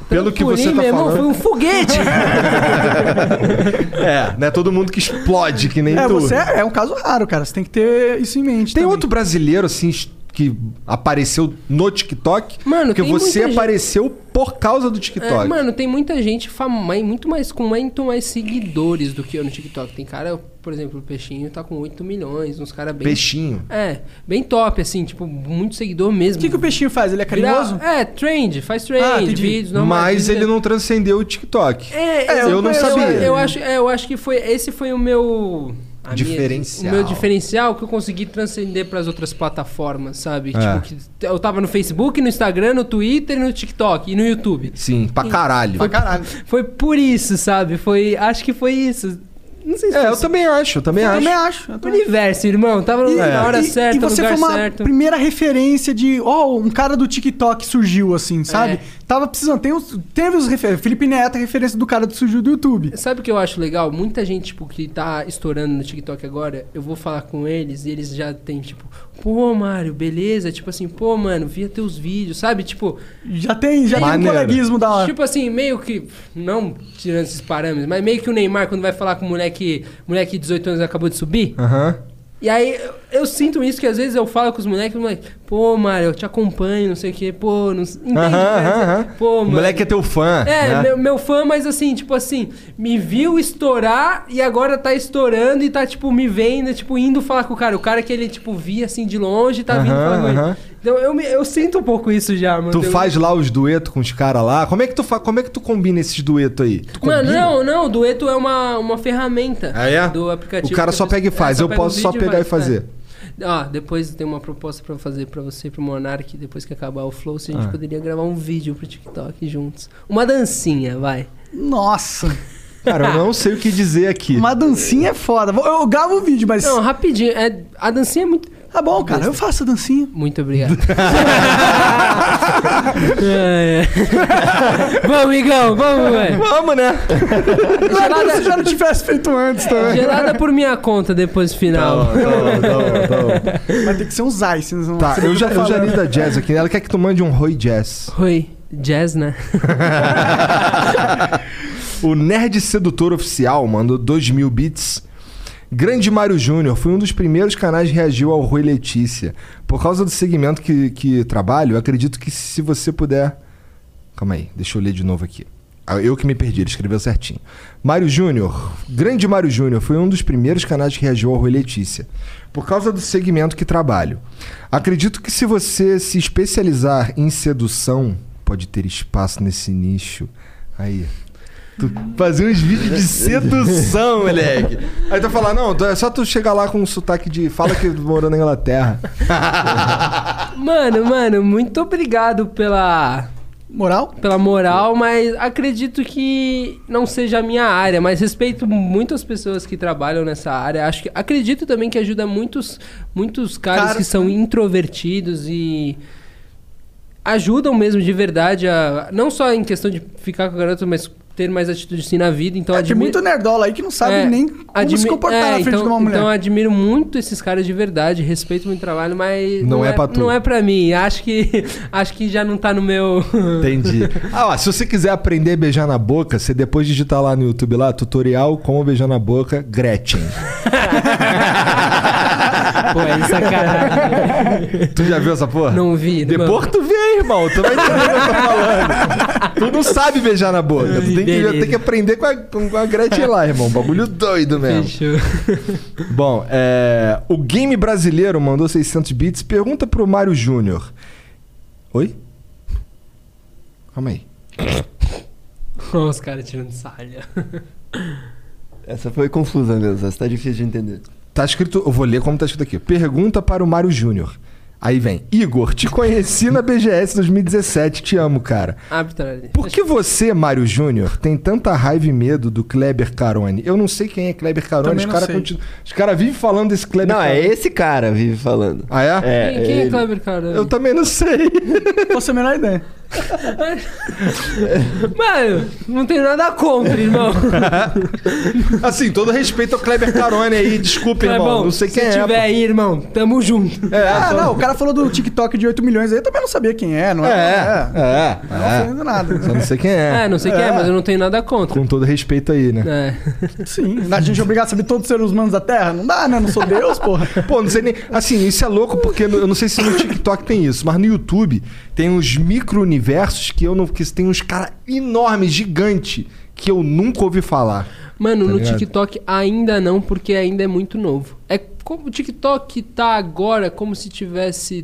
S3: Pelo que você
S4: Purim,
S3: tá
S4: meu irmão,
S3: falando.
S4: foi um foguete.
S3: É, né? Todo mundo que explode, que nem
S2: é,
S3: tu.
S2: você é, é um caso raro, cara. Você tem que ter isso em mente.
S3: Tem
S2: também.
S3: outro brasileiro, assim, est- que apareceu no TikTok?
S4: Mano,
S3: Porque
S4: tem
S3: você
S4: muita gente-
S3: apareceu por causa do TikTok.
S4: É, mano, tem muita gente fama, mas muito mais com muito mais seguidores do que eu no TikTok. Tem cara, por exemplo, o Peixinho tá com 8 milhões, uns caras bem.
S3: Peixinho.
S4: É, bem top, assim, tipo, muito seguidor mesmo.
S2: O que, que o peixinho faz? Ele é carinhoso?
S4: Vira- É, trend, faz trend,
S2: Ah, entendi.
S4: vídeos normais.
S3: Mas ele não transcendeu o TikTok.
S4: É,
S3: É, eu não
S4: eu-
S3: sabia.
S4: Eu, acho, é, eu acho que foi. Esse foi o meu. a minha-
S3: Diferencial.
S4: o meu diferencial que eu consegui transcender pras outras plataformas, sabe?
S3: É.
S4: Tipo, que eu tava no Facebook, no Instagram, no Twitter, no TikTok e no YouTube.
S3: Sim, pra caralho.
S2: Pra caralho.
S4: Foi por isso, sabe? Foi, acho que foi isso. Não sei se
S3: É,
S4: foi
S3: eu também acho, eu também
S2: Eu
S3: acho.
S2: também acho. eu
S4: o
S2: também acho.
S4: universo, irmão. Tava
S2: E-
S4: na hora
S2: e-
S4: certa,
S2: e
S4: no
S2: você
S4: lugar
S2: foi uma
S4: certo.
S2: primeira referência de, ó, um cara do TikTok surgiu, assim, sabe?
S4: É.
S2: Tava precisando. Tem uns, teve os referências. Felipe Neto é referência do cara que surgiu do YouTube.
S4: Sabe o que eu acho legal? Muita gente, tipo, que tá estourando no TikTok agora, eu vou falar com eles e eles já tem, tipo, pô, Mário, beleza? Tipo assim, pô, mano, via teus vídeos, sabe? Tipo,
S2: Já tem, já tem um
S3: Maneiro.
S2: coleguismo da hora.
S4: tipo assim, meio que. Não tirando esses parâmetros, mas meio que o Neymar, quando vai falar com o moleque, moleque de 18 anos acabou de subir.
S3: Aham.
S4: E aí eu, eu sinto isso que às vezes eu falo com os moleques, os moleques, pô, Mário, eu te acompanho, não sei o quê, pô, não sei. Entende?
S3: Aham,
S4: né?
S3: aham, aham. O
S4: Pô, mano.
S3: moleque é teu fã.
S4: É,
S3: né?
S4: meu, meu fã, mas assim, tipo assim, me viu estourar e agora tá estourando e tá, tipo, me vendo, tipo, indo falar com o cara. O cara que ele, tipo, via assim de longe e tá vindo
S3: Aham,
S4: falar com
S3: aham.
S4: ele. Então eu, me- eu sinto um pouco isso já, mano.
S3: Tu
S4: Eu-
S3: faz lá os duetos com os caras lá. Como é que tu fa... como é que tu combina esses duetos aí? Tu
S4: Mano,
S3: combina?
S4: não, não, o dueto é uma, uma ferramenta
S3: Ah, é?
S4: do aplicativo.
S3: O cara
S4: que
S3: só
S4: eu fiz-
S3: pega e
S4: é,
S3: faz, eu
S4: pega um
S3: posso só
S4: vídeo
S3: pegar e
S4: faz,
S3: fazer.
S4: é. Ó, depois tem uma proposta pra fazer pra você e pro Monark, depois que acabar o Flow, se a gente
S3: Ah.
S4: poderia gravar um vídeo pro TikTok juntos. Uma dancinha, vai.
S2: Nossa.
S3: Cara, eu não sei o que dizer aqui.
S2: Uma dancinha é foda. Vou- Eu gravo o vídeo, mas.
S4: Não, rapidinho. É, a dancinha é muito.
S2: Tá bom, cara, eu faço a dancinha.
S4: Muito obrigado. É, é. Vamos, Igão, vamos, velho.
S3: Vamos, né?
S2: Não é como se já não tivesse feito antes também.
S4: Gelada por minha conta depois do final.
S2: Vai ter que ser uns ice. Não
S3: Tá, eu já, eu já li da Jazz aqui. Ela quer que tu mande um Roy Jazz.
S4: Oi, jazz, né?
S3: O Nerd Sedutor Oficial mandou 2 mil bits. Grande Mário Júnior, fui um dos primeiros canais que reagiu ao Rui Letícia. Por causa do segmento que, que trabalho, eu acredito que se você puder. Calma aí, deixa eu ler de novo aqui. Ah, Eu que me perdi, ele escreveu certinho. Mário Júnior, grande Mário Júnior, foi um dos primeiros canais que reagiu ao Rui Letícia. Por causa do segmento que trabalho. Acredito que se você se especializar em sedução, pode ter espaço nesse nicho. Aí. Tu fazer uns vídeos de sedução, moleque. Aí tu falar, não, é só tu chegar lá com um sotaque de. Fala que morou na Inglaterra.
S4: Mano, mano, muito obrigado pela,
S2: Moral?
S4: pela moral, mas acredito que não seja a minha área, mas respeito muito as pessoas que trabalham nessa área. Acho que acredito também que ajuda muitos muitos caras
S2: Caras,
S4: que são introvertidos e ajudam mesmo de verdade a não só em questão de ficar com a garota, mas ter mais atitude assim na vida. Então
S2: É, Tem
S4: admiro-
S2: muito nerdola aí que não sabe
S4: É,
S2: nem como se
S4: admi-
S2: comportar
S4: é,
S2: na frente
S4: então,
S2: de uma mulher.
S4: Então admiro muito esses caras de verdade, respeito muito o trabalho, mas
S3: Não é pra tu.
S4: Não é para mim. Acho que acho que já não tá no meu
S3: Entendi. Ah, ó, se você quiser aprender a beijar na boca, você depois digitar lá no YouTube lá, tutorial como beijar na boca, Gretchen.
S4: Pô, é sacanagem.
S3: Tu já viu essa porra?
S4: Não vi, não.
S3: Depois tu vê, irmão. Tu vai entender o que eu tô falando. Tu não sabe beijar na boca. Tu tem que,
S4: Beleza.
S3: tem que aprender com a, com a Gretchen lá, irmão. Bagulho doido mesmo.
S4: Fechou.
S3: Bom, é, o Game Brasileiro mandou 600 bits. Pergunta pro Mário Júnior. Oi? Calma aí.
S4: Ó, Os caras tirando salha.
S5: Essa foi confusa mesmo, essa tá difícil de entender.
S3: Tá escrito, eu vou ler como tá escrito aqui. Pergunta para o Mário Júnior. Aí vem, Igor, te conheci na BGS 2017, te amo, cara.
S4: Arbitrariedade.
S3: Por que você, Mário Júnior, tem tanta raiva e medo do Kleber Carone? Eu não sei quem é Kleber Carone,
S2: Também
S3: os
S2: não
S3: caras
S2: sei.
S3: continuam. Os caras vivem falando desse Kleber
S5: Não, é
S3: Carone.
S5: esse cara vive falando.
S3: Ah, é?
S5: É,
S4: Quem, quem é
S5: ele.
S4: Kleber, cara?
S3: Eu também não sei.
S2: Posso a menor ideia.
S4: Mano, não tenho nada contra, irmão.
S3: Assim, todo respeito ao Kleber Carone aí, desculpa, irmão.
S4: Clebão,
S3: Não sei quem
S4: se
S3: é.
S4: tiver aí, irmão, tamo junto.
S3: pô. É,
S2: Ah,
S3: só-
S2: não, o cara falou do TikTok de 8 milhões aí, eu também não sabia quem é, não
S3: É,
S2: é?
S3: é, é.
S2: Não é ofendendo nada.
S3: Só não sei quem é.
S4: É, não sei quem é, mas eu não tenho nada contra.
S3: Com todo respeito aí, né?
S4: É.
S2: Sim. A gente é obrigado a saber todos os seres humanos da Terra? Não dá, né? Não sou Deus, porra.
S3: Pô, não sei nem. Assim, isso é louco porque no- eu não sei se no TikTok tem isso, mas no YouTube tem uns micro-universos que eu não. que tem uns caras enormes, gigante, que eu nunca ouvi falar.
S4: Mano,
S3: Tá
S4: no
S3: ligado?
S4: TikTok ainda não, porque ainda é muito novo. É como o TikTok tá agora, como se tivesse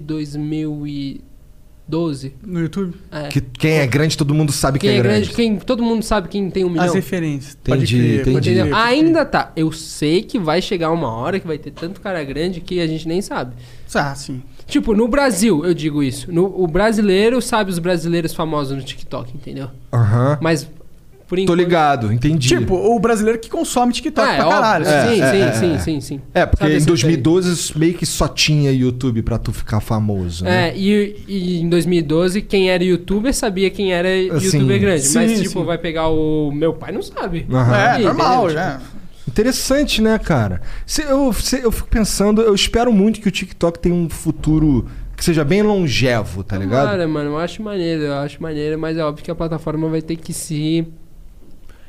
S4: 2012.
S2: No YouTube?
S4: É.
S3: Que quem é grande, todo mundo sabe
S4: quem é grande, quem todo mundo sabe quem tem um milhão.
S2: As referências.
S3: Entendi, entendi.
S4: Entendeu?
S2: pode crer.
S4: Ainda tá. Eu sei que vai chegar uma hora que vai ter tanto cara grande que a gente nem sabe.
S2: Ah, sim.
S4: Tipo, no Brasil, eu digo isso. No, o brasileiro sabe os brasileiros famosos no TikTok, entendeu?
S3: Aham.
S4: Mas,
S3: Tô
S4: por enquanto...
S3: ligado, entendi.
S2: Tipo, o brasileiro que consome TikTok
S4: é,
S2: pra
S4: óbvio.
S2: caralho. né?
S3: É, é,
S4: sim, sim,
S3: é,
S4: sim,
S3: é.
S4: sim, sim.
S3: é, porque
S4: Sabe
S3: em
S4: essa ideia?
S3: 2012 meio que só tinha YouTube pra tu ficar famoso, né?
S4: É, e, e em 2012, quem era youtuber sabia quem era
S3: Assim,
S4: youtuber grande. mas,
S2: sim,
S4: tipo,
S2: sim.
S4: vai pegar o. Meu pai não sabe. Tipo,
S3: Aham.
S2: É,
S4: Aí,
S2: normal,
S4: entendeu?
S2: já.
S3: Interessante, né, cara? Se eu, se- eu fico pensando, eu espero muito que o TikTok tenha um futuro que seja bem longevo, tá
S4: Tipo,
S3: ligado?
S4: Cara, mano, eu acho maneiro, eu acho maneiro, mas é óbvio que a plataforma vai ter que se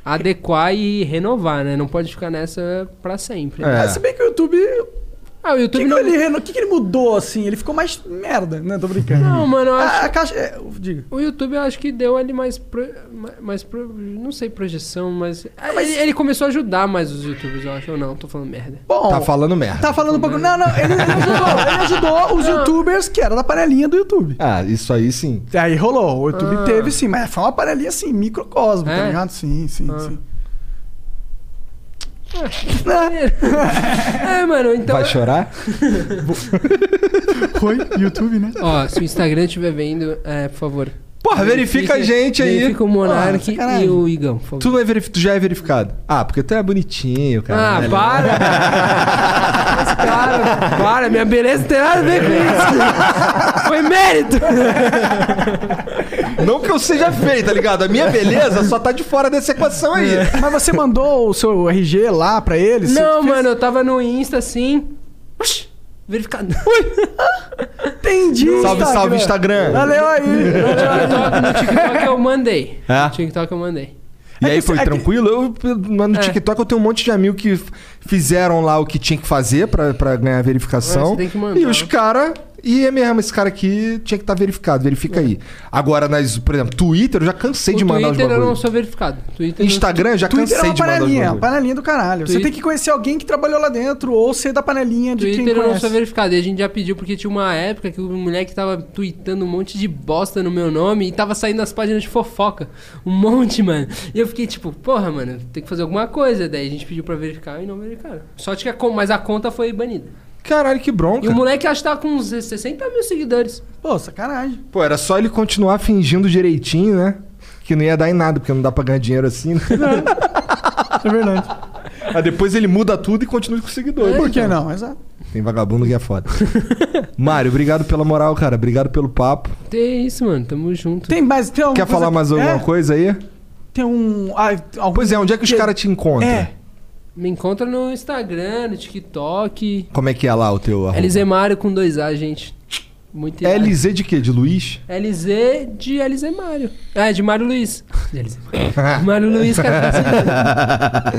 S4: adequar e renovar, né? Não pode ficar nessa pra sempre.
S3: É.
S2: Mas Ah, se bem que o YouTube. O
S4: Ah, o
S2: que,
S4: YouTube
S2: que
S4: não.
S2: ele reno- o que que ele mudou, assim? Ele ficou mais merda. Não, tô brincando.
S4: Não, mano, eu acho.
S2: A, a caixa. é, diga.
S4: O YouTube eu acho que deu ali mais. Pro... ma- mais pro... Não sei, projeção, mas.
S2: Ah, mas-
S4: Ele, ele começou a ajudar mais os youtubers, eu acho. Ou não, tô falando merda.
S2: Bom.
S3: Tá falando merda.
S2: Tá falando um pouco. Não, não, ele, ele ajudou. Ele ajudou os youtubers que eram da panelinha do YouTube.
S3: Ah, isso aí sim.
S2: Aí rolou. O YouTube
S4: Ah.
S2: teve sim, mas foi uma panelinha assim, microcosmo, tá
S4: É?
S2: ligado? Sim, sim,
S4: Ah.
S2: sim.
S4: É, mano, então.
S3: Vai chorar?
S2: Foi YouTube, né?
S4: Ó, se o Instagram estiver vendo, é, por favor.
S3: Porra, verifica a gente aí.
S4: Verifica o
S2: Ah,
S4: Monark
S2: sacanagem.
S4: e o Igão, por favor.
S3: Tu, não é verif... tu já é verificado? Ah, porque tu é bonitinho,
S4: Ah,
S3: cara. é
S4: para! Mas, cara, para, minha beleza não tem nada a ver com isso! Foi mérito!
S3: Não que eu seja feio, tá ligado? A minha beleza só tá de fora dessa equação aí.
S4: É.
S2: Mas você mandou o seu RG lá pra eles?
S4: Não,
S2: Você fez-
S4: mano, eu tava no Insta assim. Oxi, verificado.
S2: Entendi.
S3: Salve, salve, Instagram.
S2: Valeu aí.
S4: No TikTok, no TikTok eu mandei.
S3: É?
S4: No TikTok eu mandei.
S3: E
S2: É
S3: aí
S2: que-
S3: foi
S2: é que-
S3: tranquilo? Eu, mas no
S4: assim, É.
S3: TikTok eu tenho um monte de amigo que f- fizeram lá o que tinha que fazer pra, pra ganhar a verificação.
S4: Ah, você tem que mandar.
S3: E os caras. E é mesmo, esse cara aqui tinha que estar verificado, verifica aí. Agora, nas, por exemplo, Twitter, eu já cansei de
S4: É. o
S3: mandar
S4: Twitter um
S3: os
S4: eu não
S3: bagulhos.
S4: sou verificado. Twitter eu não-
S3: Instagram, eu já
S2: Twitter é
S3: cansei
S2: uma
S3: de mandar os
S2: panelinha, uma
S3: bagulhos.
S2: panelinha do caralho. Você
S4: Twi-
S2: tem que conhecer alguém que trabalhou lá dentro ou ser da panelinha de quem
S4: Twitter eu não
S2: conhece.
S4: sou verificado. E a gente já pediu porque tinha uma época que o moleque tava tweetando um monte de bosta no meu nome e tava saindo nas páginas de fofoca. Um monte, mano. E eu fiquei tipo, porra, mano, tem que fazer alguma coisa. Daí a gente pediu pra verificar e não verificaram. Sorte que a con- mas a conta foi banida.
S3: Caralho, que
S4: E
S3: bronca.
S4: o moleque acho que tava com uns 60 mil seguidores.
S2: Pô, sacanagem.
S3: Pô, era só ele continuar fingindo direitinho, né? Que não ia dar em nada, porque não dá pra ganhar dinheiro assim. Né?
S2: É verdade.
S3: Aí depois ele muda tudo e continua com os seguidores.
S2: Por
S4: né?
S2: que não? Exato.
S3: Tem vagabundo que é foda. Mário, obrigado pela moral, cara. Obrigado pelo papo.
S4: Que isso, mano. Tamo junto.
S2: Tem mais. Tem alguma
S3: Quer falar
S2: que-
S3: mais alguma
S2: É?
S3: coisa aí?
S2: Tem um. ah, algum-
S3: Pois é, onde é que os
S2: que-
S3: caras te encontram?
S2: É.
S4: Me encontra no Instagram, no TikTok.
S3: Como é que é lá o teu arroba?
S4: LZ Mário com dois A, gente. Muito irado.
S3: LZ de quê? De Luiz?
S4: LZ de LZ Mário. Ah, é de Mário Luiz. LZ. Mário Luiz, cara. tá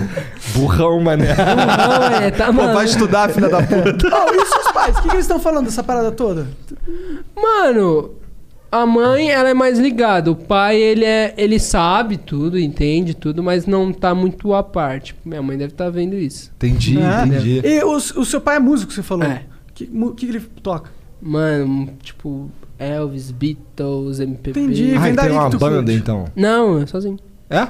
S3: Burrão, mané.
S4: Não, é, tá,
S3: Pô, vai
S4: mano.
S3: estudar, filha da puta.
S2: Oh, e os seus pais? O que, que eles estão falando dessa parada toda?
S4: Mano, a mãe, ela é mais ligada. O pai, ele é, ele sabe tudo, entende tudo, mas não tá muito à parte. Minha mãe deve estar vendo isso.
S3: Entendi,
S2: Ah,
S3: entendi.
S2: E o, o seu pai é músico, você falou.
S4: É.
S2: Que, mu- que que ele toca?
S4: Mano, tipo, Elvis, Beatles, MPB.
S2: Entendi. E
S3: Ah,
S2: vem
S3: ele
S2: daí
S3: tem
S2: que
S3: uma
S2: tu
S3: banda,
S2: curte.
S3: então.
S4: Não, eu sozinho.
S3: É?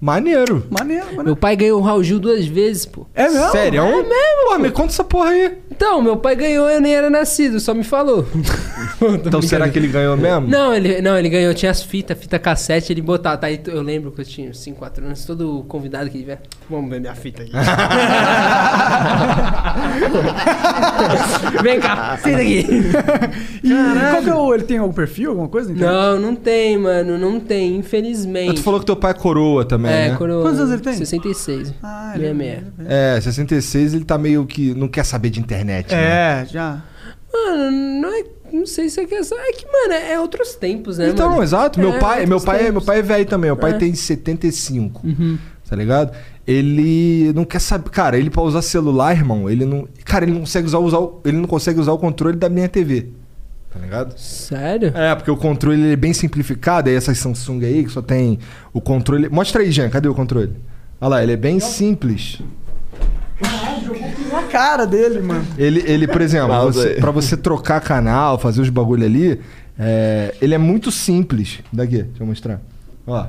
S3: Maneiro.
S2: Maneiro,
S4: Meu
S2: maneiro.
S4: pai ganhou o Raul Gil duas vezes, pô.
S2: É mesmo?
S3: Sério? É mesmo? Pô, me conta essa porra aí.
S4: Então, meu pai ganhou, eu nem era nascido, só me falou.
S3: Então será que ele ganhou mesmo?
S4: Não, ele, não, ele ganhou, tinha as fitas, fita cassete, ele botava, tá aí, eu lembro que eu tinha 5, 4 anos, todo convidado que tiver, vamos ver minha fita aqui. Vem cá, senta aqui.
S2: E qual que é o, ele tem algum perfil, alguma coisa? entendeu?
S4: Não, não tem, mano, não tem,
S3: Ah, Tu
S4: infelizmente.
S3: falou que teu pai é coroa também,
S4: é,
S3: né?
S4: coroa.
S2: Quantos anos ele tem?
S4: 66.
S2: Ah, ele-
S4: 66.
S3: É, 66 ele tá meio que não quer saber de internet, né?
S2: É, já.
S4: Mano, não é. Não sei se é questão. É que, mano, é, é outros tempos, né?
S3: Então,
S4: mano?
S3: exato. Meu
S4: É,
S3: pai, meu
S4: outros
S3: pai,
S4: tempos.
S3: meu pai é velho também. Meu pai
S4: É.
S3: tem 75.
S4: Uhum.
S3: Tá ligado? Ele não quer saber, cara, ele pra usar celular, irmão, ele não, cara, ele não consegue usar, usar o- ele não consegue usar o controle da minha TV. Tá ligado?
S4: Sério?
S3: É, porque o controle ele é bem simplificado, aí essas Samsung aí que só tem o controle. Mostra aí, Jean, cadê o controle? Olha lá, ele é bem simples.
S2: A cara dele, mano.
S3: Ele, ele por exemplo,
S5: Pausa
S3: você,
S5: aí.
S3: pra você trocar canal, fazer os bagulho ali, é, ele é muito simples. Daqui, deixa eu mostrar. Ó.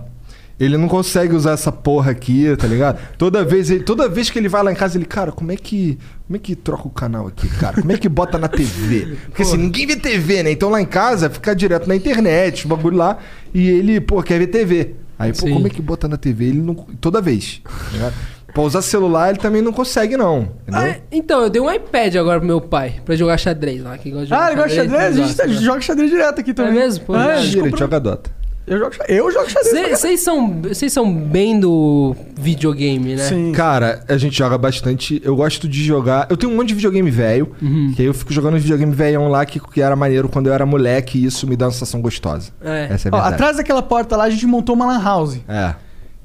S3: Ele não consegue usar essa porra aqui, tá ligado? Toda vez, ele- toda vez que ele vai lá em casa, ele, cara, como é que. Como é que troca o canal aqui, cara? Como é que bota na TV? Porque assim, ninguém vê TV, né? Então lá em casa fica direto na internet, os bagulho lá. E ele, pô, quer ver TV. Aí, pô,
S4: Sim.
S3: como é que bota na TV? Ele não. Toda vez. Tá ligado? pra usar celular, ele também não consegue, não. Entendeu?
S4: Ah, é- então, eu dei um iPad agora pro meu pai pra jogar xadrez lá. Que gosta de jogar
S2: Ah, ele gosta de xadrez? A gente tá-
S4: gosta, né?
S2: joga xadrez direto aqui também.
S4: mesmo? Pô,
S2: Ah,
S4: é.
S2: a gente
S3: Mentira, ele
S2: compra-
S3: joga Dota.
S2: eu, jogo, xa- eu jogo xadrez.
S4: Cê- Vocês são, vocês são bem do videogame, né?
S2: Sim.
S3: Cara, a gente joga bastante. Eu gosto de jogar. Eu tenho um monte de videogame velho.
S2: Uhum.
S3: Que aí eu fico jogando videogame velhão lá que, que era maneiro quando eu era moleque. E isso me dá uma sensação gostosa.
S4: É.
S3: Essa é a
S2: Ó,
S3: verdade.
S2: atrás daquela porta lá, a gente montou uma lan house.
S3: É.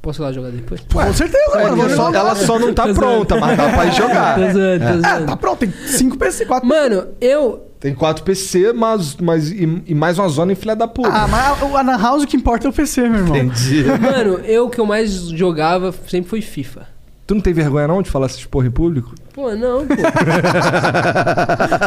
S4: Posso ir lá jogar depois?
S2: Com certeza,
S3: É,
S2: mano.
S3: ela, só, ela só não tá pronta, mas dá pra jogar. É.
S4: Tô zoando, tô
S2: Ah,
S4: zoando.
S2: tá pronto. Tem 5 PC, 4
S4: Mano, eu.
S3: Tem quatro PC, mas, mas, e, e mais uma zona em filha da puta.
S2: Ah, mas a, a Ana House o que importa é o PC, meu irmão.
S3: Entendi.
S4: Mano, eu que eu mais jogava sempre foi FIFA.
S3: tu não tem vergonha não de falar essas porra em público?
S4: Pô, não, pô.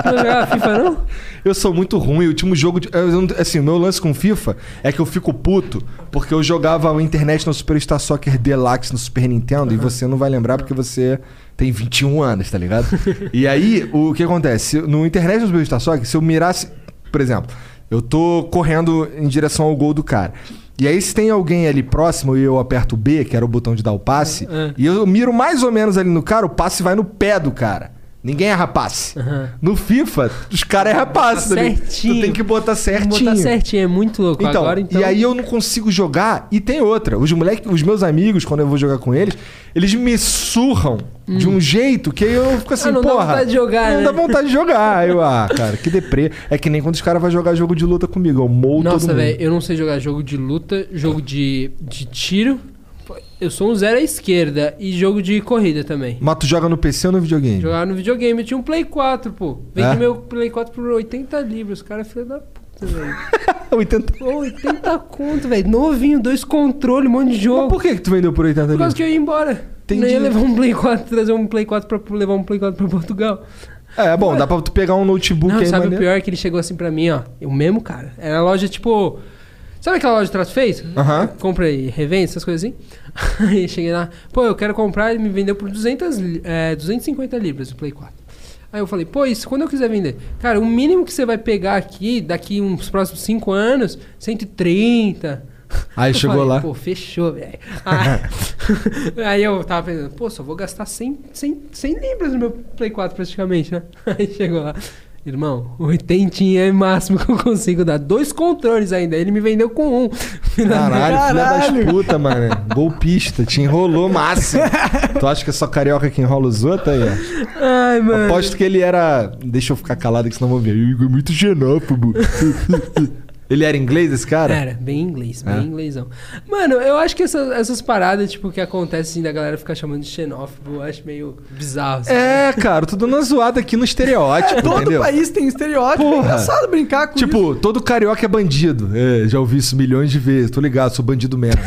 S4: não jogava FIFA, não?
S3: Eu sou muito ruim. O último jogo. De, eu não- assim, o meu lance com FIFA é que eu fico puto porque eu jogava a internet no Superstar Soccer Deluxe no Super Nintendo e você não vai lembrar porque você tem 21 anos, tá ligado? e aí, o que acontece? No internet no Superstar Soccer, se eu mirasse. Por exemplo, eu tô correndo em direção ao gol do cara. E aí, se tem alguém ali próximo e eu aperto o B, que era o botão de dar o passe, e eu miro mais ou menos ali no cara, o passe vai no pé do cara. Ninguém erra passe. No FIFA, os caras erram passe. tá ligado? Tu
S4: Certinho.
S3: tem que botar certinho.
S4: Botar certinho, é muito louco
S3: Então,
S4: agora, então.
S3: e aí eu não consigo jogar. E tem outra. Os moleque, os meus amigos, quando eu vou jogar com eles, eles me surram de um jeito que eu fico assim,
S4: Hum. Ah, não dá
S3: porra.
S4: vontade de jogar,
S3: Não
S4: né?"
S3: dá vontade de jogar. Aí Eu, ah, cara, que deprê. É que nem quando os caras vão jogar jogo de luta comigo. Eu mou todo
S4: Nossa,
S3: mundo.
S4: velho, eu não sei jogar jogo de luta, jogo de, de tiro. Eu sou um zero à esquerda e jogo de corrida também.
S3: Mas tu joga no PC ou no videogame?
S4: Jogava no videogame, eu tinha um Play 4, pô.
S3: É?
S4: Vendi meu Play 4 por 80 libras, cara, é filho da puta, velho.
S3: 80.
S4: Pô, 80 conto, velho. Novinho, dois controles, um monte de
S3: Mas
S4: jogo.
S3: por que, que tu vendeu por 80
S4: Por
S3: livros?
S4: causa que eu ia embora.
S3: Entendi.
S4: Não ia levar um Play 4, trazer um Play 4 pra levar um Play 4 pra Portugal.
S3: É, bom, dá pra tu pegar um notebook
S4: Não,
S3: aí,
S4: sabe o
S3: maneiro.
S4: pior é que ele chegou assim pra mim, ó. O mesmo cara. Era a loja tipo. Sabe aquela loja de trato feito?
S3: Aham.
S4: Compra e revende, essas coisas assim. Aí cheguei lá, pô, eu quero comprar, ele me vendeu por 200, li- é, 250 libras o Play 4. Aí eu falei, pô, isso quando eu quiser vender. Cara, o mínimo que você vai pegar aqui, daqui uns próximos 5 anos, 130.
S3: Aí
S4: Eu
S3: chegou
S4: falei,
S3: lá.
S4: Pô, fechou, velho. Aí, aí eu tava pensando, pô, só vou gastar 100, 100, 100 libras no meu Play 4 praticamente, né? Aí chegou lá. Irmão, oitentinha é o máximo que eu consigo dar. Dois controles ainda. Ele me vendeu com um. Filha da-
S3: Caralho, filha
S2: Caralho.
S3: das puta, mano. Golpista, te enrolou máximo. tu acha que é só carioca que enrola os outros aí, ó?
S4: Ai, mano.
S3: Aposto que ele era. Deixa eu ficar calado que senão vão ver. O Igor é muito xenófobo. ele era inglês, esse cara?
S4: Era, bem inglês, bem
S3: É.
S4: inglêsão. Mano, eu acho que essas, essas paradas, tipo, que acontecem assim, da galera ficar chamando de xenófobo, eu acho meio bizarro. assim. sabe?
S3: É, cara, tu dando uma zoada aqui no estereótipo,
S2: Todo
S3: entendeu?
S2: país tem estereótipo.
S3: Porra.
S2: É engraçado brincar com isso.
S3: Tipo, todo carioca é bandido. É, já ouvi isso milhões de vezes. Tô ligado, sou bandido mesmo.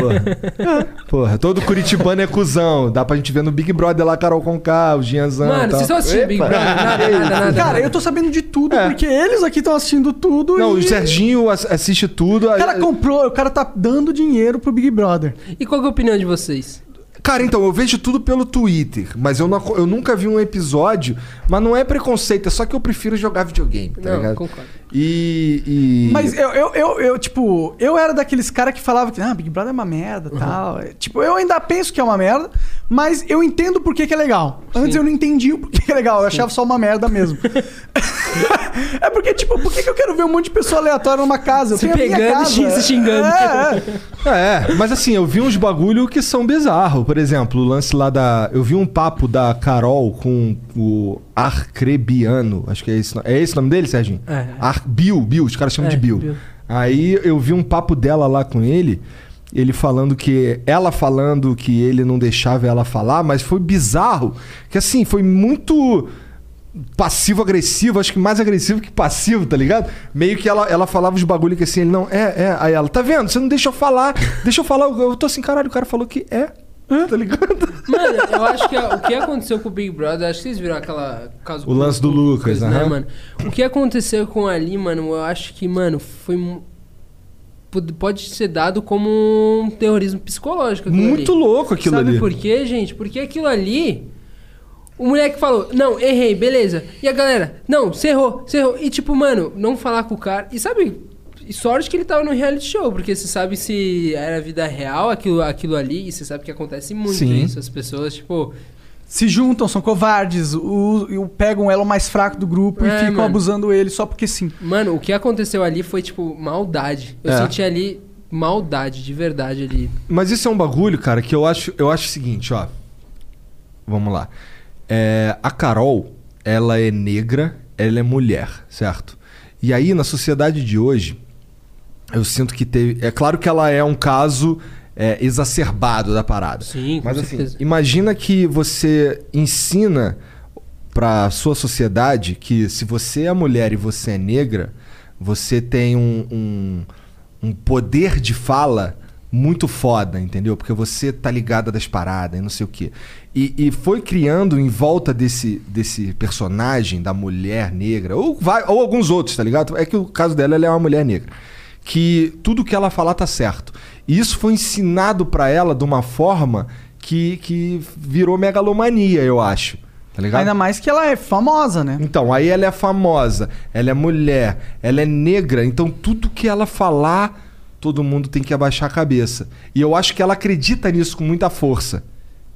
S3: Porra. Porra, todo curitibano é cuzão. Dá pra gente ver no Big Brother lá, Carol Conká, o Gianzão. e
S4: Mano,
S3: tal.
S4: vocês estão
S2: assim,
S4: assistindo Big Brother? Nada, nada,
S2: Cara,
S4: nada. nada.
S2: eu tô sabendo de tudo,
S3: É.
S2: porque eles aqui estão assistindo tudo.
S3: Não,
S2: e...
S3: o Serginho ass- assiste tudo.
S2: O cara comprou, o cara tá dando dinheiro pro Big Brother.
S4: E qual que é a opinião de vocês?
S3: Cara, então, eu vejo tudo pelo Twitter, mas eu, não aco- eu nunca vi um episódio. Mas não é preconceito, é só que eu prefiro jogar videogame, tá
S4: Não,
S3: ligado?
S4: concordo.
S3: E. e-
S2: Mas eu, eu, eu, eu, tipo, eu era daqueles cara que falava que, ah, Big Brother é uma
S4: Uhum.
S2: merda e tal. É, Tipo, eu ainda penso que é uma merda, mas eu entendo por que, que é legal. Antes
S4: Sim.
S2: eu não entendia o porquê que é legal, eu achava só uma merda mesmo. é porque, tipo, por que, que eu quero ver um monte de pessoa aleatória numa casa? Eu
S4: Se
S2: tenho a minha
S4: pegando e
S2: casa.
S4: se xingando.
S2: É, é.
S3: É, mas assim, eu vi uns bagulho que são bizarro. Por exemplo, o lance lá da. Eu vi um papo da Carol com o Arcrebiano. Acho que é esse, no- é esse o nome dele, Serginho?
S4: É.
S3: Ar... Bill, Bill, os caras chamam
S4: É,
S3: de Bill.
S4: Bill.
S3: Aí eu vi um papo dela lá com ele. Ele falando que. Ela falando que ele não deixava ela falar, mas foi bizarro. Que assim, foi muito passivo-agressivo, acho que mais agressivo que passivo, tá ligado? Meio que ela, ela falava os bagulho que assim, ele não, é, é, aí ela, tá vendo? Você não deixa eu falar, deixa eu falar, eu, eu tô assim, caralho, o cara falou que é, tá ligado?
S4: Mano, eu acho que a- o que aconteceu com o Big Brother, acho que vocês viram aquela caso né,
S3: O lance do Lucas, né? aham.
S4: mano? O que aconteceu com ali, mano, eu acho que, mano, foi mu- pod- pode ser dado como um terrorismo psicológico aquilo
S3: Muito
S4: ali.
S3: louco aquilo
S4: Sabe
S3: ali.
S4: por quê, gente? Porque aquilo ali o moleque falou, não, errei, beleza. E a galera, não, você errou, você errou. E tipo, mano, não falar com o cara. E sabe, e sorte que ele tava no reality show, porque você sabe se era vida real aquilo, aquilo ali, e você sabe que acontece muito
S3: Sim.
S4: isso. As pessoas, tipo,
S2: Se juntam, são covardes, o, o- pegam o elo mais fraco do grupo e
S4: É,
S2: ficam
S4: mano.
S2: abusando ele só porque sim.
S4: mano, o que aconteceu ali foi, tipo, maldade. Eu
S3: É.
S4: senti ali maldade, de verdade ali.
S3: Mas isso é um bagulho, cara, que eu acho, eu acho o seguinte, ó. Vamos lá. É, a Carol, ela é negra, ela é mulher, certo? E aí, na sociedade de hoje, eu sinto que teve. É claro que ela é um caso é, exacerbado da parada.
S4: Sim, com
S3: Mas
S4: certeza.
S3: assim, imagina que você ensina pra sua sociedade que se você é mulher e você é negra, você tem um, um, um poder de fala muito foda, entendeu? Porque você tá ligada das paradas e não sei o quê. E, e foi criando em volta desse, desse personagem da mulher negra, ou, vai, ou alguns outros, tá ligado? É que o caso dela, ela é uma mulher negra que tudo que ela falar tá certo. E isso foi ensinado pra ela de uma forma que, que virou megalomania, eu acho. Tá ligado?
S2: Ainda mais que ela é famosa, né?
S3: Então, aí ela é famosa, ela é mulher, ela é negra, então tudo que ela falar, todo mundo tem que abaixar a cabeça. E eu acho que ela acredita nisso com muita força.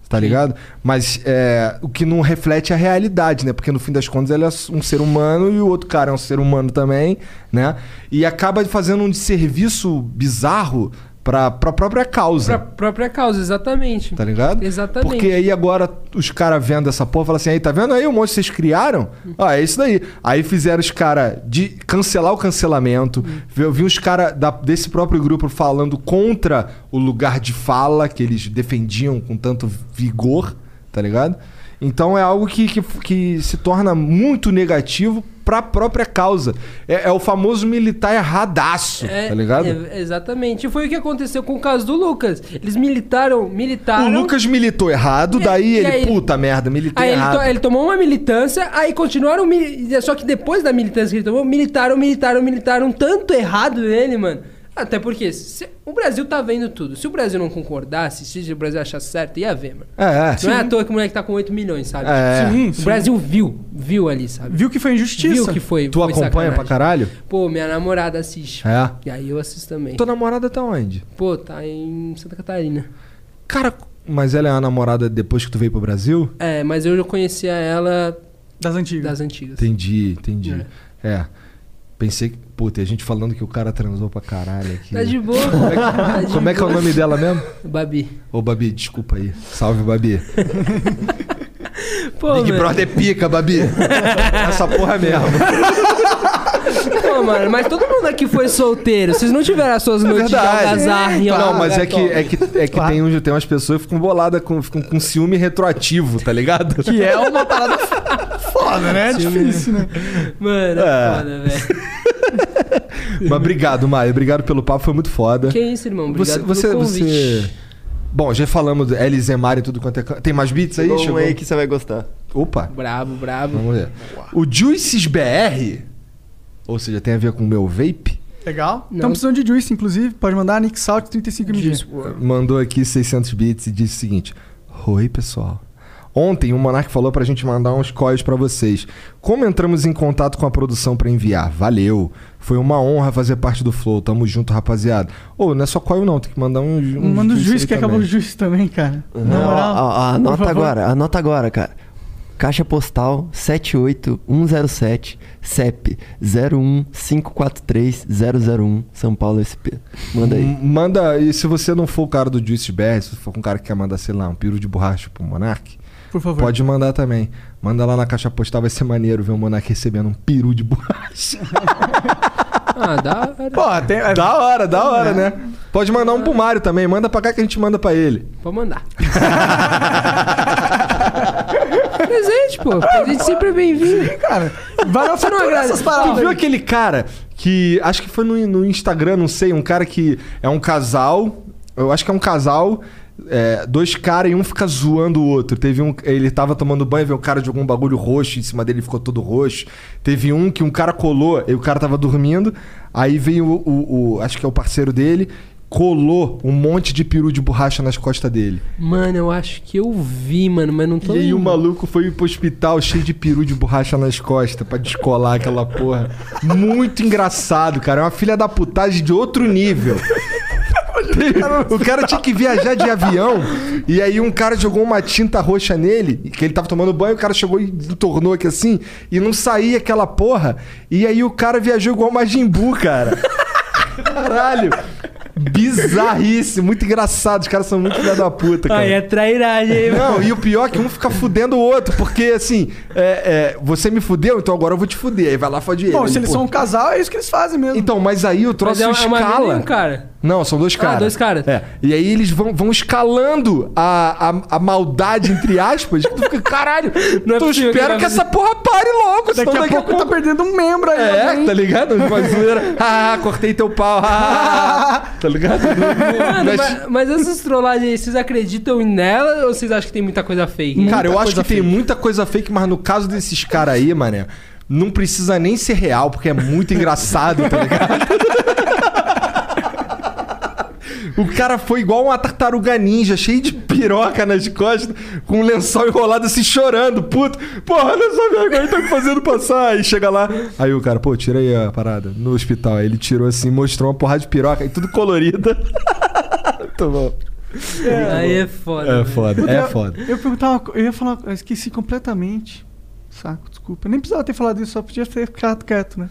S3: Tá ligado? Mas é, o que não reflete a realidade, né? Porque no fim das contas ela é um ser humano e o outro cara é um ser humano também, né? E acaba fazendo um desserviço bizarro pra, pra própria causa.
S4: Pra própria causa, exatamente.
S3: Tá ligado?
S4: Exatamente.
S3: Porque aí agora os caras vendo essa porra falam assim: aí tá vendo aí o monte que vocês criaram? Ó, é isso daí. Aí fizeram os caras de cancelar o cancelamento. Eu vi uns caras desse próprio grupo falando contra o lugar de fala que eles defendiam com tanto vigor, tá ligado? Então é algo que, que, que se torna muito negativo pra própria causa. É, é o famoso militar erradaço,
S4: É,
S3: tá ligado?
S4: é, exatamente. E Foi o que aconteceu com o caso do Lucas. Eles militaram, militaram.
S3: O Lucas militou errado,
S4: E-
S3: daí
S4: e
S3: ele,
S4: aí?
S3: puta merda, militei
S4: Aí ele,
S3: errado.
S4: to- ele tomou uma militância, aí continuaram. mili- é Só que depois da militância que ele tomou, militaram, militaram, militaram um tanto errado nele, mano. Até porque se- o Brasil tá vendo tudo. Se o Brasil não concordasse, se o Brasil achasse certo, ia ver, mano.
S3: É,
S4: Não é à toa que o moleque tá com 8 milhões, sabe?
S3: É.
S2: Sim,
S4: O
S2: sim.
S4: Brasil viu, viu ali, sabe?
S2: Viu que foi injustiça.
S4: Viu que foi.
S3: Tu
S4: foi
S3: acompanha
S4: sacanagem.
S3: pra caralho?
S4: Pô, minha namorada assiste.
S3: É.
S4: E aí eu assisto também.
S3: Tua namorada tá onde?
S4: Pô, tá em Santa Catarina.
S3: Cara, mas ela é a namorada depois que tu veio pro Brasil?
S4: É, mas eu já conhecia ela
S2: Das antigas.
S4: das antigas.
S3: Entendi, entendi. É. Pensei que. Pô, tem gente falando que o cara transou pra caralho aqui.
S4: Tá de boa.
S3: Como é que,
S4: tá de
S3: como é, que é o
S4: boa.
S3: nome dela mesmo?
S4: Babi.
S3: Ô, Babi, desculpa aí. Salve, Babi.
S4: Pô,
S3: Big
S4: mano.
S3: Brother pica, Babi. Essa porra mesmo.
S4: Pô, mano, mas todo mundo aqui foi solteiro. Vocês não tiveram as suas
S3: É
S4: noites de
S3: verdade.
S4: algazarra em
S3: Não,
S4: algum
S3: mas é
S4: lugar
S3: que,
S4: top?
S3: é que, é que tem, uns, tem umas pessoas que ficam boladas, com, ficam com ciúme retroativo, tá ligado?
S2: Que é uma parada
S4: Ah,
S2: foda, né? É difícil, né?
S4: Mano,
S3: É.
S4: é foda, velho.
S3: Mas obrigado, Maio. Obrigado pelo papo, foi muito foda.
S4: Que isso, irmão.
S3: Você,
S4: Obrigado
S3: você,
S4: pelo convite.
S3: você. Bom, já falamos do Elizemar e tudo quanto é. can- Tem mais beats aí?
S5: Chegou um
S3: Chegou?
S5: aí que você vai gostar.
S3: Opa,
S4: Brabo, brabo.
S3: vamos ver. O Juices BR, ou seja, tem a ver com o meu vape,
S2: Legal.
S4: Não.
S2: Estamos precisando de Juice, inclusive. Pode mandar Nick Salt 35 mg.
S4: Juice WRLD.
S3: mandou aqui 600 beats e disse o seguinte: Oi, pessoal. Ontem o Monark falou pra gente mandar uns coils pra vocês. Como entramos em contato com a produção pra enviar? Valeu. Foi uma honra fazer parte do Flow. Tamo junto, rapaziada. Ô, não é só coil não, tem que mandar um, um
S2: Manda o
S3: juice
S2: Juice
S3: aí
S2: que acabou o
S3: também. Uhum.
S2: Juice também, cara. Na
S5: Não,
S2: moral.
S5: a- a-
S2: por
S5: anota
S2: favor.
S5: agora, anota agora, cara. Caixa postal 78107 CEP 015430001 São Paulo SP. Manda aí.
S3: M- Manda, e se você não for o cara do Juice BR, se for um cara que quer mandar, sei lá, um peru de borracha pro Monark,
S2: Por favor.
S3: pode mandar também. Manda lá na caixa postal, vai ser maneiro ver o Monark recebendo um peru de borracha.
S4: Ah, da hora.
S2: Pô, tem, é,
S3: da hora, da hora, né? Pode mandar um pro Mário também, manda pra cá que a gente manda pra ele.
S4: Pode mandar. presente, pô. Presente sempre é bem-vindo.
S2: cara. Vai
S4: Você não
S2: fatura
S4: agrada-
S2: essas
S3: Tu
S2: paradas.
S3: viu
S2: aí.
S3: aquele cara que, acho que foi no, no Instagram, não sei, um cara que é um casal, eu acho que é um casal... é, dois caras e um fica zoando o outro. Teve um. Ele tava tomando banho, veio um cara de algum bagulho roxo em cima dele, ficou todo roxo. Teve um que um cara colou, e o cara tava dormindo. Aí veio o, o- o- Acho que é o parceiro dele, colou um monte de peru de borracha nas costas dele.
S4: Mano, eu acho que eu vi, mano, mas não tô.
S3: E aí o
S4: lembrando.
S3: maluco foi pro hospital cheio de peru de borracha nas costas pra descolar aquela porra. Muito engraçado, cara. É uma filha da putagem de outro nível. O cara tinha que viajar de avião e aí um cara jogou uma tinta roxa nele, que ele tava tomando banho, o cara chegou e tornou aqui assim, e não saía aquela porra. E aí o cara viajou igual Majin Buu, cara. Caralho. Bizarríssimo, muito engraçado. Os caras são muito filha da puta, cara.
S4: Aí é trairagem, hein, mano.
S3: Não, e o pior é que um fica fudendo o outro, porque assim, é, é, você me fudeu, então agora eu vou te fuder. Aí vai lá fode ele.
S2: Bom, se
S3: Ele,
S2: eles
S3: pô,
S2: são um casal, é isso que eles fazem mesmo.
S3: Então, mas aí o
S4: Mas
S3: troço
S4: é uma, é uma mina
S3: escala.
S4: e um cara. Ah,
S3: Não, são dois caras.
S4: dois caras.
S3: É. E aí eles vão, vão escalando a, a, a maldade, entre aspas, que tu fica, caralho,
S4: Não é
S3: tu
S4: possível que
S3: espera
S4: vai
S3: que essa
S4: fazer-
S3: porra pare logo, senão
S2: daqui a pouco tá perdendo um membro aí.
S3: É,
S2: alguém.
S3: tá ligado? Uma zoeira. Ah, cortei teu pau. Ah, tá ligado?
S4: Mano,
S3: Mas-
S4: mas, mas essas trollagens aí, vocês acreditam nela ou vocês acham que tem muita coisa fake?
S3: Cara, eu
S2: Muita
S3: acho que
S2: coisa
S3: tem muita coisa fake, mas no caso desses caras aí, mané, não precisa nem ser real, porque é muito engraçado, tá ligado? O cara foi igual uma tartaruga ninja, cheio de piroca nas costas, com um lençol enrolado assim, chorando, puto. Porra, olha só minha vergonha, tá me fazendo passar. Aí chega lá, aí o cara, pô, tira aí a parada. No hospital, aí ele tirou assim, mostrou uma porrada de piroca, e tudo colorida. Muito bom.
S4: Aí é foda.
S3: É
S4: velho.
S3: foda,
S2: Puta,
S3: é
S2: eu-
S3: foda.
S2: Eu perguntava, eu ia falar, eu esqueci completamente. Saco, desculpa. Eu nem precisava ter falado isso, só podia ter ficado quieto, né?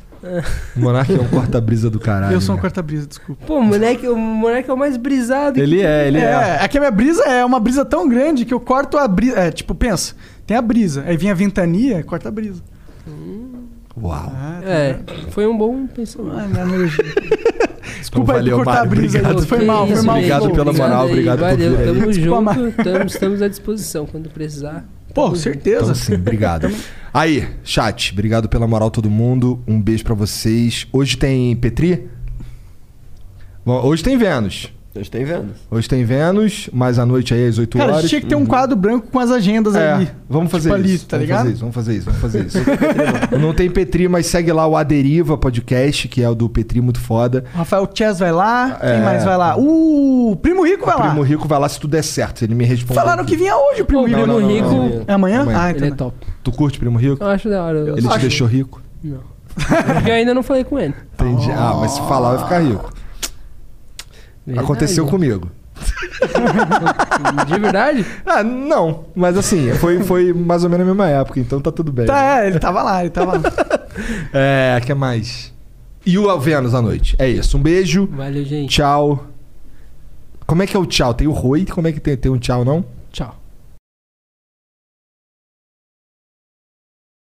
S3: O Monark é um corta-brisa do caralho.
S2: eu sou um
S3: né?
S2: quarta-brisa, desculpa.
S4: Pô, moleque, o moleque é o mais brisado.
S3: Ele é, ele
S2: é,
S3: é.
S2: é que a minha brisa é uma brisa tão grande que eu corto a brisa. É, tipo, pensa, tem a brisa. Aí vem a ventania, corta a brisa.
S3: Uau.
S2: Ah, tá.
S4: É, foi um bom
S2: Ah,
S4: pensamento.
S2: minha analogia. Desculpa aí
S3: Então valeu,
S2: por cortar
S3: Mário,
S2: a brisa.
S3: obrigado.
S2: Foi mal, foi
S4: isso,
S2: mal.
S3: Obrigado
S4: gente.
S3: pela moral,
S4: aí,
S3: obrigado por
S4: valeu,
S3: vir aí.
S4: Tamo
S2: Desculpa, Mar-
S4: junto, tamo, estamos à disposição quando precisar.
S2: Pô, certeza.
S3: Então sim, obrigado. Aí, chat, obrigado pela moral todo mundo. Um beijo pra vocês. Hoje tem Petri? Bom, hoje tem Vênus.
S5: Vocês estão vendo?
S3: Hoje tem Vênus, mas à noite aí às 8
S2: Cara,
S3: horas.
S2: tinha que ter um quadro branco com as agendas
S3: Uhum. É,
S2: ali.
S3: vamos fazer
S2: Tipo ali,
S3: isso.
S2: tá
S3: vamos
S2: ligado?
S3: fazer isso, vamos fazer isso, vamos fazer isso. Não tem Petri, mas segue lá o Aderiva Podcast, que é o do Petri muito foda.
S2: Rafael Chess vai lá.
S3: É.
S2: Quem mais vai lá? Uh, Primo Rico vai lá.
S3: Primo Rico vai lá se tudo der certo. Ele me responde.
S2: Falaram que vinha hoje o Primo
S4: Pô,
S2: Rico.
S4: Primo
S3: Não, não, não,
S4: Rico.
S3: não.
S2: É amanhã?
S3: Amanhã.
S2: Ah, então.
S4: Ele é
S2: né.
S4: top.
S3: Tu curte Primo Rico?
S4: Eu acho da hora. Eu
S3: Ele te
S4: acho-
S3: deixou rico?
S4: Não. Porque eu ainda não falei com ele.
S3: Entendi. Ah, mas se falar vai ficar rico. Aconteceu
S4: Verdade.
S3: comigo.
S4: De verdade?
S3: Ah, não. Mas assim, foi, foi mais ou menos a mesma época, então tá tudo bem.
S2: Tá, é, ele tava lá, ele tava lá.
S3: É, que mais? E o Vênus à noite. É isso. Um beijo.
S4: Valeu, gente.
S3: Tchau. Como é que é o tchau? Tem o Roi, como é que tem? Tem um tchau, não?